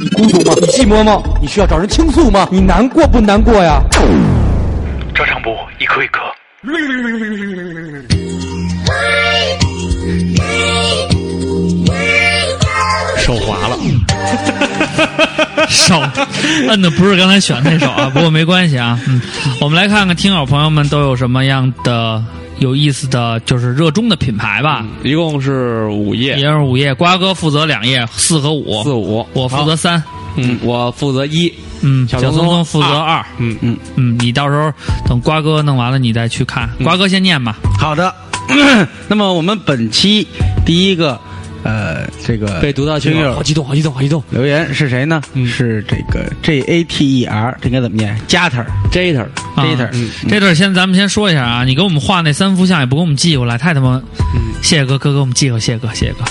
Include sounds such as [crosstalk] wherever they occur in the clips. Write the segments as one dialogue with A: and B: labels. A: 你孤独吗？你寂寞吗？你需要找人倾诉吗？你难过不难过呀？
B: 照常补，一颗一颗。
C: 手滑了，
D: 手摁的不是刚才选那首啊，不过没关系啊。嗯，我们来看看听友朋友们都有什么样的有意思的，就是热衷的品牌吧。
C: 一共是五页
D: 也，是午夜，瓜哥负责两页，四和五，
C: 嗯四五，
D: 我负责
C: 好，
D: 三，
C: 嗯，我负责一，
D: 嗯，
C: 小
D: 小
C: 松
D: 松
C: 松
D: 松负责
C: 二
D: 二，
C: 嗯嗯，
D: 嗯，你到时候等瓜哥弄完了，你再去看。
C: 嗯
D: 瓜哥先念吧，
C: [coughs]
E: 好的，那么我们本期第一个呃，这个
C: 被读到
E: 听友
C: 好激动，好激动，好激动嗯
E: 留言是谁呢？是这个 J A T E R，这应该怎么念？Jater
C: ，Jater，
D: 啊
E: Jater，
C: 嗯
D: 这段儿先咱们先说一下啊，你给我们画那三幅像也不给我们寄过来，太他妈，
C: 嗯
D: 谢谢哥哥给我们寄过，谢谢哥，谢谢哥。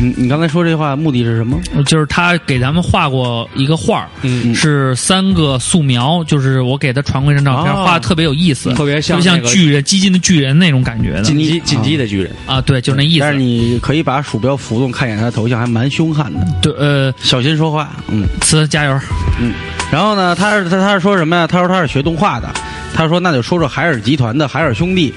E: 你你刚才说这话目的是什么？
D: 就是他给咱们画过一个画儿，
C: 嗯，
D: 是三个素描，就是我给他传过一张照片，
C: 哦
D: 画的特别有意思，
C: 特别像
D: 就像
C: 那个
D: 巨人激进的巨人那种感觉的
C: 进击
E: 嗯
C: 进击的巨人，
D: 啊，对，就是那意
E: 但是
D: 思。
E: 你可以把鼠标浮动，看一眼他的头像，还蛮凶悍的。
D: 对，呃，
E: 小心说话，嗯。
D: 词加油，
E: 然后呢，他是他他是说什么呀？他说他是学动画的，他说那就说说海尔集团的海尔兄弟。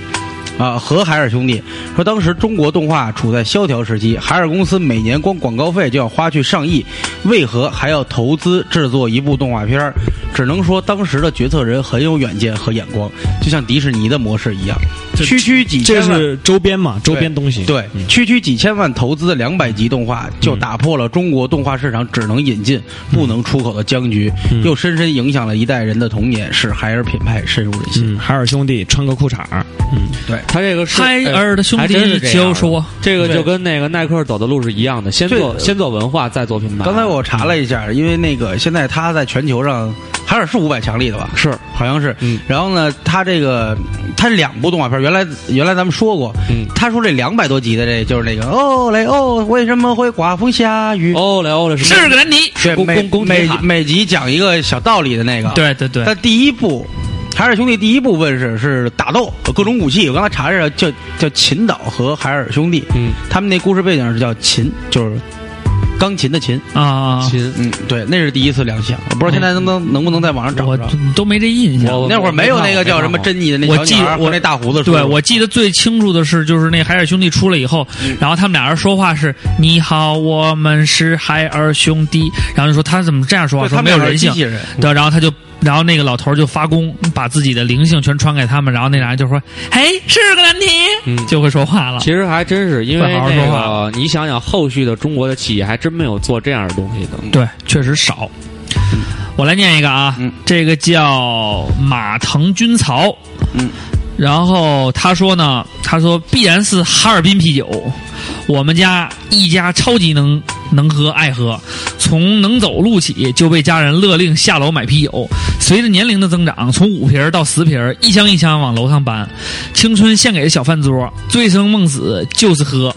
E: 啊，和海尔兄弟说，当时中国动画处在萧条时期，海尔公司每年光广告费就要花去上亿，为何还要投资制作一部动画片儿？只能说当时的决策人很有远见和眼光，就像迪士尼的模式一样，
F: 这
E: 区区几千
F: 这
E: 万
F: 是周边嘛，周边东西。嗯
E: 对，区区几千万投资的两百集动画，就打破了中国动画市场只能引进不能出口的僵局，
F: 嗯
E: 又深深影响了一代人的童年，使海尔品牌深入人心。
F: 嗯，海尔兄弟穿个裤衩儿，嗯，
C: 他这个是
D: 海
C: 哎
D: 尔的兄
C: 还真是
D: 弟
C: 这样
D: 就说，
C: 这个
E: 对
C: 就跟那个耐克走的路是一样的，先
E: 对
C: 做先做文化，再做品牌。
E: 刚才我查了一下，因为那个现在它在全球上，海尔是五百强力的吧？
C: 是
E: 好像是。
C: 嗯
E: 然后呢，它这个它两部动画片，原来原来咱们说过，
C: 嗯
E: 他说这两百多集的这就是那个哦嘞哦，为什么会刮风下雨？
C: 欧莱欧莱
D: 是个难题。
E: 对，
C: 公
E: 每
C: 公公铁
E: 每
C: 塔
E: 每集讲一个小道理的
C: 啊
E: 那个。。
D: 对对对，
E: 但第一部《海尔兄弟》第一部问世是打斗，各种武器。我刚才查了一下，叫叫秦岛和海尔兄弟，
C: 嗯，
E: 他们那故事背景是叫秦，就是钢琴的琴。
D: 啊啊，啊
C: 亲，
E: 嗯，对，那是第一次亮相，我不知道现在能不
D: 嗯
E: 能能不能在网上找
D: 我
E: 着。
D: 都没这印象。
C: 我
E: 那会儿没有那个叫什么
C: 没看过
E: 珍妮的那
D: 我
E: 小女
D: 记
E: 孩
D: 我
E: 和那大胡子叔叔。
D: 对，我记得最清楚的是，就是那海尔兄弟出了以后，
E: 嗯
D: 然后他们俩人说话是“你好，我们是海尔兄弟”，然后就说他怎么这样说话，
E: 对
D: 说
E: 他
D: 没
E: 们
D: 有
E: 俩是
D: 人性
E: 机器，人。
D: 对，然后他就，然后那个老头就发功，把自己的灵性全传给他们，然后那俩人就说：“嘿，是个难题。
C: 嗯
D: 就会说话了。
C: 其实还真是因为
D: 啊会好好
C: 那
D: 说话
C: 个，你想想后续的中国的企业还真没有做这样的东西的。
D: 对，确实少。我来念一个啊，
E: 嗯
D: 这个叫马腾军曹，
E: 嗯，
D: 然后他说呢，他说必然是哈尔滨啤酒，我们家一家超级能能喝爱喝，从能走路起就被家人勒令下楼买啤酒，随着年龄的增长，从五瓶儿到十瓶儿，一箱一箱往楼上搬，青春献给小饭桌，醉生梦死就是喝。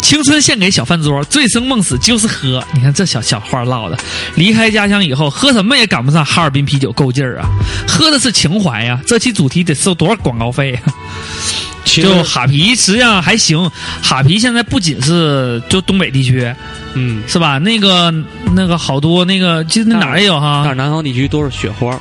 D: 青春献给小饭桌，醉生梦死就是喝。你看这小小话唠的，离开家乡以后，喝什么也赶不上哈尔滨啤酒够劲儿啊！喝的是情怀呀、这期主题得收多少广告费呀、 [laughs]
C: 其
D: 就哈啤实际上还行，哈啤现在不仅是就东北地区
C: 嗯，
D: 是吧？那个那个好多那个，其实那哪儿也有
C: 但
D: 哈
C: 是，南方地区都是雪花，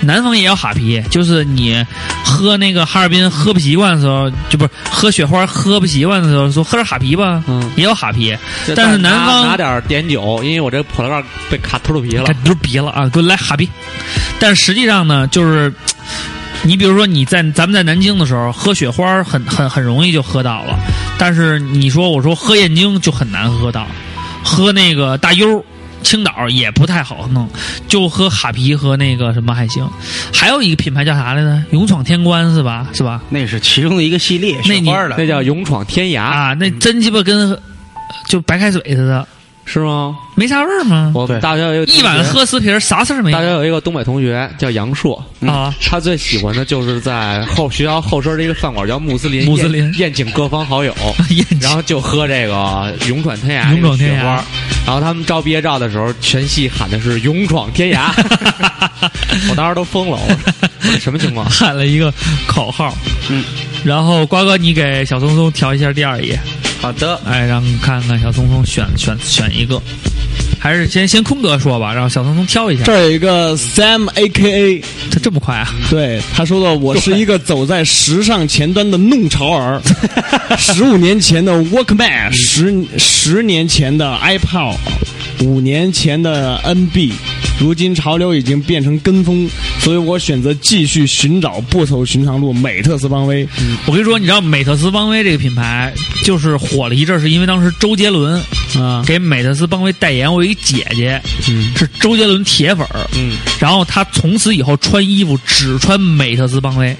D: 南方也有哈啤，就是你喝那个哈尔滨喝不习惯的时候，就不是喝雪花喝不习惯的时候，说喝点哈啤吧，
C: 嗯，
D: 也有哈啤，但
C: 但
D: 是南方
C: 拿拿点儿碘酒，因为我这葡萄干被卡秃噜皮了
D: 看。你就别了啊，给我来哈啤。但实际上呢，就是你比如说你在咱们在南京的时候喝雪花儿很很很容易就喝到了，但是你说我说喝燕京就很难喝到，喝那个大悠。青岛也不太好弄，就喝哈啤和那个什么还行，还有一个品牌叫啥来着？勇闯天关是吧？是吧？
E: 那是其中的一个系列，
D: 那
E: 雪
D: 你
E: 花的
C: 那。叫勇闯天涯
D: 啊，那真鸡巴跟就白开水似的，
C: 是吗？
D: 没啥味儿吗？
C: 我们
E: 对
C: 大学有一个
D: 一碗
C: 同学，
D: 喝十瓶，啥事儿没
C: 大学
D: 有
C: 有一个东北同学叫杨硕，
D: 啊？
C: 他最喜欢的就是在后学校后身的一个饭馆叫穆斯林，
D: 穆斯林
C: 宴宴请各方好友，
D: [laughs] 燕京
C: 然后就喝这个勇闯天涯，
D: 勇闯天涯
C: 这个雪花。然后他们照毕业照的时候，全系喊的是“勇闯天涯” 。我当时都疯了，我说我说什么情况？
D: 喊了一个口号，
E: 嗯，
D: 然后瓜哥，你给小松松调一下第二页，
E: 好的，
D: 哎，让看看小松松选选选一个，还是先先坤哥说吧，让小聪聪挑一下。
F: 这儿有一个 Sam A K A，
D: 他这么快啊？
F: 对他说的，我是一个走在时尚前端的弄潮儿。十五年前的 Walkman，十十年前的 iPod，五年前的 NB，如今潮流已经变成跟风，所以我选择继续寻找不走寻常路。美特斯邦威，
D: 我跟你说，你知道美特斯邦威这个品牌就是火了一阵儿，是因为当时周杰伦
F: 啊
D: 给美特斯邦威代言。我有一姐姐
F: 嗯
D: 是周杰伦铁粉儿，
F: 嗯，
D: 然后她从此以后穿衣服只穿美特斯邦威，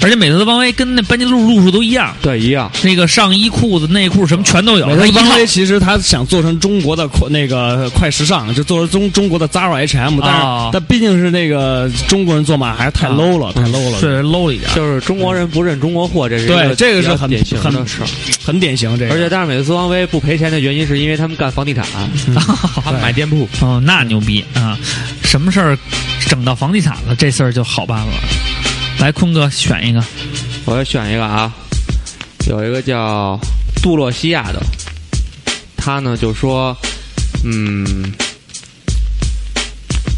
D: 而且美特斯邦威跟那班尼路路数都一样，
C: 对，一样。
D: 那个上衣、裤子、内裤什么全都有。
F: 美
D: 她
F: 特
D: 一
F: 斯邦
D: 套
F: 威其实他想做成中国的快那个快时尚，就做成中中国的 Zara H&M，但是、
D: 啊
F: 但毕竟是那个中国人做嘛，还是太
D: 啊
F: low 了，太 low 了，
D: 是 low 了一点儿。
C: 就是中国人不认中国货，这是一
F: 对这个
C: 比较
F: 是很
C: 典型
F: 很
C: 的事儿。
F: 很典型这个。
C: 而且，但是美特斯邦威不赔钱的原因，是因为他们干房地产，
D: [laughs]
C: 他们买店铺。
D: 哦，那牛逼啊！什么事儿整到房地产了，这事儿就好办了。来，坤哥选一个，
C: 我要选一个啊，有一个叫杜洛西亚的，他呢就说，嗯，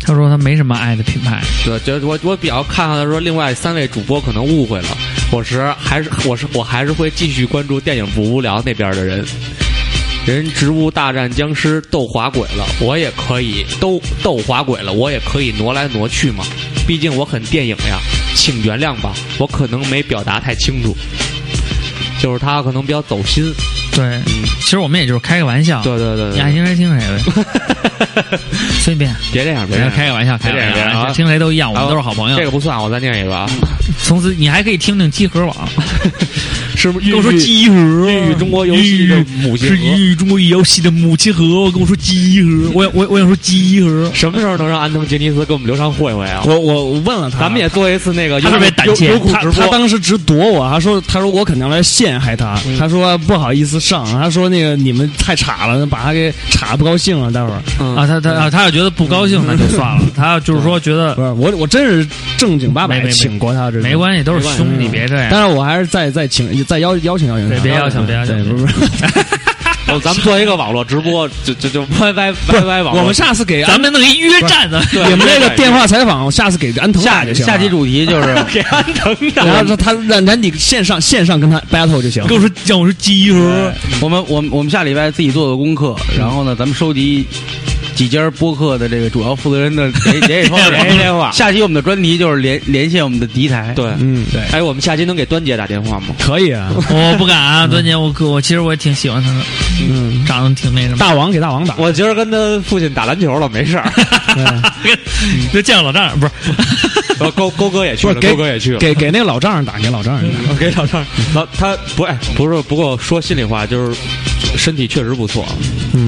D: 他说他没什么爱的品牌，
C: 对，就是我我比较看好的说，另外三位主播可能误会了，我是还是我是我还是会继续关注电影不无聊那边的人。人植物大战僵尸斗滑轨了，我也可以都斗滑轨了，我也可以挪来挪去嘛。毕竟我很电影呀，请原谅吧，我可能没表达太清楚，就是他可能比较走心。啊
D: 对，其实我们也就是开个玩笑，
C: 对对对
D: 你爱
C: 对
D: 听谁听谁呗，
C: [laughs]
D: 随便，
C: 别这样，别这
D: 咱
C: 样，
D: 开个玩笑，开
C: 别
D: 个玩
C: 这样，别这样
D: 笑，
C: 啊
D: 听谁都一样，我们都是好朋友。
C: 这个不算，我再念一个啊，
D: 从此你还可以听听集合网，
C: 是不是
D: 跟我说
C: 孕育
D: 集合，
C: 孕育中国游戏的母亲
D: 是孕育中国游戏的母亲河，跟我说集合，我我我想说集合，
C: 什么时候能让安藤杰尼斯跟我们刘畅混一回啊？
F: 我我我问了他，
C: 咱们也做一次那个
D: 他特别胆怯
C: 有有苦
F: 他
C: 直
F: 他
C: 播。
F: 当时直躲我，他说他说我肯定来陷害他，
D: 嗯
F: 他说不好意思上，他说那个你们太差了，把他给差不高兴了，待会儿
C: 嗯
D: 啊，他他啊，他要觉得不高兴，那就算了。他要就是说觉得
F: 不是我我真是正经八
D: 没没
F: 百
D: 没
F: 请过他这
D: 没关系，都是兄弟，别这啊样。
F: 系但是我还是再再请再邀邀请邀请
D: 对
F: 他，
D: 别邀请别邀请
F: 对不是不是，
C: 哦咱们做一个网络直播，就就就 Y Y Y Y 网络。
F: 我们下次给安
D: 咱们弄一约战的，
C: 对
F: 你们那个电话采访，下次给安藤
E: 下
F: 打就行了
E: 下期主题 [laughs] 就是
C: 给安藤的，
F: 然后他让咱你线上线上跟他 battle 就行
D: 跟。我说让我说集合，
E: 我们我们我们下礼拜自己做做功课，然后呢，咱们收集几家播客的这个主要负责人的联联 [laughs] 系方式。
C: 联系电话
E: 下期我们的专题就是连连线我们的敌台。
C: 对，
F: 嗯，对，
C: 哎，我们下期能给端姐打电话吗？
F: 可以啊。
D: 我不敢啊，端姐，我哥我其实我也挺喜欢他的，
F: 嗯，
D: 长得挺那什么。
F: 大王给大王打，
C: 我今儿跟他父亲打篮球了，没事 [laughs] 儿。
D: [laughs] 就见过老丈人不是？
C: 然后勾勾哥也去
F: 不
C: 了，
F: 是给
C: 勾哥也去了。
F: 给给那个老丈人打，给老丈人打。
C: 给老张，老他不哎，不是，不过说心里话，就是身体确实不错。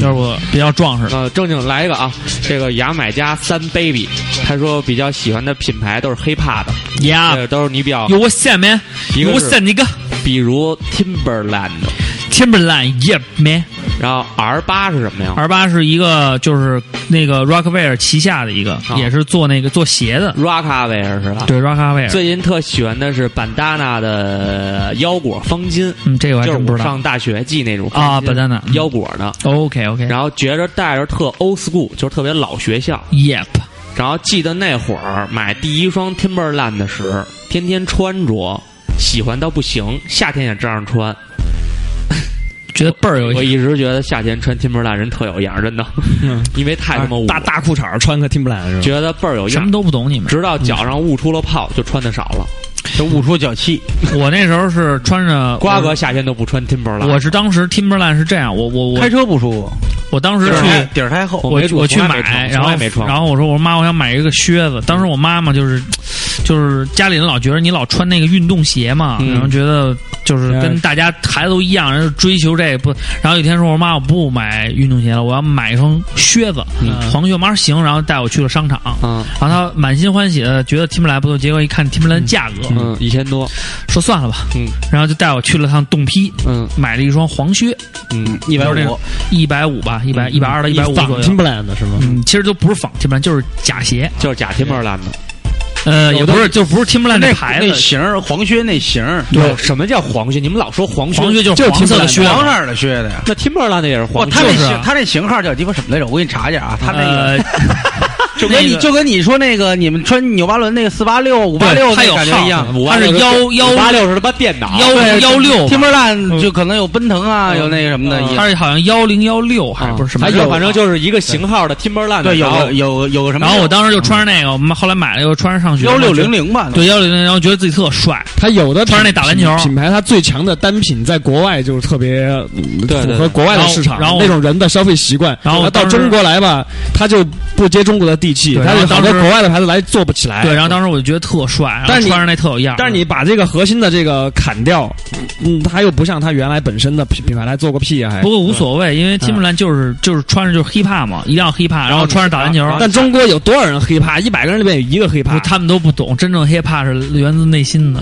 D: 就是我比较壮实，
C: 呃，正经来一个啊，这个牙买加三 baby，他说比较喜欢的品牌都是 hiphop 的，呃
D: 呀，
C: 这都是你比较，
D: 有我线没？
C: 一
D: 有
C: 个
D: 我
C: 是
D: 线你个
C: 比如 Timberland，
D: Timberland，yeah man。
C: 然后 R 八是什么呀？
D: R 八是一个就是那个 Rockefeller 旗下的一个，
C: 啊
D: 也是做那个做鞋的，
C: Rockaware 是吧？
D: 对 Rockefeller。
C: 最近特喜欢的是 Bandana 的腰果方巾，
D: 嗯，这个我还
C: 就是
D: 真不
C: 我
D: 知道
C: 上。大学系那种
D: 啊
C: 方巾
D: bandana，嗯
C: 腰果的。
D: OK OK，
C: 然后觉着戴着特 old school，就是特别老学校。
D: Yep，
C: 然后记得那会儿买第一双 Timberland 的时，天天穿着，喜欢到不行，夏天也这样穿。
D: 觉得倍儿有
C: 我
D: 意思。
C: 一直觉得夏天穿 Timberland 人特有样儿，真的，因为太他妈捂
F: 哎大
C: 了
F: 大裤衩穿个 Timberland 是吧？
C: 觉得倍儿
D: 嗯
C: 有
D: 什
C: 样
D: 么
C: 儿，
D: 都不懂你们。
C: 直到脚上悟出了泡，就穿的少了。
E: 就悟出脚气。
D: 我那时候是穿着
C: 瓜哥，夏天都不穿 Timberland，
D: 我我是当时 Timberland 是这样，我我
E: 开
D: 我
E: 车不舒服，
D: 我当时
E: 底儿
D: 去
E: 太底儿太厚。
C: 我
D: 我
C: 没
D: 去
C: 我
D: 我去
C: 从来没
D: 买，
C: 穿
D: 然
C: 从
D: 后
C: 来没穿过
D: 然后我说我说妈，我想买一个靴子。当时我妈妈就是就是家里人老觉得你老穿那个运动鞋嘛，
C: 嗯哎
D: 然后觉得就是跟
F: 嗯
D: 大家孩子都一样，然后追求这个不。然后有一天说我妈我不买运动鞋了，我要买一双靴子，嗯黄靴。妈说行，然后带我去了商场。
C: 嗯
D: 然后她满心欢喜的觉得 Timberland 不错，结果一看 Timberland 价格，
C: 嗯一千多，
D: 说算了吧，
C: 嗯
D: 然后就带我去了趟洞批，
C: 嗯
D: 买了一双黄靴，
C: 嗯，
E: 一百
D: 就是那
E: 五
D: 种，一百五吧，一百一百二到一百五
F: 仿
D: 左右。
F: Timberland 是吗？
D: 嗯，其实都不是仿 Timberland，就是假鞋。
C: 就是假 Timberland 的。
D: 呃，也不是，就不是 Timberland 这
E: 那
D: 牌
E: 那
D: 子，
E: 型儿黄靴那型儿，
C: 对，什么叫黄靴？你们老说黄靴，
D: 黄靴就是黄色的靴
E: 黄色儿的靴子呀。
C: 那 Timberland 的也是黄
E: 哦，
C: 靴，
E: 他那
D: 就是啊
E: 型他那型号叫鸡巴什么来着？我给你查一下啊，他那个
D: 呃，
E: 就跟
D: 那
E: 你
D: 个
E: 就跟你说那个你们穿纽巴伦那个四八六五八六
D: 它
E: 那
D: 有
E: 感觉
D: 号
E: 一样。
C: 五
D: 它是幺幺
C: 八六是他啊妈电脑，
D: 幺幺六
E: 天，波烂就可能有奔腾啊，有那个什么的，也
D: 它是好像幺零幺六还不是什么
C: 还
D: 的，
C: 有反正就是一个型号的 Timberland，
E: 对，有
C: 然后
E: 个有个有个什么，
D: 然后我当时就穿着那个，我们后来买了又穿着上学，
E: 幺六零
D: 零，
E: 零吧，
D: 对幺六零，然后觉得自己特帅，
F: 它有的
D: 穿着那打篮球
F: 品牌，它最强的单品在国外就是特别嗯
C: 对对
F: 符合国外的
D: 然后
F: 市场，
D: 然后
F: 那种人的消费习惯。
D: 然后
F: 到
D: 当时
F: 中国来吧，它就不接中国的地气，
D: 对
F: 它
D: 然
F: 有
D: 后
F: 好
D: 当时
F: 多国外的牌子来做不起来。
D: 对，然后当时我就觉得特帅，然后
F: 哎但是你
D: 穿着那特
E: 啊
D: 有样儿，
F: 但是你把这个核心的这个砍掉，嗯，它又不像它原来本身的品品牌来做个屁啊，还
D: 不过无所谓，因为 Timberland 就是就是穿着就是 hiphop 嘛，一定要 hiphop，然后穿着打篮球，
F: 啊但中国有多少人黑怕？一百个人里面有一个黑怕
D: 不，。他们都不懂，真正 hiphop 是源自内心的。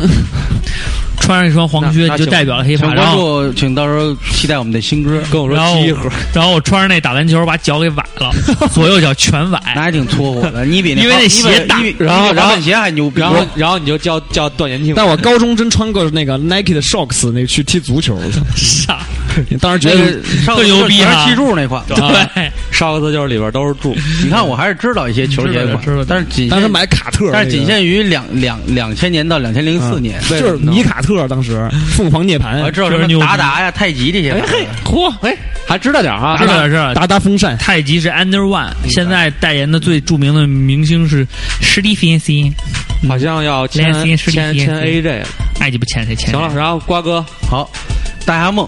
D: 穿上一双黄靴
C: 那那
D: 就
C: 行
D: 代表了 hiphop，
E: 请
D: 然
E: 关
D: 后
E: 注，请到时候期待我们的新歌，
C: 跟我
D: 然后
C: 说七盒，
D: 然后我穿着那打篮球把脚给崴了，
F: [laughs]
D: 左右脚全崴。
E: 那还挺搓火的，你比
D: 因为那
E: 那
D: 鞋大
E: 然
C: 然后
E: 后
C: 然后
E: 鞋还牛逼，
C: 然后然后你就叫叫段延庆，
F: 但我高中真穿过那个 Nike 的 Shocks 那个去踢足
E: [laughs]
F: 球，
D: 傻，
F: 当时觉
E: 那
F: 得
E: 个上
D: 特牛逼
E: 全
D: 哈
E: 是气柱那款，
D: 对，
F: 哎
C: 烧子就是里边都是柱，
E: 你看我还是知道一些球鞋款
D: 知道的知道的，
E: 但是仅
F: 当时
E: 限
F: 买卡特那个，嗯
E: 但是仅限于两两两千年到两千零四年，嗯
F: 就是米卡特当时凤凰涅
E: 我还
F: 槃，
E: 知道什
D: 确实
E: 么
D: 牛逼
E: 达达呀、太极这些牌子，
D: 嚯，
C: 哎，还知道点儿哈，
F: 啊
D: 知道了知道了。
F: 达达风扇，
D: 太极是 Under One，现在代言的最著名的明星是史蒂芬森，
C: 好像要签
D: 连心是哎
C: 签
D: 连心
C: 签 AJ 了，
D: 爱鸡巴欠谁欠谁
C: 行。了，然后瓜哥，
E: 好，大侠梦，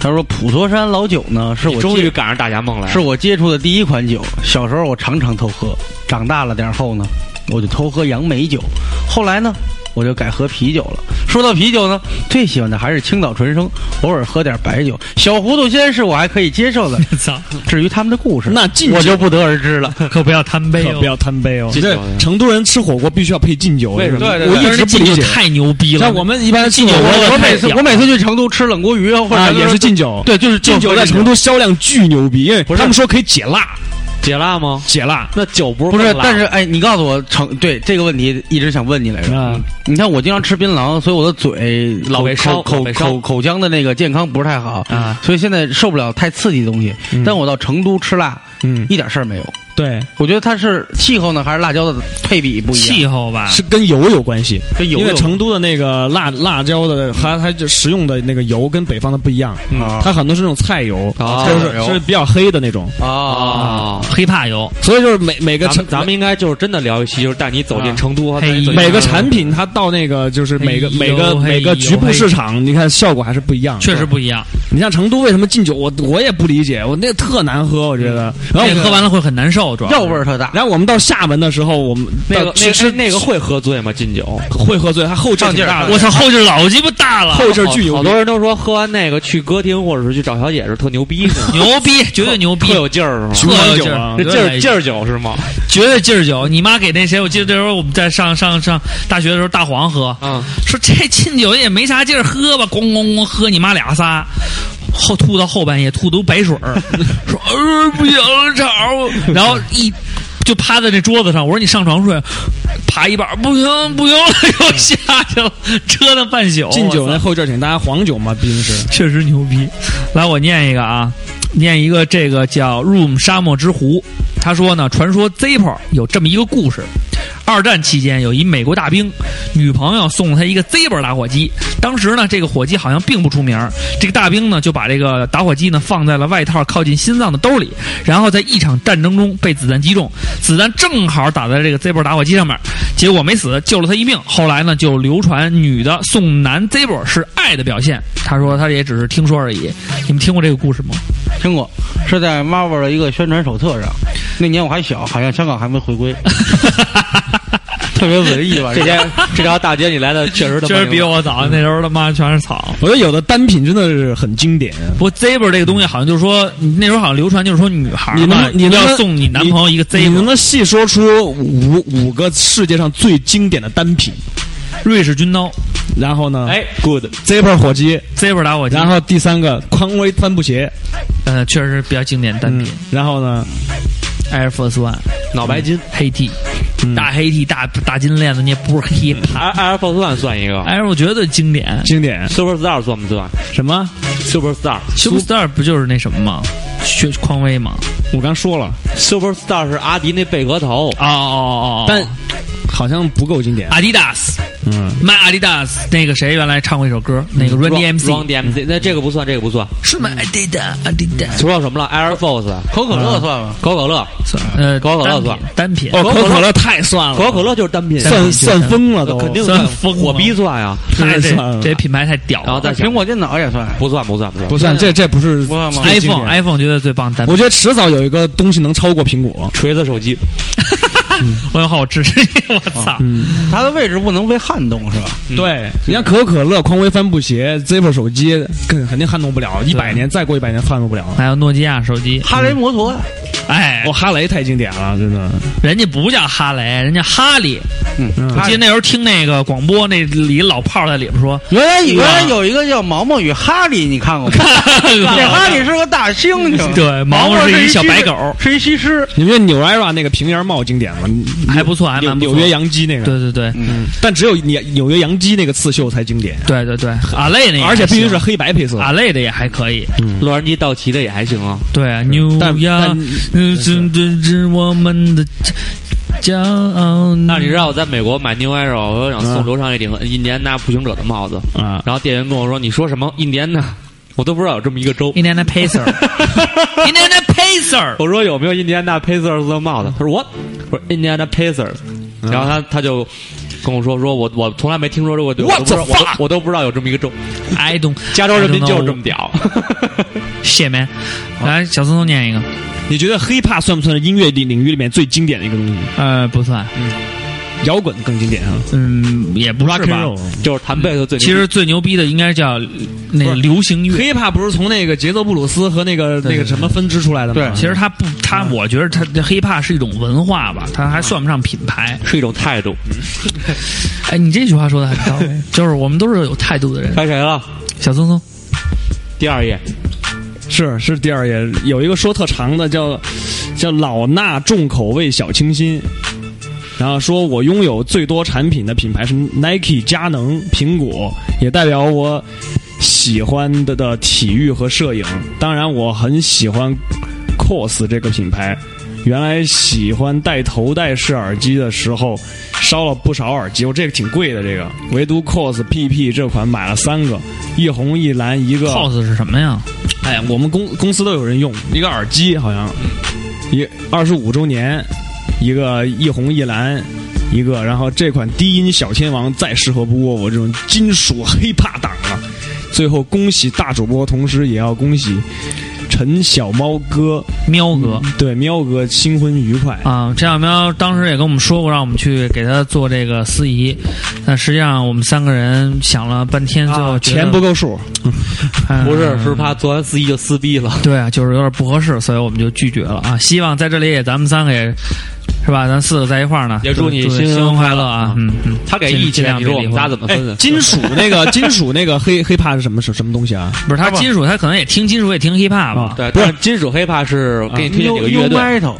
E: 他说普陀山老酒呢是
C: 你
E: 我
C: 终
E: 接
C: 于赶上大侠梦来了，
E: 是我接触的第一款酒。小时候我常常偷喝，长大了点后呢，我就偷喝杨梅酒，后来呢。我就改喝啤酒了。说到啤酒呢，最喜欢的还是青岛纯生，偶尔喝点白酒。小糊涂仙是我还可以接受的。
D: 操，
E: 至于他们的故事，
F: 那敬
E: 我
F: 酒
E: 就不得而知了。
D: 可不要贪杯
F: 可
D: 哦
F: 不！要贪杯哦。
C: 敬酒
F: 这
E: 嗯
F: 成都人吃火锅必须要配敬酒，
C: 为什么
F: 这
E: 对
F: 个
E: 对
F: 我
E: 对
F: 一直不理
D: 敬酒
F: 解。
D: 太牛逼了，
F: 像我们一般敬酒，
D: 敬酒
F: 我
D: 我
E: 我
D: 太
E: 每次
D: 屌
E: 我每次去成都吃冷锅鱼啊或者
F: 啊
E: 成都
F: 也
E: 吃
F: 是敬酒，
E: 对，就是
F: 敬酒在成都销量巨牛逼，因为他们说可以解辣，
C: 解辣吗？
F: 解辣。
C: 那酒不是
E: 不是
C: 更，辣
E: 但是哎，你告诉我成对这个问题一直想问你来着。
F: 啊，
E: 你看我经常吃槟榔，所以我的嘴
C: 老
E: 口
C: 被烧
E: 口
C: 老被
E: 口
C: 烧
E: 口口腔的那个健康不是太好
F: 啊，
E: 所以现在受不了太刺激的东西。
C: 嗯
E: 但我到成都吃辣，
F: 嗯，
E: 一点事儿没有。
F: 对，
E: 我觉得它是气候呢，还是辣椒的配比不一样？
D: 气候
C: 啊
D: 吧，
F: 是跟油有关系，
E: 跟油
F: 因为
E: 有
F: 成都的那个辣辣椒的，它它就食用的那个油跟北方的不一样，
E: 啊
F: 它很多是那种菜油，
C: 嗯啊
F: 就是是比较黑的那种，
E: 啊，
C: 啊。
D: 黑怕油，
F: 所以就是每每个
C: 咱
F: 成
C: 们咱们应该就是真的聊一期，就是带你走进成都，和啊带你走进
F: 每个产品它到那个就是每个
D: 哎呦
F: 每个每个
D: 哎呦
F: 局部市场，你看效果还是不一样。
D: 确实不一样。
F: 你像成都为什么敬酒，我我也不理解，我那特难喝，我觉得。然
D: 那
F: 后我
D: 个
F: 们
D: 喝完了会很难受，主要
E: 药味儿特大。
F: 然后我们到厦门的时候，我们
C: 那个
F: 到
C: 那
F: 其
C: 个
F: 实
C: 那个会喝醉吗？敬酒
F: 会喝醉，它后劲儿挺大的，
D: 我操，后劲儿老鸡巴大了，
F: 后劲儿巨
C: 好
F: 牛逼
C: 多。人都说喝完那个去歌厅或者是去找小姐是特牛逼的， [laughs]
D: 牛逼，绝对牛逼
C: 特，有劲儿是 [laughs] 吗？
F: 熊
D: 特
F: 掌
D: 有
F: 酒
D: 劲
F: 啊
D: 儿，
C: 这劲儿劲
D: 儿，
C: 儿酒是吗？
D: 绝对劲儿酒。你妈给那谁，我记得那时候我们在上上上大学的时候，大黄喝，
C: 嗯，
D: 说这敬酒也没啥劲儿，喝吧，咣咣咣喝你妈俩仨，后吐到后半夜，吐都白水儿，说呃不行了，吵我，然后一就趴在这桌子上，我说你上床睡，爬一半儿不行不行 [laughs] 了，又下去了，折腾半宿。
F: 敬酒
D: 我
F: 那
D: 操
F: 后劲儿挺大，黄酒嘛，毕竟是。
D: 确实牛逼。来，我念一个啊，念一个这个叫《Room 沙漠之湖》。他说呢，传说 Zippo 有这么一个故事：二战期间，有一美国大兵，女朋友送了他一个 Zippo 打火机。当时呢，这个火机好像并不出名儿。这个大兵呢，就把这个打火机呢放在了外套靠近心脏的兜里，然后在一场战争中被子弹击中，子弹正好打在这个 Zippo 打火机上面，结果没死，救了他一命。后来呢，就流传女的送男 Zippo 是爱的表现。他说他也只是听说而已。你们听过这个故事吗？
E: 听过，是在 Marvel 的一个宣传手册上，那年我还小，好像香港还没回归，特别文艺吧？
C: 这些这条大街你
D: [laughs]
C: 来的确实
D: 哎
C: 他妈
D: 确实比
C: 牛
D: 我早，那时候他妈全是草。
F: 我觉得有的单品真的是很经典。
D: 不过 Zippo 这个东西好像就是说，那时候好像流传就是说女孩儿
F: 你能
D: 嘛
F: 你能
D: 要送啊你男朋友一个
F: 你能不
D: Zippo
F: 能细说出五五个世界上最经典的单品？
D: 瑞士军刀
F: 然后呢？
C: 哎，good，
F: ，Zippo 火机，
D: Zippo 打火机，
F: 然后第三个匡威帆布鞋，
D: 呃，确实是比较经典单
F: 嗯
D: 品、，
F: 然后呢？
D: Air Force One
C: 脑白金，
D: 黑 T，
F: 嗯
D: 大黑 T、大大金链子、那波黑盘。
C: Air Air Force One 算一个
D: 哎，我觉得经典。
F: 经典
C: ，Super Star 算不算
F: 什么？
C: ？Super Star，Super
D: Superstar 不就是那什么吗？薛匡威吗？
F: 我刚说了，
C: Star 是阿迪那贝壳头，
D: 哦哦哦哦！
F: 但好像不够经
D: 啊
F: 典。
D: Adidas
F: 嗯，
D: 卖 Adidas 那个谁原来唱过一首歌，那个 Run
C: Run
D: DMC
C: DMC，那这个不算，这个不算。
D: 是卖 Adidas Adidas
C: 说到什么了？Air Force，
E: 可口可乐算吗？
C: 可口可乐，
D: 呃
C: 可口可乐
D: 单品单品
F: 哦，
C: 可
F: 可
C: 口
F: 口
C: 可
F: 可乐太算了，
C: 可口可乐就是单品，
F: 算算疯了
C: 呃
F: 都，
C: 肯定
D: 算疯了
C: 火逼算啊呀，
D: 太这
F: 太算了
D: 这品牌太屌
C: 然后
D: 了
C: 再
E: 苹果电脑也算，
C: 不算不算不算，
F: 不算，这这不是
E: 不算吗
F: 最经典
D: iPhone iPhone 绝对最棒单品
F: 我。觉得迟早有一个东西能超过苹果。
C: 锤子手机，
D: 我嗯有好支持你，我操！
E: 它的位置不能被撼动是吧？
F: 对，你像可口可乐、匡威帆布鞋、Zippo 手机，肯肯定撼动不了，一百年再过一百年撼动不了。
D: 还有诺基亚手机，
E: 哈雷摩托，啊
D: 哎
F: 哦，，哈雷太经典了，真的。
D: 人家不叫哈雷，人家哈利。
F: 嗯
D: 我记得那时候听那个广播，那里老炮儿在里边说，
E: 原来原来有一个叫毛毛与哈利，你看过吗？这哈利是个大猩猩，
D: [laughs] 对毛毛
E: 毛
D: 是一
E: 一
D: 小白
E: 西施
D: 狗，
E: 是一西施。
F: 你们觉得纽埃拉那个平沿帽经典吗？嗯
D: 还不错，还
F: 纽
D: 蛮不错
F: 纽约洋基那个，
D: 对对对
F: 但只有纽纽约洋基那个刺绣才经典，
D: 对对对，阿累那个
F: 而且必须
D: 还行啊
F: 是黑白配色。
D: 阿累的也还可以，
C: 洛杉矶道奇的也还行啊。
D: 对啊，牛
F: 嗯但
D: 呀
F: 但，
D: 这这是我们的骄傲。
C: 那
D: 那
C: 你知道我在美国买 New Era，我想送
F: 嗯
C: 楼上一顶印第安纳步行者的帽子，
F: 啊，
C: 然后店员跟我说：“你说什么印第安纳？我都不知道有这么一个州。”
D: Indiana Pacer，Indiana Pacer，
C: 我说有没有印第安纳 Pacers 的帽子？他说 what？我说 Indiana Pacers，然后他他就跟我说说我我从来没听说过这个，我
F: What
C: 都不知
F: the
C: 道我都我都不知道有这么一个州，
D: I don't，
C: 加州人民就是这么屌。
D: 谢没？来，小松松念一个，
F: [laughs] 你觉得 hiphop 算不算是音乐领领域里面最经典的一个东西？
D: 呃，不算，
F: 摇滚更经典啊
D: 嗯，也不是
F: ，rock
D: 吧
F: and。roll。
C: 就是弹贝斯最牛逼
D: 其实最牛逼的应该叫那流行乐。
F: hiphop 不是从那个节奏布鲁斯和那个
D: 对
F: 那个什么分支出来的吗？
D: 其实它不，它我觉得它这 hiphop 是一种文化吧，它还算不上品牌。
F: 嗯
C: 是一种态度。
D: 哎，你这句话说的很到位，就是我们都是有态度的人。
C: 该谁了？
D: 小松松，
C: 第二页，
F: 是是第二页有一个说特长的叫叫老衲重口味小清新，然后说我拥有最多产品的品牌是 Nike、佳能、苹果，也代表我喜欢的的体育和摄影。当然，我很喜欢 COS 这个品牌。原来喜欢戴头戴式耳机的时候，烧了不少耳机，我这个挺贵的，这个唯独 COS PP 这款买了三个，一红一蓝一个
D: cos 是什么呀？
F: 哎，我们公公司都有人用一个耳机，好像一二十五周年，一个一红一蓝，一个，然后这款低音小天王再适合不过我这种金属黑怕党了。最后恭喜大主播，同时也要恭喜陈小猫哥，
D: 喵哥
F: 对喵哥新婚愉快。
D: 啊，陈小喵当时也跟我们说过，让我们去给他做这个司仪。但实际上我们三个人想了半天，最后觉得
F: 钱不够数，
D: 嗯
C: 不是，是怕做完司仪就撕逼了。
D: 对啊，就是有点不合适，所以我们就拒绝了啊。希望在这里也咱们三个也是吧，咱四个在一块儿呢，
C: 也祝你
D: 祝
C: 新
D: 新
C: 婚快
D: 快乐啊！嗯嗯，
C: 他给
D: 尽
C: 一
D: 尽
C: 千，
D: 量
C: 你说
D: 别
C: 我们
D: 离婚
C: 仨怎么
F: 哎
C: 分的，？
F: 金属那个 [laughs] 金属那个黑黑怕是什么什什么东西啊？
D: 不是他金属，他可能也听金属，也听 hiphop 啊吧。
C: 对，啊但是啊金属黑怕是给你推荐几个乐队，
E: Metal，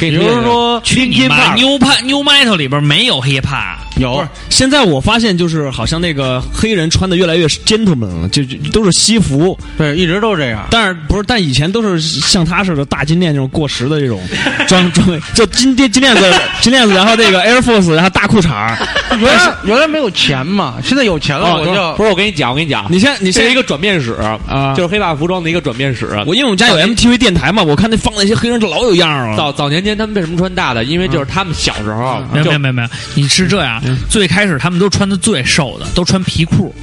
C: 给
E: 比
C: 你推荐几
E: 如
C: 个
E: 说
D: 去你
E: Linkin
D: 妈
E: Park
D: ！New Pa New Metal 里边没有 hiphop，
F: 不
E: 有
F: 是，现在我发现就是好像那个黑人穿的越来越 gentleman 了，就就都是西服，
E: 对，一直都这样。
F: 但是不是？但以前都是像他似的大金链这种过时的 [laughs] 这种装装备，就金金金链子、金链子，然后那 [laughs] 个 Air Force，然后大裤衩儿。 [laughs]
E: 原来原来没有钱嘛，现在有钱了，
C: 哦
E: 我
C: 不是
E: 就
C: 不是，我跟你讲，我跟你讲，
F: 你现在你
C: 这
F: 现
C: 是
F: 在
C: 一个转变史
F: 啊
C: 就是黑怕服装的一个转变史。
F: 我因为我们家有 MTV 电台嘛，我看那放那些黑人就老有样儿啊了。
C: 早早年间他们为什么穿大的？因为就是他们小时候
D: 嗯
F: 啊
D: 没有
C: 就
D: 没有没有没有，你是这样，
F: 嗯
D: 最开始他们都穿的最瘦的，都穿皮裤、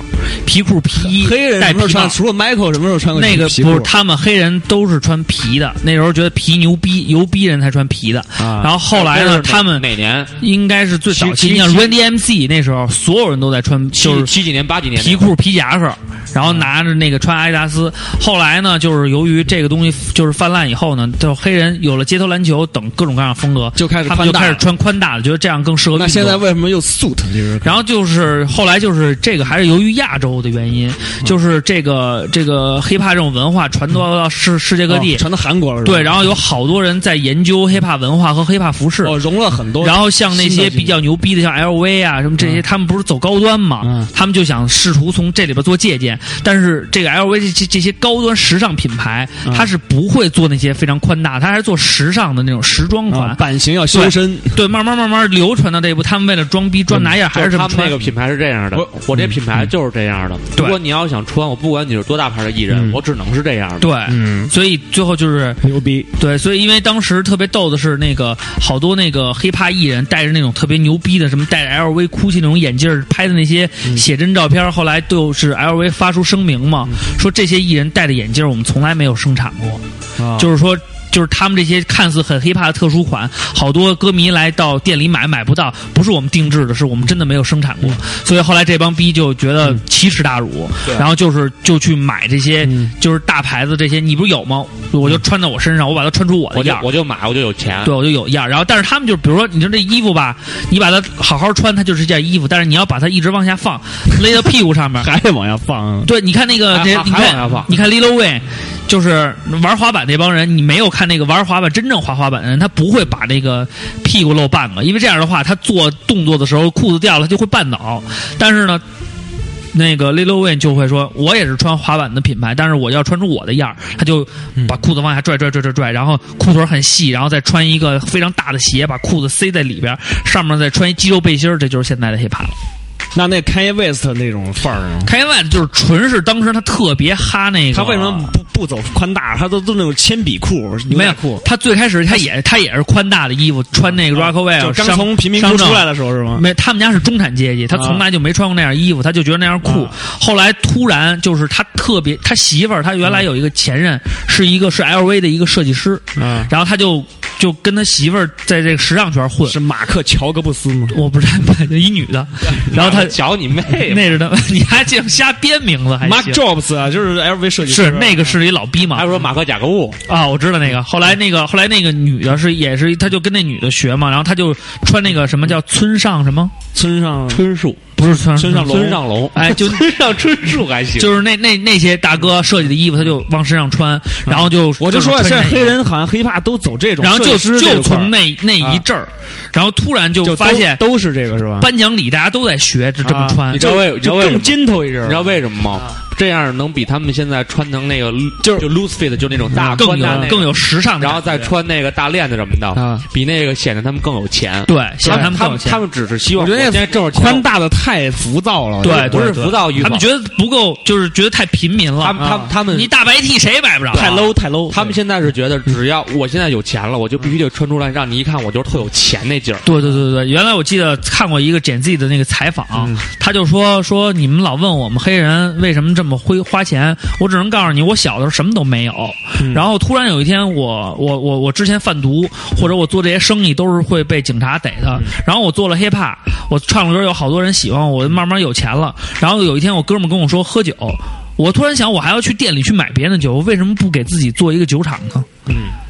D: 皮裤、皮衣，
F: 黑人
D: 带
F: 什么时候
D: 皮帽
F: 穿？。除了 Michael 什么时候穿过
D: 那个
F: 皮
D: 不
F: 裤
D: 是他们黑人都是穿皮的，那时候觉得皮牛逼，牛逼人才穿皮的。
F: 啊
D: 然后后来呢，
C: 就是
D: 他们
C: 哪年？
D: 应该是最早期，
C: 七
D: 你像
C: 七
D: Run DMC 那时候，所有人都在穿
C: 七
D: 就是
C: 七几年、八几年那
D: 皮
C: 会儿
D: 裤、皮夹克，然后拿着那个穿阿迪达斯。后来呢，就是由于这个东西就是泛滥以后呢，就黑人有了街头篮球等各种各样的风格，
F: 就开始
D: 他们
F: 宽
D: 就
F: 大
D: 开始
F: 了
D: 穿宽大的，觉得这样更适合运
F: 那
D: 动。
F: 现在为什么又 suit 就是？
D: 然后就是后来就是这个还是由于亚洲的原因，就是这个这个 hiphop 这种文化传播到世世界各地
F: 哦，传到韩国了是吧，
D: 对，然后有好多人在研究 hiphop 文化和 hiphop 服饰。
F: 哦融了很多，
D: 然后像那些比较牛逼的，像 LV 啊什么这些，他们不是走高端嘛？
F: 嗯
D: 他们就想试图从这里边做借鉴。但是这个 LV 这这这些高端时尚品牌，它是不会做那些非常宽大，它还是做时尚的那种时装款。
F: 啊版型要修身，
D: 对，慢慢慢慢流传到这一步，他们为了装逼装哪样还
C: 就是
D: 这么
C: 他们
D: 穿
C: 那个。品牌是这样的，
F: 我
C: 我这品牌就是这样的。
D: 对
C: 如果你要想穿，我不管你是多大牌的艺人，
F: 嗯
C: 我只能是这样的。
D: 对，
F: 嗯，
D: 所以最后就是
F: 牛逼，
D: 对，所以因为当时特别逗的是，那个好多那个 hiphop 艺人戴着那种特别牛逼的，什么戴着 LV、GUCCI 那种眼镜儿拍的那些写真照片儿，后来都是 LV 发出声明嘛，说这些艺人戴的眼镜儿我们从来没有生产过，
F: 啊
D: 就是说。就是他们这些看似很 hiphop 的特殊款，好多歌迷来到店里买买不到，不是我们定制的，是我们真的没有生产过。所以后来这帮逼就觉得奇耻大辱，然后就是就去买这些、
F: 嗯，
D: 就是大牌子这些，你不是有吗？我就穿到我身上，我把它穿出我的
C: 嗯我就
D: 样儿。
C: 我就买，我就有钱。
D: 对，我就有样儿。然后，但是他们就比如说，你说这衣服吧，你把它好好穿，它就是件衣服；但是你要把它一直往下放，勒到屁股上面
F: 还得往下放，啊
D: 对，你看那个，
C: 还
D: 那
C: 还
D: 你
C: 还往下
D: 看
C: 放，
D: 你看 Lil Way，就是玩滑板那帮人，你没有看那个玩滑板真正滑滑板的人，他不会把那个屁股露半个，因为这样的话，他做动作的时候裤子掉了他就会绊倒。但是呢。那个 Lil Wayne 就会说，我也是穿滑板的品牌，但是我要穿出我的样儿，他就
F: 嗯
D: 把裤子往下拽拽拽拽拽，然后裤腿儿很细，然后再穿一个非常大的鞋，把裤子塞在里边儿，上面再穿一肌肉背心儿，这就是现在的 hiphop 了。
F: 那那 Kanye West 那种范儿啊。
D: 开外就是纯是当时他特别哈那个，
F: 他为什么不不走宽大？他都都那种铅笔裤、牛
D: 没
F: 仔
D: 有
F: 啊裤，
D: 他最开始他也他也是宽大的衣服，穿那个 Rockaway，
F: 啊就刚
D: 商
F: 从贫民窟
D: 商政
F: 出来的时候是吗？
D: 没，他们家是中产阶级，他从来就没穿过那样衣服，他就觉得那样酷
F: 啊。
D: 后来突然就是他特别，他媳妇儿，他原来有一个前任，是一个是 LV 的一个设计师，
F: 啊，
D: 然后他就就跟他媳妇儿在这个时尚圈混
F: 是，马克乔格布斯吗？
D: 我不是一女
F: [laughs]
D: 的，然后他
C: 瞧你妹，
D: 那是他， [laughs] 你还净瞎编名字还
F: Mark
D: 行
F: Jobs 啊，就是 LV 设计师，
D: 是那个是一老逼嘛
C: 还，说马克甲壳布，
D: 啊，我知道那个。后来那个后来那个女的是也是，她就跟那女的学嘛，然后她就穿那个什么叫村上什么，
F: 村上
C: 春树，
D: 不是村
F: 村上龙
C: 村上龙，
D: 哎，就
C: [laughs] 村上春树还行。
D: 就是那那那些大哥设计的衣服，她就往身上
C: 嗯
D: 穿，然后就
F: 我就说
D: 各种
F: 现在
D: 穿
F: 黑
D: 那个。
F: 人好像黑怕都走这
D: [laughs]
F: 种
D: 然后
F: 设计
D: 就
F: 师这一块儿，
D: 就从那那
C: 啊
D: 一阵儿，然后突然就
F: 就
D: 发
F: 都
D: 现
F: 都是这个是吧？
D: 颁奖礼大家都在学这这么
F: 啊
D: 穿
C: 你，知道为你知道
F: 就
C: 为什
F: 更
C: 么？
F: 尖头一阵
C: 你
F: 儿，
C: 知道为什么吗？
D: 啊
C: 这样能比他们现在穿成那个就是就 loose fit 就那种大
D: 嗯更
C: 宽大那
D: 有
C: 个
D: 更有时尚的感觉，
C: 然后再穿那个大链子什么的，
F: 啊
C: 比那个显得他们更有钱。
D: 对，显得
C: 他
D: 们
C: 他
D: 更有
C: 们
D: 钱
C: 他。们只是希望
F: 我觉得那
C: 现在挣着钱，
F: 宽大的太浮躁了，
D: 对
C: 不
D: 对
C: 是
D: 对
C: 浮躁欲
D: 他
C: 望，
D: 们觉得不够，就是觉得太平民了。
C: 他们他们他们
D: 你大白 T 谁也买不着啊？
F: 太 low 太 low，
C: 他们现在是觉得，只要我现在有钱了，我就必须得穿出来，让你一看我就是特有钱那劲儿。
D: 对对对对，原来我记得看过一个 Gen Z 的那个采访，他就说说你们老问我们黑人为什么这么会花钱，我只能告诉你，我小的时候什么都没有，然后突然有一天我我我我之前贩毒或者我做这些生意都是会被警察逮的，然后我做了 hiphop，我唱了歌有好多人喜欢我，我慢慢有钱了，然后有一天我哥们儿跟我说喝酒。我突然想，我还要去店里去买别人的酒，为什么不给自己做一个酒厂呢？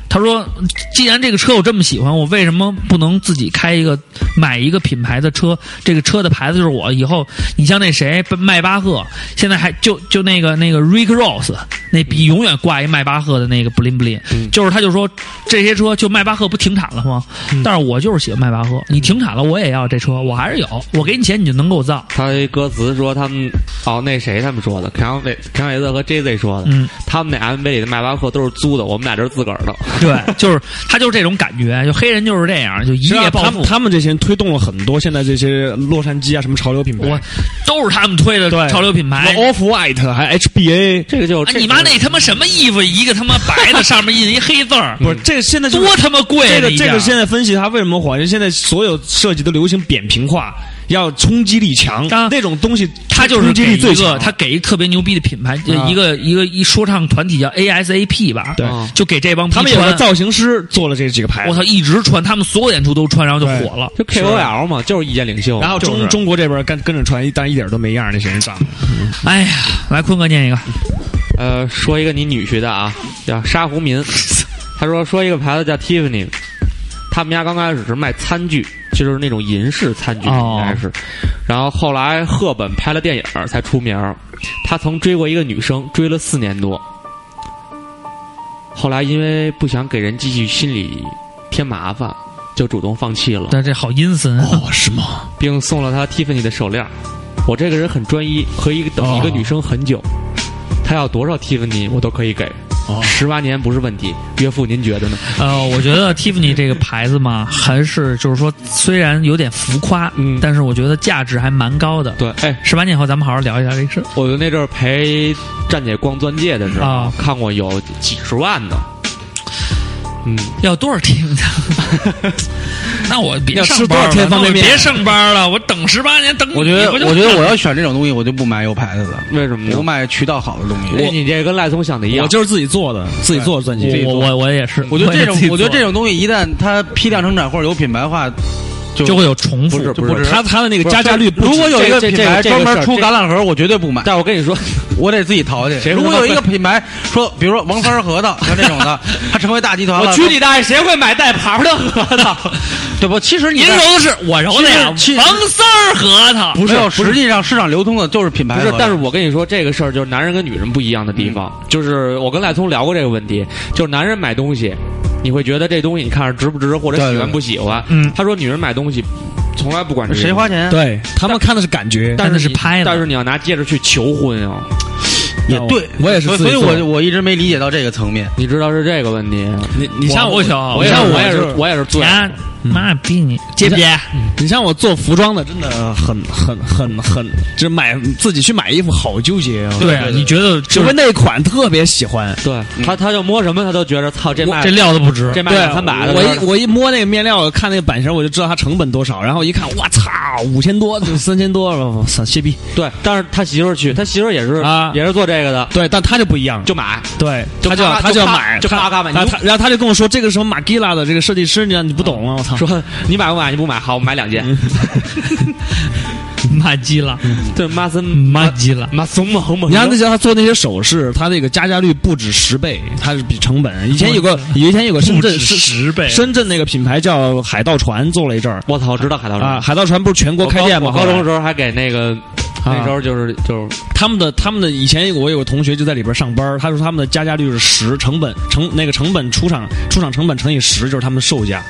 D: 他说：“既然这个车我这么喜欢，我为什么不能自己开一个买一个品牌的车？这个车的牌子就是我。以后你像那谁迈巴赫，现在还就就那个那个 Rick Ross 那笔永远挂一迈巴赫的那个 bling bling，、就是
F: 嗯
D: 他就说这些车就迈巴赫不停产了吗？
F: 嗯
D: 但是我就是喜欢迈巴赫，你停产了我也要这车，我还是有，我给你钱你就能给我造。
C: 他一歌词说他们，哦，那谁他们说的，凯昂韦凯昂韦德和 JZ 说的，
D: 嗯，
C: 他们那 MV 里的迈巴赫都是租的，我们俩这是自个儿的。
D: 对， [laughs] 就是他就是这种感觉，就黑人就是这样，就一
F: 是啊
D: 夜暴
F: 他
D: 富
F: 们。他们这些人推动了很多现在这些洛杉矶啊什么潮流品牌，
D: 我都是他们推的
F: 对
D: 潮流品牌，
F: Off White 还 HBA，
C: 这个就
D: 啊
C: 这个
D: 你妈那他妈什么衣服？一个他妈白
F: [laughs]
D: 的，上面印一黑字儿，嗯
F: 不是这个现在就是
D: 多他妈贵啊！
F: 这个
D: 一
F: 这
D: 件
F: 个现在分析它为什么火，因为现在所有设计都流行扁平化，要冲击力强，
D: 啊
F: 那种东西
D: 他就是
F: 冲击
D: 给
F: 力最
D: 一个
F: 强。
D: 他给一个特别牛逼的品牌，
F: 啊
D: 一个一个一说唱团体叫 ASAP 吧，
F: 对
D: 啊就给这帮逼
F: 他们有个
D: 穿
F: 造型师做了这几个牌
D: 我
F: 子，
D: 操，一直穿，他们所有演出都穿，然后就
F: 对
D: 火了。
C: 就 KOL 嘛，就是意见领袖。
F: 然后中、
C: 就是
F: 中国这边跟跟着传，但一点都没样儿，那些人长得。
D: 哎呀，来坤哥念一个，
C: 呃，说一个你女婿的啊，叫沙胡民，他说说一个牌子叫 Tiffany，他们家刚开始是卖餐具，就是那种银饰餐具
D: 哦
C: 应该是，然后后来赫本拍了电影儿才出名儿，他曾追过一个女生，追了四年多，后来因为不想给人继续心里添麻烦，就主动放弃了。
D: 但这好阴森啊，
F: 哦，是吗？
C: 并送了她 Tiffany 的手链儿。我这个人很专一，可以等一个女生很久。她要多少 Tiffany 我都可以给，
F: 哦
C: 十八年不是问题。岳父，您觉得呢？
D: 呃，我觉得 Tiffany 这个牌子嘛，还是就是说，虽然有点浮夸，
C: 嗯
D: 但是我觉得价值还蛮高的。
C: 对，哎，
D: 十八年后咱们好好聊一聊这个事儿。
C: 我那阵儿陪站姐逛钻戒的时候，
D: 啊
C: 看过有几十万的。嗯，
D: 要多少 Tiffany？那我别
F: 要吃
D: 上班
F: 多少天
D: 了
F: 方
D: 那我
F: 便面
D: 别上班了，我等十八年，等
E: 我觉得，
D: 你不就
E: 我觉得我要选这种东西，我就不买有牌子的，
C: 为什么
E: 我
C: 呢？
E: 买渠道好的东
C: 哎，
E: 西。
C: 你这跟赖聪想的一样，
F: 我就是自己做的，自己做的钻戒。
D: 我我我也是，
E: 我觉得这种
D: 也自己，
E: 我觉得
D: 做
E: 这种东西一旦它批量生产或者有品牌化，就
D: 就会有重复。
E: 就不值。
F: 他他的那个加价率不止，
E: 如果有一个
C: 这
E: 品
C: 这
E: 牌
C: 这个
E: 专
C: 事
E: 门
C: 儿
E: 出
C: 这
E: 橄榄核，我绝对不买。
C: 但我跟你说，
E: 我得自己淘去。
C: 谁
E: 如
C: 他
E: 果
C: 妈
E: 有一个品牌说，比如说王三儿核桃，像这
C: [laughs]
E: 种的，它成为大集团
C: 我
E: 了，
C: 去你大爷，谁会买带牌儿的 [laughs] 核桃？
E: 对不？其实你
D: 您
E: 在
D: 揉的是我揉的呀，王
E: 其实
D: 三儿核桃。
E: 没
C: 哎
E: 有，实际上市场流通哎的就是品牌
C: 不
E: 核
C: 是
E: 桃。，
C: 但是我跟你说，这个事儿就是男人跟女人不一样的地方，就是我跟赖聪聊过这个问题，就是男人买东西，你会觉得这东西你看着值不值，或者
E: 对
C: 喜
E: 对
C: 欢不喜欢。
D: 嗯
C: 他说女人买东西从来不管这个
E: 谁花，钱？啊
F: 对他们看的是感觉，
C: 但
D: 那
C: 是
D: 是
C: 你
D: 拍的
C: 但是你要拿戒指去求婚啊，
E: 也对，
F: 我也是
E: 所以
F: 自
E: 所
F: 己
E: 以我
F: 做
E: 我一直没理解到这个层面。
C: 你知道是这个问题。
F: 你你像
D: 我不行我
F: 你
C: 也
F: 哦像
C: 我
F: 也
C: 是
F: 是，
C: 我也是醉了，
D: 呀，妈逼你接不接？
F: 你像我做服装的，真的很很很很，就是买自己去买衣服好纠结啊。
D: 对啊，你觉得就
F: 除
D: 是
F: 非那款特别喜欢。
C: 对他他就摸什么他都觉得操这卖
D: 这料子不值
C: 这，卖
F: 对
C: 两三百的，
F: 我一我一摸那个面料，看那个版型，我就知道它成本多少。然后一看，我操，五千多，就三千多，我操，歇逼。
C: 对，但是他媳妇儿去，他媳妇儿也是
F: 啊
C: 也是做这个的，
F: 对，但他就不一样，
C: 就买。
F: 对，
C: 就
F: 他就要
C: 啪
F: 他就要
C: 就啪
F: 买，
C: 就
F: 他
C: 啪啪买
F: 然后
C: 你
F: 他然后他就跟我说这个什么马吉拉的这个设计师，你你不懂啊，我操。
C: 说你买不买？你不买，好，我买两件。
D: 妈鸡了，
C: 对，马森
D: 妈鸡了。
C: 马松猛猛，
F: 你看那些他做那些首饰，他那个加价率不止十倍，它是比成本。以前有个以前有个深
D: 不
F: 圳
D: 止
F: 是
D: 十倍，
F: 深圳那个品牌叫海盗船，做了一阵儿
C: 我操，我知道海盗船
F: 啊，海盗船不是全国
C: 我
F: 开
C: 高
F: 店吗？
C: 我高中的
F: 后来
C: 时候还给那个，那时候就是就是
F: 他们的他们的以前我有个同学就在里边上班，他说他们的加价率是十，成本成那个成本出厂出厂成本乘以十就是他们的售价。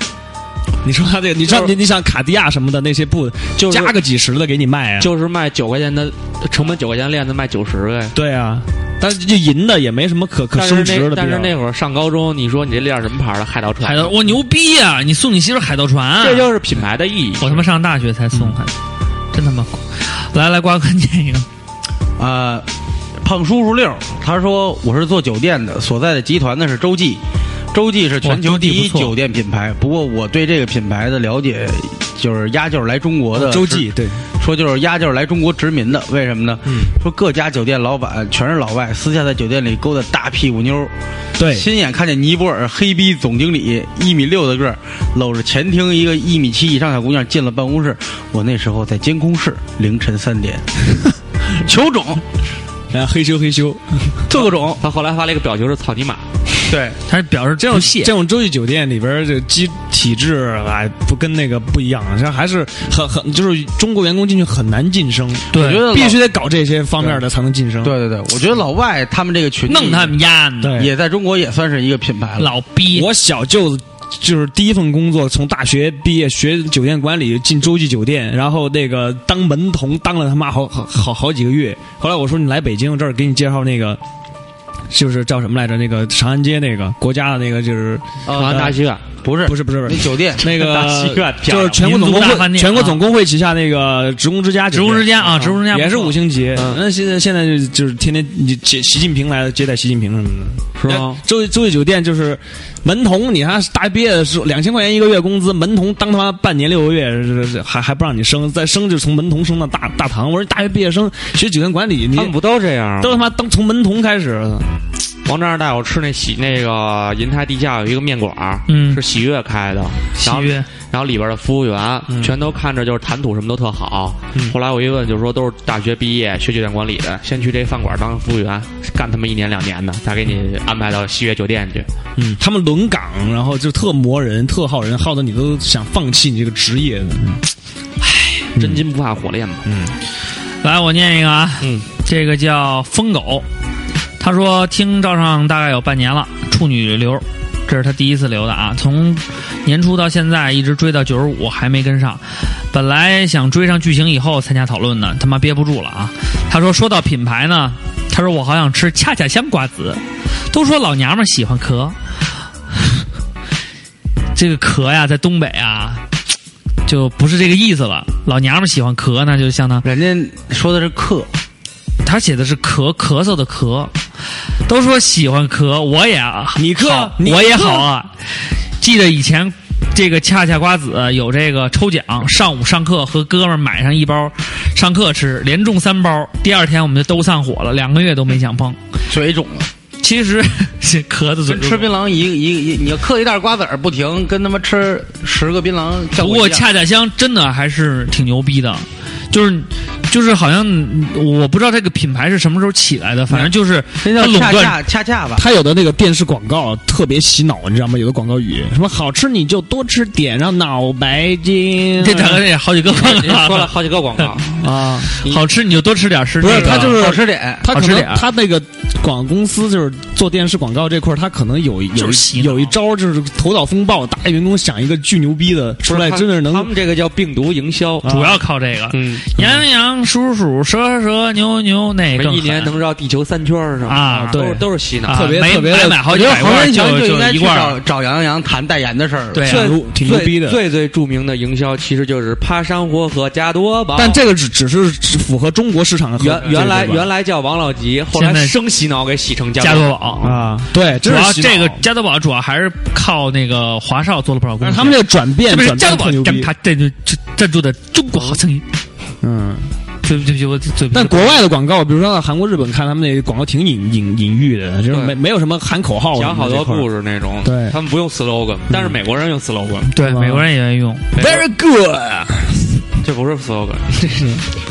F: 你说他这个，你知道
C: 就是
F: 你你想卡地亚什么的那些布，
C: 就是
F: 加个几十的给你卖啊？
C: 就是卖九块钱的成本九块钱链子卖九十呗。
F: 对啊，但是就银的也没什么可可
C: 但是
F: 升值
C: 那
F: 的必要。
C: 但是那会儿上高中，你说你这链什么牌的海盗船？
D: 海盗，我牛逼呀！你送你媳妇儿海盗船，啊
C: 这就是品牌的意义。
D: 我他妈上大学才送，还真他妈苦。来来，瓜哥念一个，
E: 呃，胖叔叔六，他说我是做酒店的，所在的集团呢是洲际，洲际是全
D: 哇
E: 球第
D: 洲际
E: 一
D: 不错
E: 酒店品牌。不过我对这个品牌的了解，就是压就是来中国的
F: 哦洲际对，
E: 说就是压就是来中国殖民的，为什么呢？说各家酒店老板全是老外，私下在酒店里勾搭大屁股妞儿。
F: 对
E: 亲眼看见尼泊尔黑逼总经理一米六的个儿，搂着前厅一个一米七以上小姑娘进了办公室。我那时候在监控室，凌晨三点，球种
F: 然后嘿咻嘿咻，
E: 特种，
C: 他后来发了一个表情是草泥马，
E: 对，
D: 他表示这种谢
F: 这。种洲际酒店里边儿这机体制哎不跟那个不一样，这还是很很就是中国员工进去很难晋升，
D: 对
E: 我觉得老
F: 必须得搞这些方面的才能晋升。
E: 对对对，我觉得老外他们这个群体
D: 弄他们丫的，
F: 对，
E: 也在中国也算是一个品牌了。
D: 老逼！
F: 我小舅子就是第一份工作，从大学毕业学酒店管理，进洲际酒店，然后那个当门童当了他妈好好好好几个月。后来我说你来北京，我这儿给你介绍那个。就是叫什么来着？那个长安街那个国家的那个，就是
C: 长安大戏院
E: 不是
F: 不是不是不是
E: 那酒店
F: [laughs] 那个
C: 大戏院漂亮
F: 就是全国总
D: 民族
F: 工
D: 大饭
F: 会
D: 店啊
F: 全国总工会旗下那个职工之家酒
D: 职
F: 店，
D: 工之家啊，职工之家
F: 也是
D: 不错
F: 五星级。
C: 嗯
F: 那现在现在就就是天天你习习近平来了接待习近平什么的，呃
C: 是吗？
F: 洲洲际酒店就是门童，你看大毕业的时候两千块钱一个月工资，门童当他妈半年六个月，是是还还不让你升，再升就从门童升到大大堂。我说大学毕业生学酒店管理，你
C: 他们不都这样吗？
F: 都他妈当从门童开始。
C: 王丈人带我吃那喜那个银泰地下有一个面馆儿，
D: 嗯
C: 是喜悦开的，
D: 喜
C: 然后
D: 悦
C: 然后里边的服务员、
F: 嗯
C: 全都看着就是谈吐什么都特好。后来我一问，就说都是大学毕业学酒店管理的，先去这饭馆当服务员，干他妈一年两年的，再给你安排到喜悦酒店去。
F: 嗯，他们轮岗，然后就特磨人，特耗人，耗得你都想放弃你这个职业。嗯
C: 真金不怕火炼嘛。
D: 来，我念一个啊，
C: 嗯，
D: 这个叫疯狗，他说听赵尚大概有半年了，处女流，这是他第一次留的啊，从年初到现在一直追到九十五还没跟上，本来想追上剧情以后参加讨论的，他妈憋不住了啊。他说说到品牌呢，他说我好想吃恰恰香瓜子，都说老娘们儿喜欢壳， [laughs] 这个壳呀，在东北啊。就不是这个意思了，老娘们儿喜欢壳，那就相当
E: 人家说的是客，
D: 他写的是咳咳嗽的咳，都说喜欢咳，我也啊，
F: 你咳
D: 好
F: 你咳
D: 我也好啊。记得以前这个恰恰瓜子有这个抽奖，上午上课和哥们儿买上一包，上课吃，连中三包，第二天我们就都散伙了，两个月都没想碰。
E: 嘴肿了。
D: 其实是咳的嘴
E: 跟吃
D: 儿。
E: 槟榔一个一个一个，你要嗑一袋瓜子儿不停，跟他妈吃十个槟榔效
D: 不
E: 果
D: 过
E: 一样。
D: 恰恰香真的还是挺牛逼的，就是就是好像我不知道这个品牌是什么时候起来的，反正就是它
E: 那叫
D: 垄
E: 恰
D: 断
E: 恰恰恰吧，
F: 他有的那个电视广告特别洗脑，你知道吗？有的广告语什么好吃你就多吃点，让脑白金。
D: 这大概也好几个广
C: 人家
D: 告
C: 哎说
F: [laughs]
C: 了好几个广告，
D: 啊，好吃你就多吃点儿，吃
F: 不是
D: 这个
F: 他就是
E: 好吃点。
F: 他可
D: 好吃
F: 能
D: 点啊
F: 他那个广告公司就是做电视广告这块儿，他可能有有
D: 就是
F: 一
D: 洗脑
F: 有一招就是头脑风暴，打员工想一个巨牛逼的出来，真的是能啊
C: 他们这个叫病毒营销，
D: 主要靠这个。
C: 嗯，
D: 羊羊、鼠鼠、蛇蛇、牛牛，那更
C: 一年
D: 狠
C: 能绕地球三圈儿是吧？
D: 啊
C: 都
D: 对
C: 是都是洗
D: 啊
C: 脑。
F: 特别
D: 没
F: 特别的
D: 买买好
E: 我
D: 几
E: 觉得
D: 百
E: 黄
D: 罐
E: 仁
D: 就
E: 强就应该
D: 一
E: 去
D: 罐儿
E: 找，找杨洋谈代言的事儿了。
D: 对
F: 挺
D: 啊，
F: 牛挺牛逼的。
C: 最最著名的营销其实就是爬山活和加多宝。
F: 但这个只只是只符合中国市场的和
C: 原原来
F: 这个吧
C: 原来叫王老吉，后来
D: 现在
C: 生洗脑给洗成
D: 加
C: 多
D: 多
C: 宝。
D: 宝。
F: 啊，对，
D: 主
F: 真
D: 要
F: 是洗脑
D: 这个加多宝主要还是靠那那个华少做了不少
F: 但
D: 贡
F: 是
D: 献。
F: 他们这个转变
D: 这不哦是
F: 转
D: 加多
F: 变特
D: 宝
F: 牛
D: 赞
F: 逼，
D: 他赞助赞助的中国好声音。
F: 嗯。
D: 对不起对不起，我嘴
F: 但国外的广告，比如说在韩国、日本看他们那广告挺隐隐隐喻的，就是没没有什么喊口号，啊
C: 讲好多故
F: 事。
C: 事那种，
F: 对
C: 他们不用 slogan，但是美国人用 slogan，
D: 对美国人也愿意用。
F: Very good，
C: 这不是 slogan。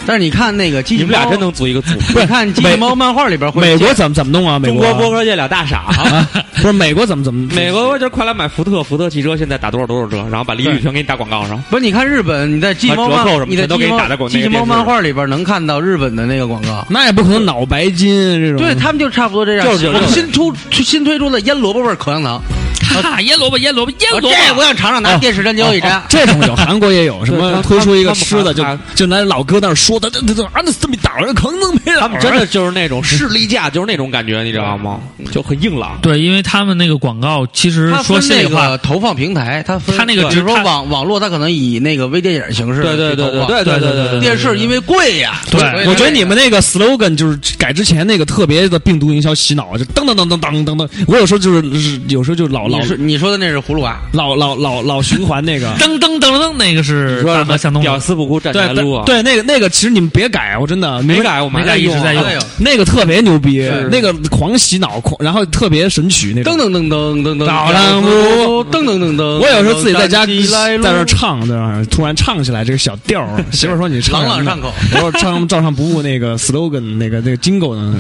E: 但是你看那个机
C: 你
E: 器
C: 们
E: 猫，
C: 俩真能组一个组。
E: 你看机器猫漫画里边会
F: 美国怎么怎么弄啊？美
C: 中
F: 国啊
C: 国播客界俩大傻，啊
F: [laughs] 不是美国怎么怎么？
C: 美国就是快来买福特，福特汽车现在打多少多少折，然后把俚语全给你打广告上。
E: 不是你看日本，你在机器猫
C: 把折扣什么
E: 漫，你在
C: 全都
E: 机
C: 给
E: 器
C: 你打在
E: 猫
C: 广
E: 机器
C: 那
E: 猫
C: 个电视
E: 漫画里边能看到日本的那个广告。
F: 那也不可能脑白金这种。
E: 对他们就差不多这样。
C: 就是
E: 我们新出新推出的腌萝卜味儿口香糖，
D: 哈哦哈，啊腌萝卜，腌萝卜，腌
E: 我
D: 萝
E: 这我
D: 卜。
E: 想尝尝，拿电视粘胶一粘。
F: 哦这种有，韩国也有，什
C: 对
F: 么
C: 他
F: 推出一个
C: 他们
F: 吃的就
C: 他
F: 就拿老哥那儿说的，这这这啊，那这么打人，可能没
C: 他
F: 他
C: 们真的就是那种士力架，就是那种感觉，你知道吗？就很硬朗。
D: 对，因为他们那个广告，其实
E: 它
D: 说
E: 分
D: 心
E: 那
D: 里话
E: 个，投放平台，它分
D: 它那个
E: 比如说
D: 它
E: 网网络，它可能以那个微电影形式
C: 对对
E: 去
C: 对
E: 投
C: 对
E: 放
C: 对对
D: 对
C: 对
D: 对
E: 电视因为贵呀，
D: 对。
E: 所以它
F: 我觉得你们那个 slogan 就是改之前那个特别的病毒营销洗脑，啊就噔噔噔噔噔噔噔。我有时候就是有时候就老老
E: 你说你说的那是葫芦娃，
F: 老老老老循环
C: [laughs]
F: 那个
D: 噔噔噔噔，那个是
C: 说
D: 大
C: 什
D: 河
C: 么
D: 向东
C: 屌
D: 走。
C: 丝不哭站起
F: 对
C: 来撸啊？
F: 对，那个那个，其实你们别改，啊我真的
C: 没改，我们
D: 没改一直在用
E: 哎呦
F: 啊那个特别牛逼
C: 是，
F: 那个狂洗脑，狂然后特别神曲那
E: 噔
F: 种。
E: 噔噔噔噔噔，
F: 早上路
E: 噔噔噔噔。
F: 我有时候自己在家
E: 站起来
F: 在
E: 喽
F: 那儿唱，在那儿突然唱起来这个小调
C: [laughs]
F: 儿，媳妇儿说你唱
E: 朗朗
F: 什么呢
E: 上口，
F: 我说唱照唱不误那个 slogan 那个那个 jingle 呢？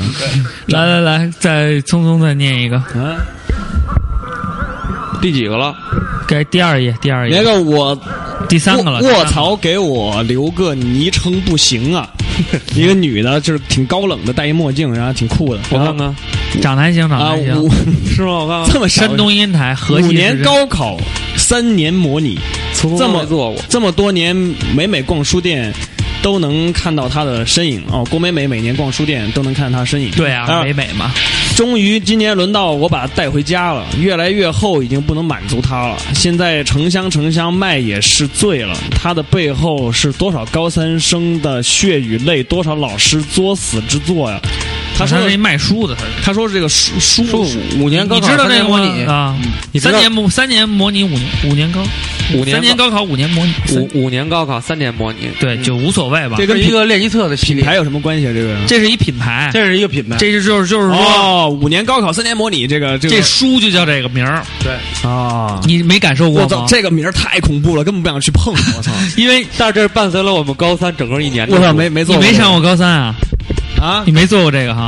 D: 来来来，再匆匆再念一个。
F: 啊，
C: 第几个了？
D: 该第二页，第
C: 哎
D: 二
F: 那
D: 页，
F: 个我
D: 第三个了。
F: 卧
D: 第三个！
F: 槽，给我留个昵称不
C: [laughs]
F: 行啊！一个女的，就是挺高冷的，戴一墨镜，然后挺酷的。
C: 我哎
F: 然后
C: 看看，
D: 长得还行，长得
F: 啊，
D: 还行。
F: 五
C: 是吗？我看看，
F: 这么少
D: 山东烟台河西
F: 五
D: 之
F: 年
D: 声，
F: 高考，三年模拟，这么
C: 做过。
F: 这么多年，每每逛书店。都能看到她的身影哦，郭美美每年逛书店都能看到她身影。
D: 对啊，
F: 当然
D: 美美嘛，
F: 终于今年轮到我把它带回家了，越来越厚已经不能满足它了。现在成箱成箱卖也是醉了，它的背后是多少高三生的血与泪，多少老师作死之作呀！他
D: 他
F: 说
D: 是一卖书的，他是。
F: 他说是这个书书
E: 数五年高
D: 你
E: 考
D: 知道这个
E: 模
D: 吗
E: 拟？
D: 啊？
A: 你知道
D: 三年模三年模拟五年五年高，
C: 五年
D: 三年高考五年模拟，三
C: 五五年高考三年模拟，
D: 对就无所谓吧。
F: 这
E: 这
F: 跟
E: 是一个练习册的系
F: 品
E: 列，
F: 牌有什么关系啊？这个
D: 这是一品牌，
E: 这是一个品牌。
D: 这是就是就是说
F: 哦，五年高考三年模拟这个这
D: 这
F: 个
D: 书就叫这个名儿，
F: 啊。
D: 你没感受过
F: 我操，
D: 吗？
F: 这个名儿太恐怖了，根本不想去碰。我操！
D: 因为
C: 但是这是伴随了我们高三整个一年的
F: 我
C: 路。
F: 操，没没做
D: 你
F: 过，
D: 没上过高三 [laughs] 啊，
F: 啊？
D: 你没做过这个哈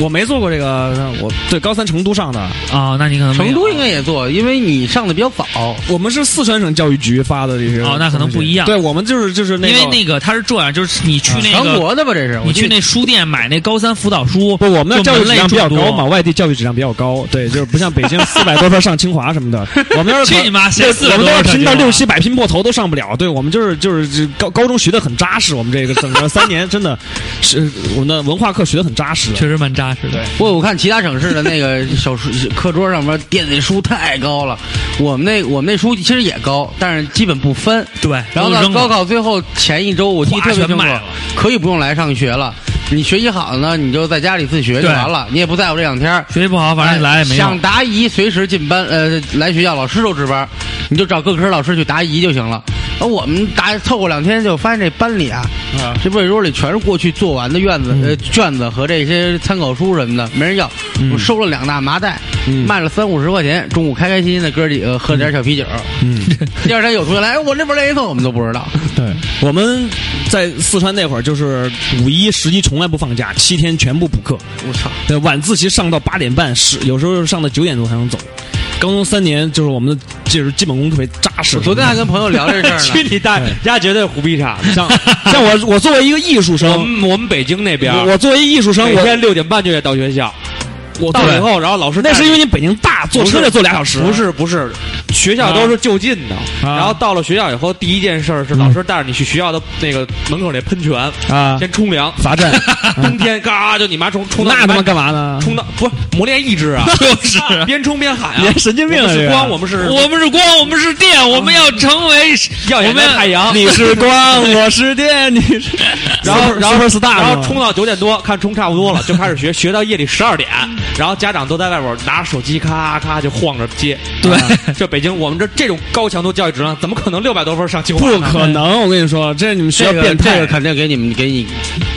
F: 我没做过这个，我对高三成都上的，
D: 啊，那你可能没有
E: 成都应该也做，因为你上的比较早。
F: 我们是四川省教育局发的这些。
D: 哦哦那可能不一样
F: 对我们就是就是那
D: 因
F: 个，
D: 为那个他是这样，就是你去那
E: 全
D: 个
E: 啊国的吧，这是我
D: 你去
E: 记得
D: 那书店买那高三辅导书，
F: 不，我们的
D: 就
F: 教育
D: 门
F: 质
D: 类
F: 量比较
D: 众
F: 高
D: 多
F: 嘛，外地教育质量比较高，对，就是不像北京四百多分上清华什么
D: [laughs]
F: 的，我们要是
D: 去
F: 考
D: 你妈谁
F: 对
D: 400
F: 我们
D: 多
F: 都要
D: 分上
F: 拼到
D: 清华
F: 六七百拼破头都上不了，对我们就是就是这高高中学的很扎实，我们这个整个三年真的是我们的文化课学的很扎实，
D: 确实蛮扎实的。
E: 不，我看其他省市的那个小书 [laughs] 课桌上面垫的书太高了，我们那我们那书其实也高，但是基本不分。
F: 嗯
D: 对，
E: 然后
D: 都
E: 到
D: 扔了
E: 高考最后前一周，我记得
D: 哗
E: 特别
D: 全
E: 清楚
D: 卖，了，
E: 可以不用来上学了。你学习好呢，你就在家里自学就
D: 对
E: 完了，你也不在乎这两天儿。
D: 学习不好
F: 哎
D: 反正来也没
E: 哎想
D: 用。
E: 答疑随时进班，呃，来学校老师都值班，你就找各科老师去答疑就行了。而我们答凑合两天，就发现这班里啊，这卫桌里全是过去做完的院子、呃卷子和这些参考书什么的，没人要。
F: 嗯
E: 我收了两大麻袋，卖了三五十块钱，中午开开心心的哥几个喝点小 [laughs] 啤酒。
F: 嗯，
E: 第二天有同学来，哎我这边来一份，我们都不知道。
F: 对，我们在四川那会儿就是五一、十一从来不放假，七天全部补课，
E: 我操！
F: 对，晚自习上到八点半，十有时候上到九点钟才能走。高中三年就是我们的就是基本功特别扎实。
E: 我昨天还
F: [laughs]
E: 跟朋友聊这 [laughs] 事儿
C: 去
E: 呢。
C: 你大爷！家绝对胡逼傻子。
F: 像像我我作为一个艺术
C: 我
F: 生，嗯
C: 们我们北京那边
F: 我，我作为艺术生，
C: 嗯每
F: 我
C: 天六点半就得到学校，
F: 我
C: 到了以
F: 对
C: 后，然后老师
F: 那是因为
C: 为
F: 你北京大，坐车得坐俩小时。
C: 不是不是，学校都是就近的。
F: 啊
C: 然后到了学校以后，第一件事儿是老师带着你去学校的那个门口那喷泉，
F: 啊，
C: 先冲凉。
F: 罚站，
C: [laughs] 冬天嘎就你妈冲冲到
F: 那
C: 你
F: 他
C: 妈
F: 妈干
D: [laughs]
F: 嘛呢？
C: 冲到不是磨练意志啊，就是边冲边喊啊
F: 你。还 [laughs] 神经病
C: 我
F: 啊！
C: 们
F: 这
C: 是
F: 个
C: 光，我们是
D: 我们是光，我们是电，我们要成为
C: 耀眼的
D: 我们
C: 太阳。
F: 你是
C: [laughs]
F: 光，我是电，你是
C: 然后，然后
F: Super star，
C: 然后冲到九点多，看冲差不多了，就开始学，学到夜里十二点，然后家长都在外边拿着手机咔咔就晃着接。
D: 对
C: 啊，这北京我们这这种高强度教育质量，怎么可能六百多分上清华
F: 不
C: 呢？
F: 可能！我跟你说，这是你们学校
E: 这个
F: 变态。
E: 这个肯定给你们给你，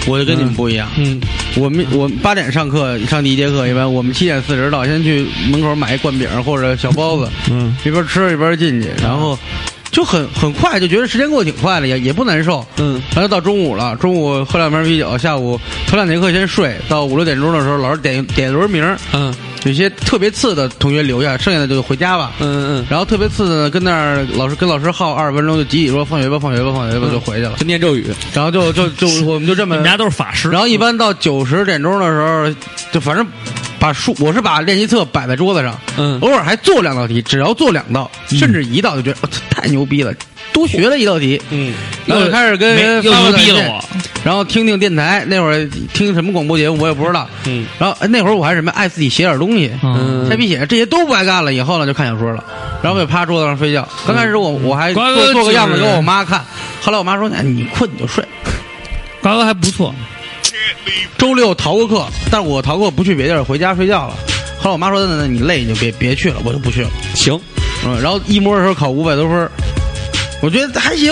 E: 我就跟你们不一样。
F: 嗯，
E: 我们我们八点上课上第一节课，一般我们七点四十到，先去门口买一灌饼或者小包子，
F: 嗯，
E: 一边吃一边进去，然后就很很快就觉得时间过得挺快的，也也不难受。
F: 嗯，
E: 完了到中午了，中午喝两瓶啤酒，下午头两节课先睡，到五六点钟的时候，老师点点轮名，
C: 嗯
E: 有些特别次的同学留下，剩下的就回家吧。
C: 嗯嗯，
E: 然后特别次的呢，跟那儿老师跟老师耗二十分钟，就集体说放学吧，放学吧，放学吧，就回去了。
C: 就念咒语，
E: 然后就就就我们就这
D: 我 [laughs]
E: 么
F: 呃
D: 们家都是法师。
E: 然后一般到九十点钟的时候，就反正把书，我是把练习册摆在桌子上，
C: 嗯，
E: 偶尔还做两道题，只要做两道，
D: 嗯
E: 甚至一道就觉得我操太牛逼了，多学了一道题。
C: 嗯，
E: 然后就开始
D: 没
F: 呃
E: 跟
D: 又
E: 发发
D: 牛逼
E: 短
D: 了
E: 信
D: 我，
E: 然后听听电台，那会儿听什么广播节目我也不知道。
C: 嗯，
E: 然后哎那会儿我还什么爱自己写点东西，
D: 嗯，
E: 拆皮写这些都不爱干了，以后呢就看小说了，然后就趴桌子上睡觉。刚开始我我还
D: 瓜
E: 做
D: 哥
E: 做个样子
D: 就
E: 给
D: 是
E: 我妈看，后来我妈说：“哎，你困你就睡。”
D: 瓜哥还不错，
E: 周六逃过课，但是我逃课不去别地儿，回家睡觉了。后来我妈说：“那那你累你就别别去了，我就不去了。
C: 行，”
E: 嗯，然后一模的时候考五百多分儿，我觉得还行，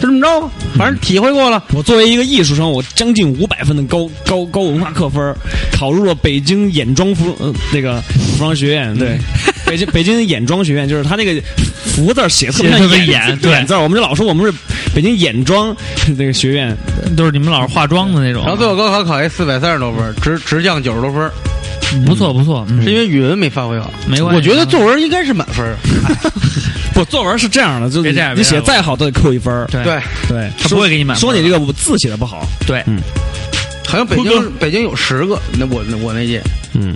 E: 就这么
D: 嗯
E: 着吧，反正体会过了。
F: 我作为一个艺术生，我将近五百分的高高高文化课分儿，考入了北京眼妆服呃那个服装学院。对，北京北 [laughs] 京眼妆学院就是他那个“服”字儿写得特
D: 写
F: 别
D: 得
F: 像
D: 特别 [laughs]
F: 眼
D: 眼对
F: 眼字儿。我们这老说我们是北京眼妆那个学院，
D: 都是你们老师化妆的那种
E: 然。后最后高考考一四百三十多分儿，
D: 嗯
E: 直直降九十多分儿，
D: 不错不错，嗯
E: 是因为语文没发挥好。
D: 没关系。嗯
E: 我觉得作文应该是满分儿。
F: 不作文是这样的，就是
D: 别这样
F: 你
D: 别这
F: 写
D: 样
F: 再好都得扣一分儿。
D: 对
E: 对，
F: 对，
D: 他不会给你满分
F: 说
D: 儿
F: 你这个字写的不好，
D: 对，
E: 好像北京北京有十个，那我那我那届
F: 嗯，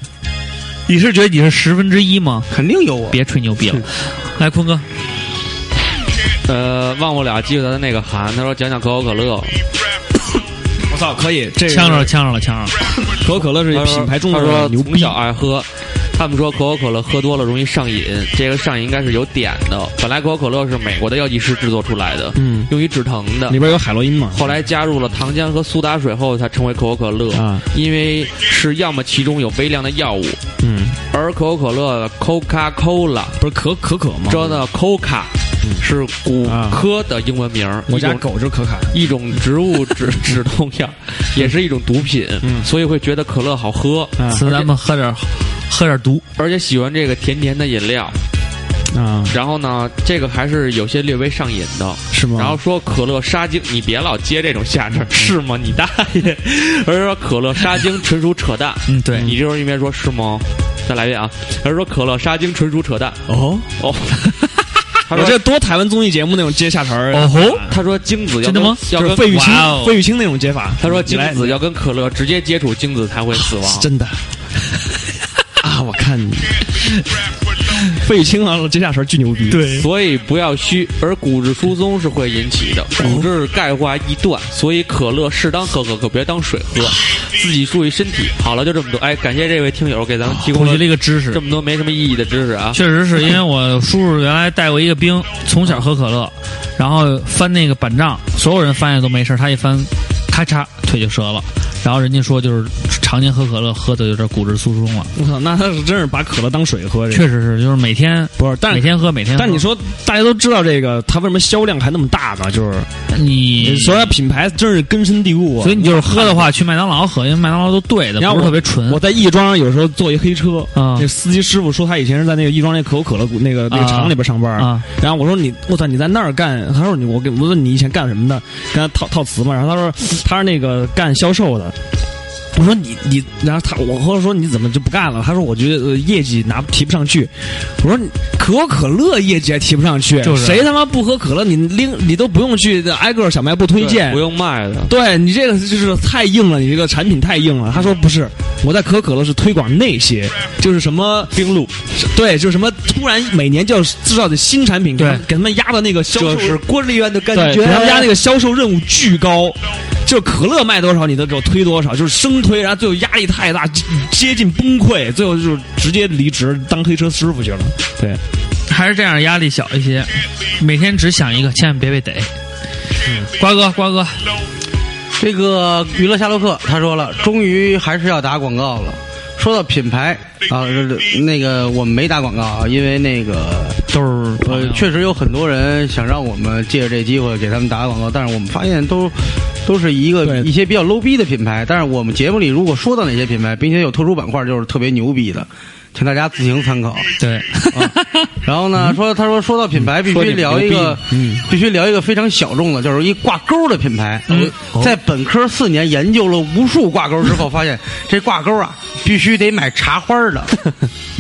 D: 你是觉得你是十分之一吗？
E: 肯定有我。
D: 别吹牛逼了，来坤哥，
C: 呃，忘不了记得他那个函，他说讲讲可口可乐，
F: 操，可以，这
D: 呛着了，呛着了，呛着了。
F: 可口可乐是
C: 他说
F: 品牌中
C: 他
F: 的
C: 说
F: 牛
C: 从
F: 逼
C: 小，
D: 啊
C: 爱喝。他们说可口可乐喝多了容易上瘾，这个上瘾应该是有点的。本来可口可乐是美国的药剂师制作出来的，
F: 嗯，
C: 用于止疼的
F: 里。边有海洛因嘛？
C: 后来加入了糖浆和苏打水后，才成为可口可乐。
F: 啊，
C: 因为是要么其中有微量的药物，
F: 嗯，
C: 而可口可乐的 Coca Cola
F: 不是可可可吗？
C: 知道呢 Coca 是骨
F: 啊
C: 科的英文名儿，
F: 嗯我
C: 一
F: 家
C: 种
F: 狗是可卡，
C: 一种植物
F: [laughs]
C: 止止痛药，也是一种毒品，
F: 嗯
C: 所以会觉得可乐好喝。
F: 啊
D: 次咱们喝点喝点毒，
C: 而且喜欢这个甜甜的饮料。
F: 啊，
C: 然后呢，这个还是有些略微上瘾的。
F: 是吗？
C: 然后说可乐沙精，你别老接这种下
F: 嗯
C: 茬，是吗？你大爷！ [laughs] 而是说可乐沙精纯属扯淡，
D: 嗯，对，
C: 你就是因为说是吗？再来一遍啊！而是说可乐沙精纯属扯淡
F: 哦， [laughs]
C: 哦。他
F: 我
C: 说
F: 这多台湾综艺节目那种接下茬儿，
D: 哦吼，
C: 他说精子要
D: 真的
C: 跟
D: 吗
C: 要
F: 就是
C: 跟
F: 费玉清
D: 哇哦，
F: 费玉清那种接法。
C: 他说
F: 你
C: 精
F: 来
C: 子要跟可乐直接接触，精子才会死
F: 是
C: 亡。
F: 真的啊！我看你，费玉清啊，接下茬儿巨牛逼。
D: 对
C: 所以不要虚，而骨质疏松是会引起的，
F: 哦
C: 骨质钙化易断，所以可乐适当喝喝，可别当水
F: [laughs]
C: 喝，自己注意身体。好了，就这么多。哎，感谢这位听友给咱们提
D: 普
C: 供
D: 及了
C: 了
D: 一个知识
C: 这，么多没什么意义的知识啊。
D: 确实是因为我叔叔原来带过一个兵，从小喝可乐，然后翻那个板杖，所有人翻下都没事，他一翻，咔嚓腿就折了。然后人家说就是常年喝可乐，喝的有点骨质疏松了，
F: 我操，那他是真是把可乐当水喝，这
D: 确实是，就是每天
F: 不是？但
D: 每
F: 是
D: 天喝，每天喝。
F: 但你说大家都知道这个，它为什么销量还那么大呢？就是
D: 你
F: 所以它品牌真是根深蒂固啊
D: 所。以你就是喝的话，去麦当劳喝，因为麦当劳都兑的，
F: 你看
D: 不
F: 我
D: 是特别纯
F: 我。在亦庄有时候坐一黑车，
D: 啊
F: 那司机师傅说他以前是在那个亦庄那可口可乐那个那个
D: 啊
F: 厂里边上班儿
D: 啊
F: 然后我说你，我操，你在那儿干？他说你，我跟我问你以前干什么的？跟他套套词嘛。然后他说他是那个干销售的。我说你你，然后他我后来说你怎么就不干了？他说我觉得、呃业绩拿提不上去。我说你可口可乐业绩还提不上去，
D: 就是啊
F: 谁他妈不喝可乐？你拎你都不用去挨个小卖部推荐，
C: 对不用卖的，
F: 对你这个就是太硬了，你这个产品太硬了。他说不是，我在可口可乐是推广那些，就是什么
C: 冰露，
F: 对，就是什么突然每年就要制造的新产品，给他们
D: 对
F: 给他们压的那个销售，
C: 这是管理员的感
F: 对，
C: 觉
F: 给。他们压那个销售任务巨高。就是可乐卖多少，你都给我推多少，就是生推，然后最后压力太大，接接近崩溃，最后就是直接离职当黑车师傅去了。对，
D: 还是这样压力小一些，每天只想一个，千万别被逮。
F: 嗯
D: 瓜哥，瓜哥，
E: 这个娱乐夏洛克他说了，终于还是要打广告了。说到品牌啊、这那个我们没打广告啊，因为那个
D: 都是朋
E: 呃
D: 友，
E: 确实有很多人想让我们借着这机会给他们打广告，但是我们发现都都是一个
F: 对
E: 一些比较 low 逼的品牌。但是我们节目里如果说到哪些品牌，并且有特殊板块，就是特别牛逼的，请大家自行参考。
F: [laughs]
D: 对，
E: [laughs] 然后
F: 嗯
E: 呢，说他说说到品牌必须聊一个，必须聊一个非常小众的，就是一挂钩的品牌。
F: 嗯
E: 呃在本科四年研究了无数挂钩之
F: [laughs]
E: 后，发现这挂钩啊，必须得买茶花的，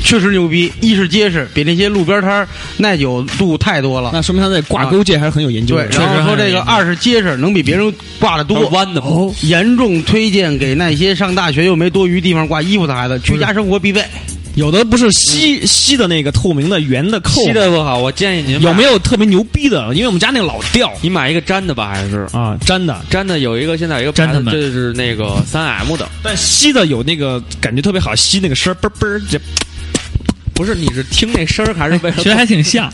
E: 确实牛逼，一是结实，比那些路边摊儿耐久度太多了。
F: 那说明他在挂钩界还是很有研究
E: 对
F: 的。，嗯
E: 然后说这个二是结实，能比别人挂的多。
C: 弯的
E: 哦，严重推荐给那些上大学又没多余地方挂衣服的孩子，居家生活必备。
F: 有的不是吸吸的那个透明的圆嗯的扣
C: 吸，的不好，我建议您
F: 有没
C: 有？
F: 有特别牛逼的？因为我们家那个老掉
C: 你买一个粘的吧，还是
F: 啊，粘的，
C: 粘的？有一个现在有一个牌
D: 粘
C: 子，
D: 的吗
C: 这是那个三 M 的，
F: 但吸的有那个感觉特别好，吸那个声儿嘣嘣儿这
C: 不是？你是听那声儿还是为
D: [laughs] 学得
C: 了？
D: 还挺像，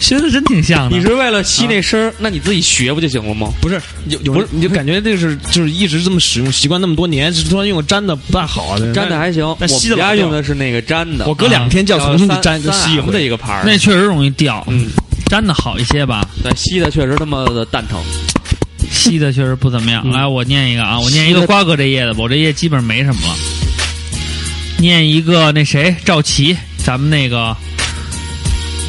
D: 学的真挺像的。
C: 你是为了吸那声
D: 啊
C: 儿？那你自己学不就行了吗？
F: 不是有有
C: 不是
F: 你就感觉这是就是一直这么使用习惯那么多年，是突然用粘的不大好，
C: 粘的还行，我
F: 但吸的
C: 们家
F: 老掉
C: 用的是那个粘的，啊
F: 我隔两天就要重新去粘就吸一
C: 的
F: 回。
C: 一个牌儿。
D: 那确实容易掉，
C: 嗯，
D: 粘的好一些吧，
C: 但吸的确实他妈的蛋疼。
D: 吸的确实不怎么
C: 嗯
D: 样。来，我念一个啊，我念一个瓜哥这页的吧，我这页基本上没什么了。念一个那谁赵琦，咱们那个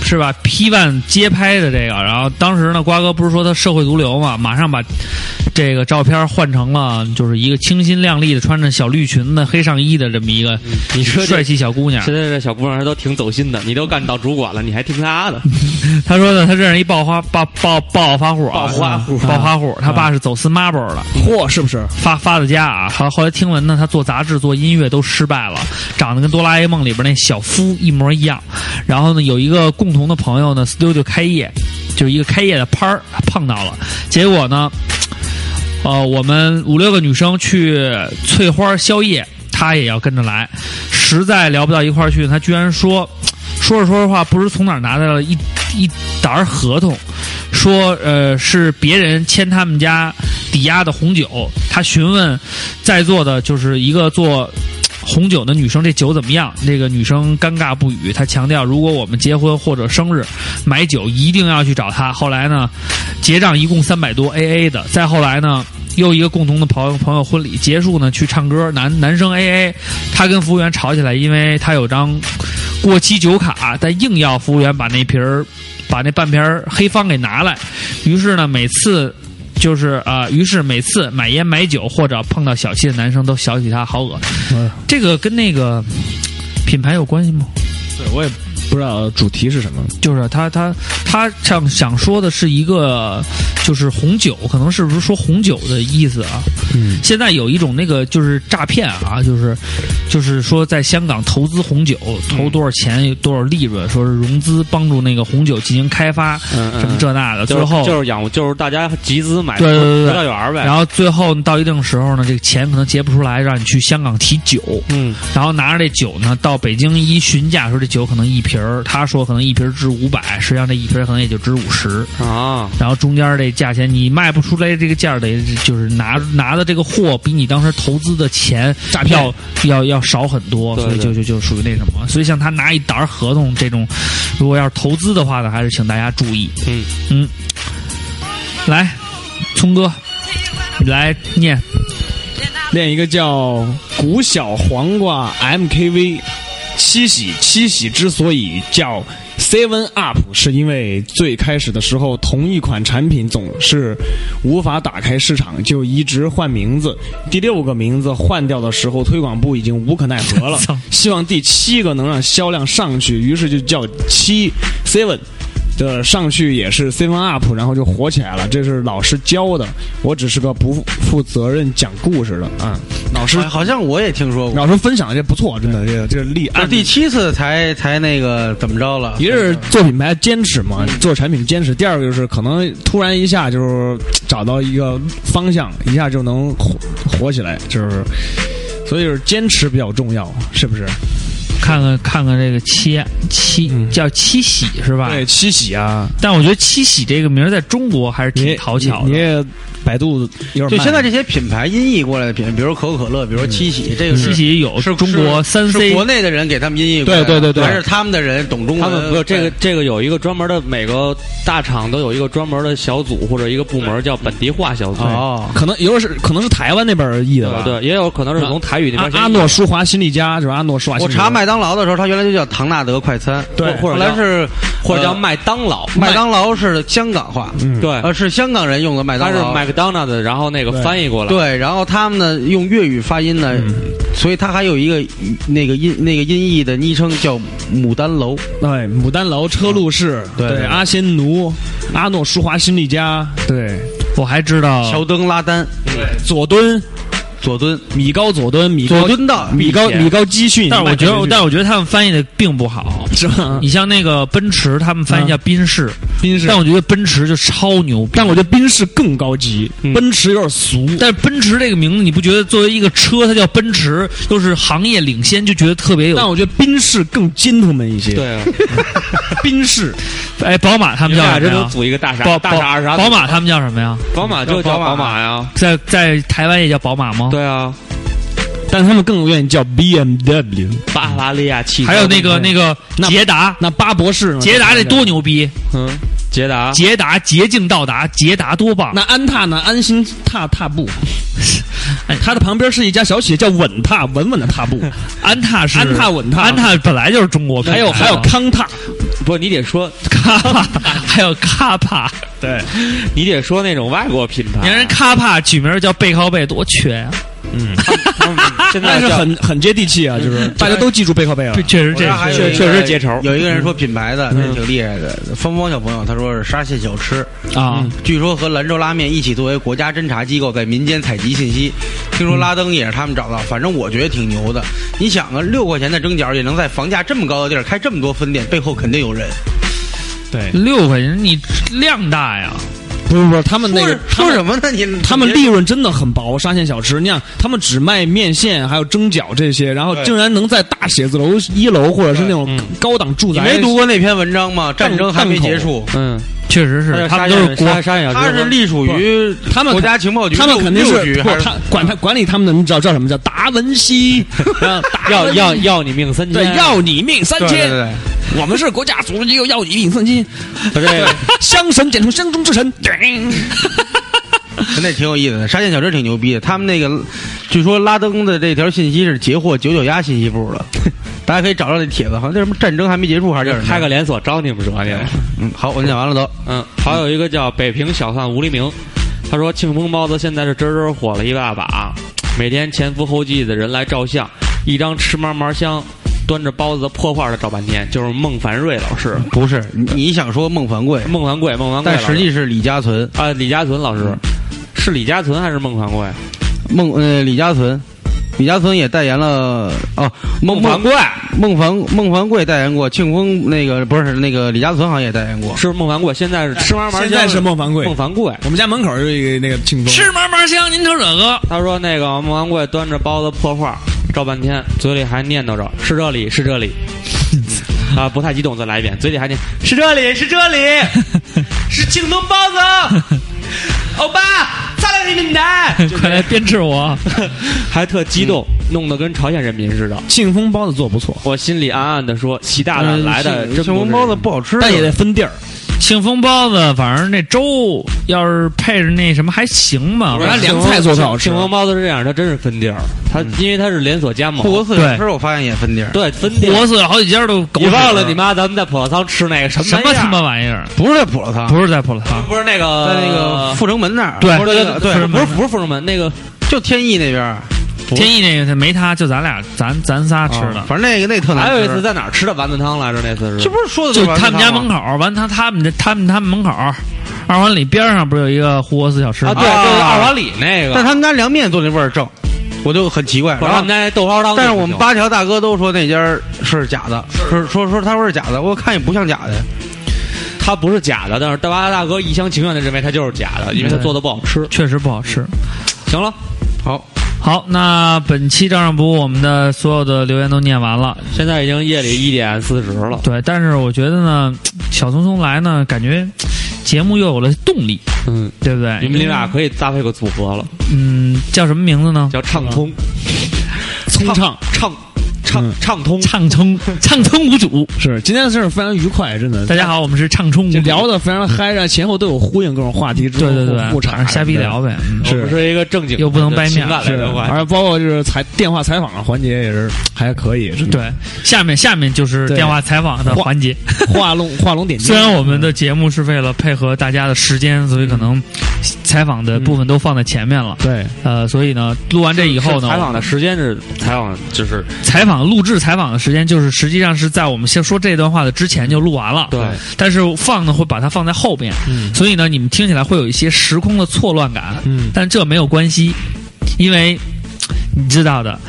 D: 是吧？P One 街拍的这个，然后当时呢，瓜哥不是说他社会毒瘤嘛，马上把这个照片换成了就是一个清新靓丽的穿着小绿裙子、黑上衣的这么一个
C: 你说
D: 帅
C: 这
D: 气小啊姑娘。
C: 现在这小姑娘还都挺走心的，你都干到主管了，你还听她
D: [laughs]
C: 的？
D: 他说呢，他认识一暴花暴暴暴发户啊，
C: 暴发户
D: 暴发户，他爸是走私 marble 的。
F: 嚯，是不是？
D: 发发的家啊，后后来听闻呢，他做杂志、做音乐都失败了，长得跟哆啦 A 梦里边那小夫一模一样。然后呢，有一个共同的朋友呢，s t u d i o 开业，就是一个开业的拍儿碰到了，结果呢。呃，我们五六个女生去翠花宵夜，她也要跟着来，实在聊不到一块儿去，她居然说，说着说着话，不知从哪儿拿到了一一沓儿合同，说呃是别人签他们家抵押的红酒，她询问在座的就是一个做。红酒的女生，这酒怎么样？这个女生尴尬不语。她强调，如果我们结婚或者生日买酒，一定要去找她。后来呢，结账一共三百多 A A 的。再后来呢，又一个共同的朋友朋友婚礼结束呢，去唱歌，男男生 A A，他跟服务员吵起来，因为他有张过期酒卡，但硬要服务员把那瓶儿把那半瓶儿黑方给拿来。于是呢，每次。就是啊、呃于是每次买烟买酒或者碰到小气的男生，都小起他好恶。
C: 哎
D: 这个跟那个品牌有关系吗？
F: 对我也不知道主题是什么。
D: 就是他他他想想说的是一个，就是红酒，可能是不是说红酒的意思啊？
F: 嗯，
D: 现在有一种那个就是诈骗啊，就是就是说在香港投资红酒，
C: 嗯
D: 投多少钱有多少利润，说是融资帮助那个红酒进行开发，
C: 嗯
D: 什么这那的，
C: 就
D: 最
C: 是
D: 后
C: 就是养就是大家集资买
D: 对对对对
C: 葡萄园儿呗，
D: 然后最后到一定时候呢，这个钱可能结不出来，让你去香港提酒，
C: 嗯，
D: 然后拿着这酒呢到北京一询价说这酒可能一瓶儿，他说可能一瓶儿值五百，实际上这一瓶儿可能也就值五十，
C: 啊，
D: 然后中间这价钱你卖不出来这个价儿得就是拿拿的这个货比你当时投资的钱
F: 诈骗
D: 要要要少很多，
C: 对
D: 所以就就就属于那什么，所以像他拿一沓儿合同这种，如果要是投资的话呢，还是请大家注意，
C: 嗯
D: 嗯，来，聪哥，你来念。
F: 练一个叫古小黄瓜 MKV。七喜，七喜之所以叫 Seven Up，是因为最开始的时候，同一款产品总是无法打开市场，就一直换名字。第六个名字换掉的时候，推广部已经无可奈何了
D: 操，
F: 希望第七个能让销量上去，于是就叫七 Seven。的上去也是 C 方 up，然后就火起来了。这是老师教的，我只是个不负责任讲故事的啊、老师
E: 好好像我也听说过，
F: 老师分享的这不错，真的，这个这个立
E: 这
F: 案
E: 第七次才才那个怎么着了？
F: 一个是做品牌坚持嘛，做产品坚持；第二个就是可能突然一下就是找到一个方向，一下就能火火起来，就是所以就是坚持比较重要，是不是？
D: 看看看看这个七七
F: 嗯
D: 叫七喜是吧？
F: 对，七喜啊，
D: 但我觉得七喜这个名儿在中国还是挺
F: 你
D: 讨巧
F: 你
D: 的。
F: 你也百度有点慢
E: 就现在这些品牌音译过来的品，比如可口可乐，比如说七喜，这个
D: 七
E: 是
D: 喜有
E: 是
D: 中国三
E: 是
D: C
E: 国内的人给他们音译过来的，
F: 对对对对
E: 还是他们的人懂中
C: 他
E: 文？
C: 们不是这个这个有一个专门的，每个大厂都有一个专门的小组或者一个部门叫本地化小组。
E: 哦，
F: 可能有的是可能是台湾那边儿译的吧？
C: 对，也有可能是从台语那
F: 阿
C: 边先
F: 啊阿诺舒华辛利加就是阿诺舒华辛
E: 我
F: 利加。
E: 查麦当劳的时候，它原来就叫唐纳德快餐，
F: 对
E: 后来是
C: 或者叫
E: 呃
C: 麦当劳，
E: 麦当劳是香港话，
F: 嗯
C: 对，
E: 呃，是香港人用的麦
C: 它
E: 当
C: 是
E: 劳，
C: 麦克当娜的，然后那个
F: 对
C: 翻译过来，
E: 对，然后他们呢用粤语发音呢，所以它还有一个那个音那个音译的昵称叫牡丹楼，
F: 哎，牡丹楼、车路士，
E: 对对
F: 阿仙奴、阿诺舒华辛利加，对，
D: 我还知道
E: 乔登拉丹，
F: 佐敦、
E: 佐敦，
F: 米高佐敦、米高
E: 佐敦道，
F: 米高
C: 铁
F: 米高基训，
D: 但是我觉
F: 麦
D: 得，
F: 肯
D: 但是我觉得他们翻译的并不好。
F: 是吧？
D: 你像那个奔驰，他们翻译叫宾士，
F: 嗯宾士
D: 但，我觉得奔驰就超牛逼。
F: 但我觉得宾士更高级，奔驰有点俗，
D: 但是奔驰这个名字，你不觉得作为一个车，它叫奔驰，又是行业领先，就觉得特别有
F: 但我觉得宾士更 gentleman 一些。，
C: 对啊，
F: 宾士
D: 哎，宝马他
C: 你
D: 们叫
C: 俩
D: 什么
C: 这都
D: 呀？
C: 组一个大傻
D: 宝
C: 大傻
D: 宝
C: 二傻
D: 宝马他们叫什么呀？
C: 宝马就叫宝马呀，
D: 在在台湾也叫宝马吗？
C: 对啊，
F: 但他们更愿意叫 BMW。
C: 巴伐利亚汽车，
D: 还有那个那个
F: 那
D: 捷达，
F: 那巴博士呢？
D: 捷达这多牛逼！
C: 嗯，捷达，
D: 捷达捷径到达，捷达多棒！
F: 那安踏呢？安心踏踏步， [laughs] 哎它的旁边是一家小企业叫稳踏，稳稳的踏步。
D: 安踏是
F: 安踏稳踏
D: 安踏本来就是中国品
F: 还
D: 牌
F: 有
D: 的，
F: 还有康踏，
C: 不，你得说
D: 卡帕，还有卡帕。
F: 对，
C: 你得说那种外国品牌，啊
D: 你看人卡帕取名叫背靠背，多缺呀！
C: 现在
F: 但是
C: 叫
F: 很很接地气啊，就是大家都记住背靠背啊了
D: 这。确实
E: 我
D: 这
E: 这还有
C: 确
E: 一个
C: 确实结仇
E: 有一个人说品牌的，
F: 嗯
E: 那挺厉害的。芳芳小朋友他说是沙县小吃，
F: 嗯
D: 啊，
E: 据说和兰州拉面一起作为国家侦查机构在民间采集信息。听
F: 嗯
E: 说拉登也是他们找到，反正我觉得挺牛的。你想啊，六块钱的蒸饺也能在房价这么高的地儿开这么多分店，背后肯定有人。
F: 对，
D: 六块钱你量大呀，
F: 不是不是，他们那
E: 说
F: 个
E: 说什么呢？你
F: 他们利润真的很薄，沙县小吃，你想，他们只卖面线，还有蒸饺这些，然后
B: 对
F: 竟然能在大写字楼一楼或者是那种高档住
E: 你
F: 宅，
E: 没读过那篇文章吗？战争还没结束，
C: 嗯，
D: 确实是，他们都是国
A: 沙沙县小
E: 它
A: 吃
E: 是隶属于
F: 他们
E: 国家情报局，
F: 他们肯定
E: 六
F: 是
E: 局
F: 不
E: 还是
F: 他管他管理他们的，你知道叫什么叫达文 [laughs] 西，然后达
C: 要
F: 文
C: 要要你命三千，
F: 对要你命三
E: 对对
F: 千，
E: 对，
F: 我们是国家组织机构，要你命三 [laughs] 千，
C: 不是
F: 乡神简称乡中之神，叮
E: [laughs] 那挺有意思的。沙县小吃挺牛逼的，他们那个据说拉登的这条信息是截获九九鸭信息部
C: [laughs]
E: 了，大家可以找找那帖子，好像叫什么战争还没结束还是叫什么
C: 开个连锁招你们惹你们。
E: 嗯，好，我讲完了都。
C: 嗯，还有一个叫北平小贩吴黎明，他说庆丰包子现在是真真火了一大把，每天前赴后继的人来照相，一张吃嘛嘛香，端着包子破块的照半天，就是孟凡瑞老师，
E: 不是你你想说孟凡贵，
C: 孟凡贵，孟凡贵
E: 但
C: 老师，
E: 实际是李嘉存，
C: 啊，李嘉存老师。是李嘉存还是孟凡贵？
E: 孟呃李嘉存，李嘉存也代言了哦孟
C: 凡
E: 贵，孟凡孟凡贵代言过庆丰那个不是那个李嘉存好像也代言过，
C: 是孟凡贵，现在是吃嘛嘛香。
F: 现在是孟凡贵
C: 孟凡贵。
F: 我们家门口有一个那个庆丰，
D: 吃嘛嘛香，您瞅这个，
C: 他说那个孟凡贵端着包子破画，照半天，嘴里还念叨着是这里是这里，啊不太激动，再来一遍，嘴里还念是这里是这
F: [laughs]
C: 里，是庆丰包子，欧巴，再来一你奶，就
D: 快来鞭笞啊我！
C: 还特激动，弄得跟朝鲜人民似的。
F: [laughs] 庆丰包子做不错，
C: 我心里暗暗的说，习大
F: 啊
C: 大
E: 嗯
C: 来
F: 哎
C: 的
E: 庆
C: 真
E: 庆
C: 不
E: 丰
C: 是
E: 包子不好吃，
F: 但也得分地儿。
D: 庆丰包子，反正那粥要是配着那什么还行吧。
F: 我家凉菜做的好吃
C: 庆丰包子是这样，它真是分地儿，它因为它是连锁加盟
E: 护，国寺小吃我发现也分地儿，
C: 对分地儿。
D: 活死了好几家都狗
C: 你
D: 屎啊
C: 忘了你妈咱们在普老仓吃那个什么
D: 什么
C: 玩意儿啊
D: 他妈玩意儿？
E: 不是在普罗汤，
D: 不是在普拉汤，
C: 不是呃那个
E: 在那个阜成门那儿，
D: 对
E: 不是那个
D: 阜成
C: 不
E: 对，不
C: 是
E: 是
C: 不是芙蓉门那个
E: 就天意那边儿，
C: 不
D: 天意那个他没他，就咱俩咱咱仨吃的
E: 啊，反正那个那特难
C: 还
E: 吃。
C: 有一次在哪儿吃的丸子汤来着？那次
E: 这
C: 是
E: 不是说的
D: 就
E: 丸子
D: 他们
E: 汤
D: 家
E: 吗
D: 门口，完他他们这他们他们门口，二环里边上不是有一个护国寺小吃
C: 啊，
D: 吗？
C: 对，就是二环里那个。
E: 但他们家凉面做那味儿正，我就很奇怪。
C: 不是
E: 然
C: 他
E: 后
C: 们，家那豆花汤，
E: 但是我们八条大哥都说那家儿是假的，是说说他说是假的，我看也不像假的。
C: 他不是假的，但是大巴大哥一厢情愿的认为他就是假的，因为他做的不好吃。
D: 确实不好吃。
C: 行了，
E: 好，
D: 好，那本期照相不误，我们的所有的留言都念完了。
C: 现在已经夜里一点四十了。
D: 对，但是我觉得呢，小聪聪来呢，感觉节目又有了动力，
C: 嗯，
D: 对不对？
C: 你们你俩可以搭配个组合了，
D: 嗯，叫什么名字呢？
C: 叫畅通、
F: 通畅
C: 畅畅
F: 嗯
C: 畅通。
D: 畅通，畅通无主。
F: 是今天的事儿非常愉快，真的。
D: 大家好，我们是畅通无
F: 这
D: 主，
F: 聊的非常嗨，然后前后都有呼应各种话题，之
D: 对
F: 后
D: 对对，
F: 互查
D: 瞎逼聊。呗。嗯
C: 我们是一个正经的，
D: 又不能掰面
C: 情感类
F: 是，
C: 的话
F: 而且包括就是采电话采访的环节也是还可
D: [laughs]
F: 以，是
D: 对，下面下面就是
F: 嗯对
D: 电话采访的
F: 话
D: 环节。
F: 画龙画龙点睛。
D: 虽然我们的节目是为了配合大家的时间，所以可能采访的部分都放在前面了。
F: 对
D: 呃，所以呢，录完这以后呢，
C: 采访的时间是采访，就是
D: 采访录制采访的时间，就是实际上是在我们先说这段话的之前就录完了。
C: 对，
D: 但是放呢会把它放在后边，
F: 嗯
D: 所以呢，你们听起来会有一些时空的错乱感，
F: 嗯，
D: 但这没有关系，因为你知道的，